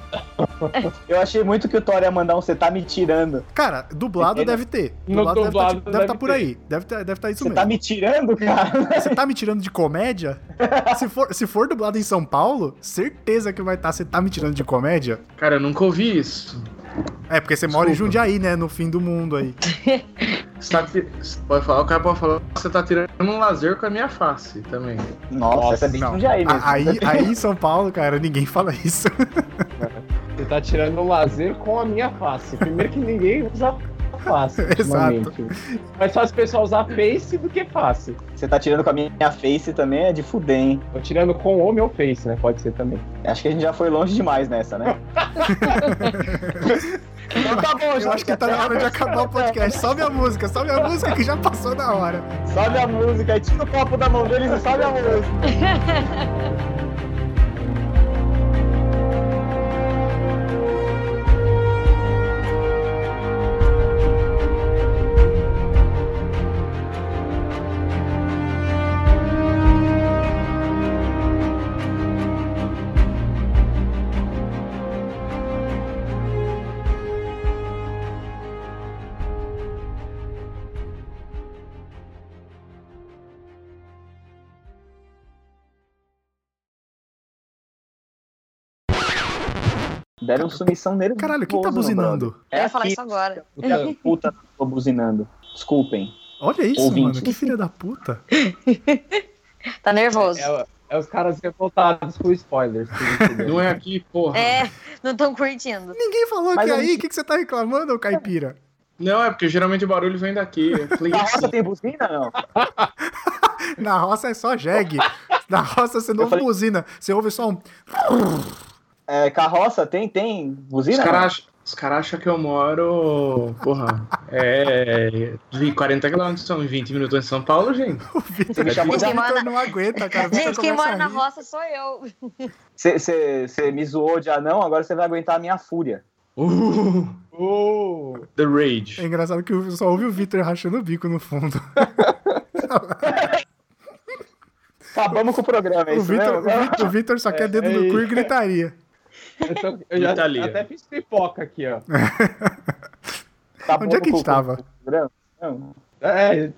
E: Eu achei muito que o Thor ia mandar um você tá me tirando.
B: Cara, dublado
E: Entendeu?
B: deve ter.
C: No
B: Dublado,
C: dublado
B: deve
C: deve
B: estar por
C: ter.
B: aí. Deve estar deve tá isso
E: Você
B: mesmo.
E: tá me tirando, cara?
B: Você tá me tirando de comédia? se, for, se for dublado em São Paulo, certeza que vai estar. Você tá me tirando de comédia?
G: Cara, eu nunca ouvi isso.
B: É, porque você mora em
G: Desculpa.
B: Jundiaí, né? No fim do mundo aí.
G: Você tá ti- você pode falar, o cara pode falar, você tá tirando um lazer com a minha face também.
E: Nossa,
C: Nossa,
E: essa é bem
B: não.
E: de aí mesmo.
B: A- Aí, aí em São Paulo, cara, ninguém fala isso.
C: Você tá tirando o lazer com a minha face. Primeiro que ninguém usa face
B: Exato.
C: ultimamente. Mas faz o pessoal usar face do que face.
E: Você tá tirando com a minha face também, é de fuder, hein?
C: Tô tirando com o meu face, né? Pode ser também.
E: Acho que a gente já foi longe demais nessa, né? Então tá bom,
B: Eu
E: gente.
B: acho que tá na hora de acabar o podcast. Sobe a música, sobe a música que já passou da hora.
E: Sobe a música aí, tira o copo da mão deles e sobe a música. Deram sumição nele.
B: Caralho, quem tá buzinando?
E: É
F: Eu ia falar
E: assim.
F: isso agora.
C: Então,
E: Puta, puta, tô buzinando. Desculpem.
B: Olha isso,
E: Ouvinte.
B: mano. Que filha da puta.
F: Tá nervoso.
C: É, é os caras revoltados com spoilers. que entendeu?
G: Não é aqui, porra.
F: É, não tão curtindo.
B: Ninguém falou
E: Mas
B: que
E: eu-
B: aí, o que, que você tá reclamando, ô caipira?
G: Não, é porque geralmente o barulho vem daqui. Eu falei,
E: Na roça tem buzina, não?
B: Na roça é só jegue. Na roça você não
E: Eu
B: ouve um
E: falei- É, carroça tem, tem
G: Os
E: buzina?
G: caras acham- os caras acham que eu moro, porra, é, de 40 quilômetros, são 20 minutos em São Paulo, gente.
E: Você me chamou
B: O
E: de...
F: Quem mora
B: Vitor
F: na-
B: então não aguenta, cara. O Vitor
F: Gente, quem
B: começa
F: mora
B: a
F: na
B: rir.
F: roça sou eu.
E: Você- Você você me zoou de anão, agora você vai aguentar a minha fúria.
G: Uh, the
B: É
G: Rage.
B: engraçado que eu só ouve o Vitor rachando o bico no fundo.
E: Acabamos com o programa, é
B: o
E: isso
B: Vitor o
E: mesmo?
B: Vitor- o Vitor só quer dedo
C: é
B: no cu e
C: isso.
B: gritaria.
C: Eu, tô- eu já
G: Italia.
C: até fiz pipoca aqui, ó.
E: Acabou
B: Onde é que a
E: Tá, com
B: gente
E: o
B: tava?
E: programa? Não.
C: É,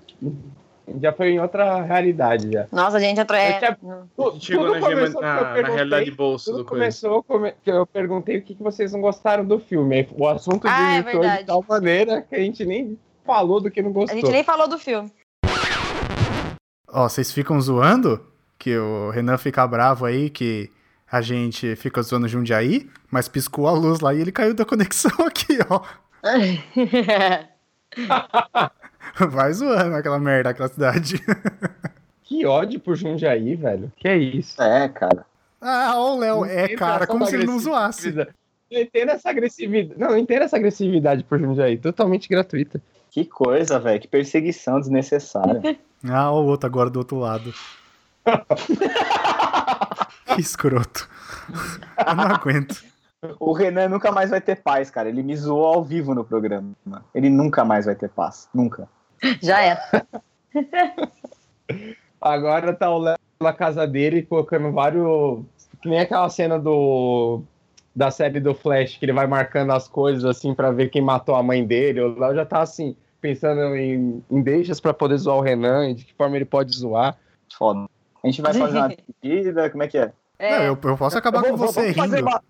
C: já foi em outra realidade já.
F: Nossa, gente, eu tô...
C: Eu
F: é...
C: tinha-
G: A
C: Tu-
G: gente Chegou
C: tudo
G: na, gema-
C: começou que eu
G: na- na
C: perguntei-
G: realidade bolsa
C: Tudo
G: do coisa.
C: começou come- que eu perguntei o que, que vocês não gostaram do filme. O assunto
F: Ah, é
C: de hoje
F: verdade.
C: de tal maneira que a gente nem falou do que não
F: A
C: gostou.
F: gente nem falou do filme.
B: Ó, vocês ficam zoando que o Renan fica bravo aí, que a gente fica zoando Jundiaí, mas piscou a luz lá e ele caiu da conexão aqui, ó. Vai zoando aquela merda, aquela cidade.
C: Que ódio pro Jundiaí, velho. Que isso.
E: É, cara.
B: Ah, ó o Léo. É,
C: Entendo
B: cara,
C: essa
B: como se ele não
C: agressividade.
B: zoasse.
C: Não entendo essa agressividade. Não, não entendo essa agressividade pro Jundiaí. Totalmente gratuita.
E: Que coisa, velho. Que perseguição desnecessária.
B: Ah, ó o outro agora do outro lado. que escroto. Eu não aguento.
E: O Renan nunca mais vai ter paz, cara. Ele me zoou ao vivo no programa. Ele nunca mais vai ter paz. Nunca.
F: Já era.
C: Agora tá o Léo na casa dele colocando vários. Que nem aquela cena do. Da série do Flash, que ele vai marcando as coisas assim pra ver quem matou a mãe dele. O Léo já tá assim, pensando em, em deixas pra poder zoar o Renan, e de que forma ele pode zoar.
E: Foda. A gente vai fazer uma despedida, como é que é?
F: É.
B: Não, eu, eu posso acabar
E: Eu vou-
B: com
E: vou-
B: você
E: vou fazer
B: rindo.
E: igual-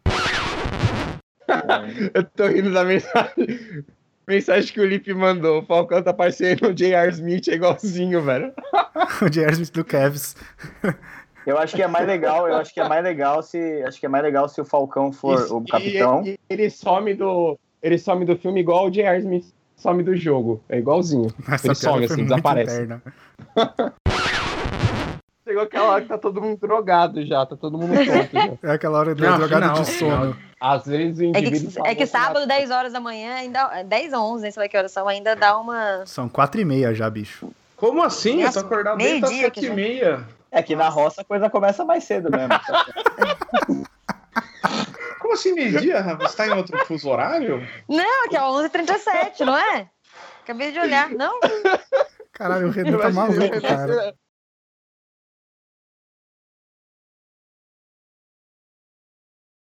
C: Eu tô rindo da mensagem. Mensagem que o Lipe mandou. O Falcão tá parecendo o J.R. Smith, é igualzinho, velho.
B: o Jeremy do Kevs.
E: Eu acho que é mais legal, eu acho que é mais legal se. Acho que é mais legal se o Falcão for
C: E-
E: o capitão.
C: E, e ele some do. Ele some do filme igual o J.R. Smith some do jogo. É igualzinho.
B: Essa piada
C: Ele some,
B: foi
C: assim,
B: muito
C: desaparece.
B: interna.
C: Chegou aquela hora que tá todo mundo drogado já, tá todo mundo pronto já.
B: É aquela hora do
G: Não,
B: drogado
G: final,
B: de sono.
C: Às vezes o
F: É
C: indivíduo...
F: que, é que sábado, 10 horas da manhã, ainda, 10 ou 11, nem sei lá que horas são, ainda dá uma...
B: São quatro e meia já, bicho.
G: Como assim? Eu tô
F: Nossa,
G: acordado desde as
F: meio-dia que
G: 7 e meia.
E: É que na roça a coisa começa mais cedo mesmo.
H: Como assim meio-dia, Rafa? Você tá em outro fuso horário?
F: Não, que é 11h37, não é? Acabei de olhar. Não?
C: assim, "Ah,
B: Caralho, o Renan tá maluco, cara.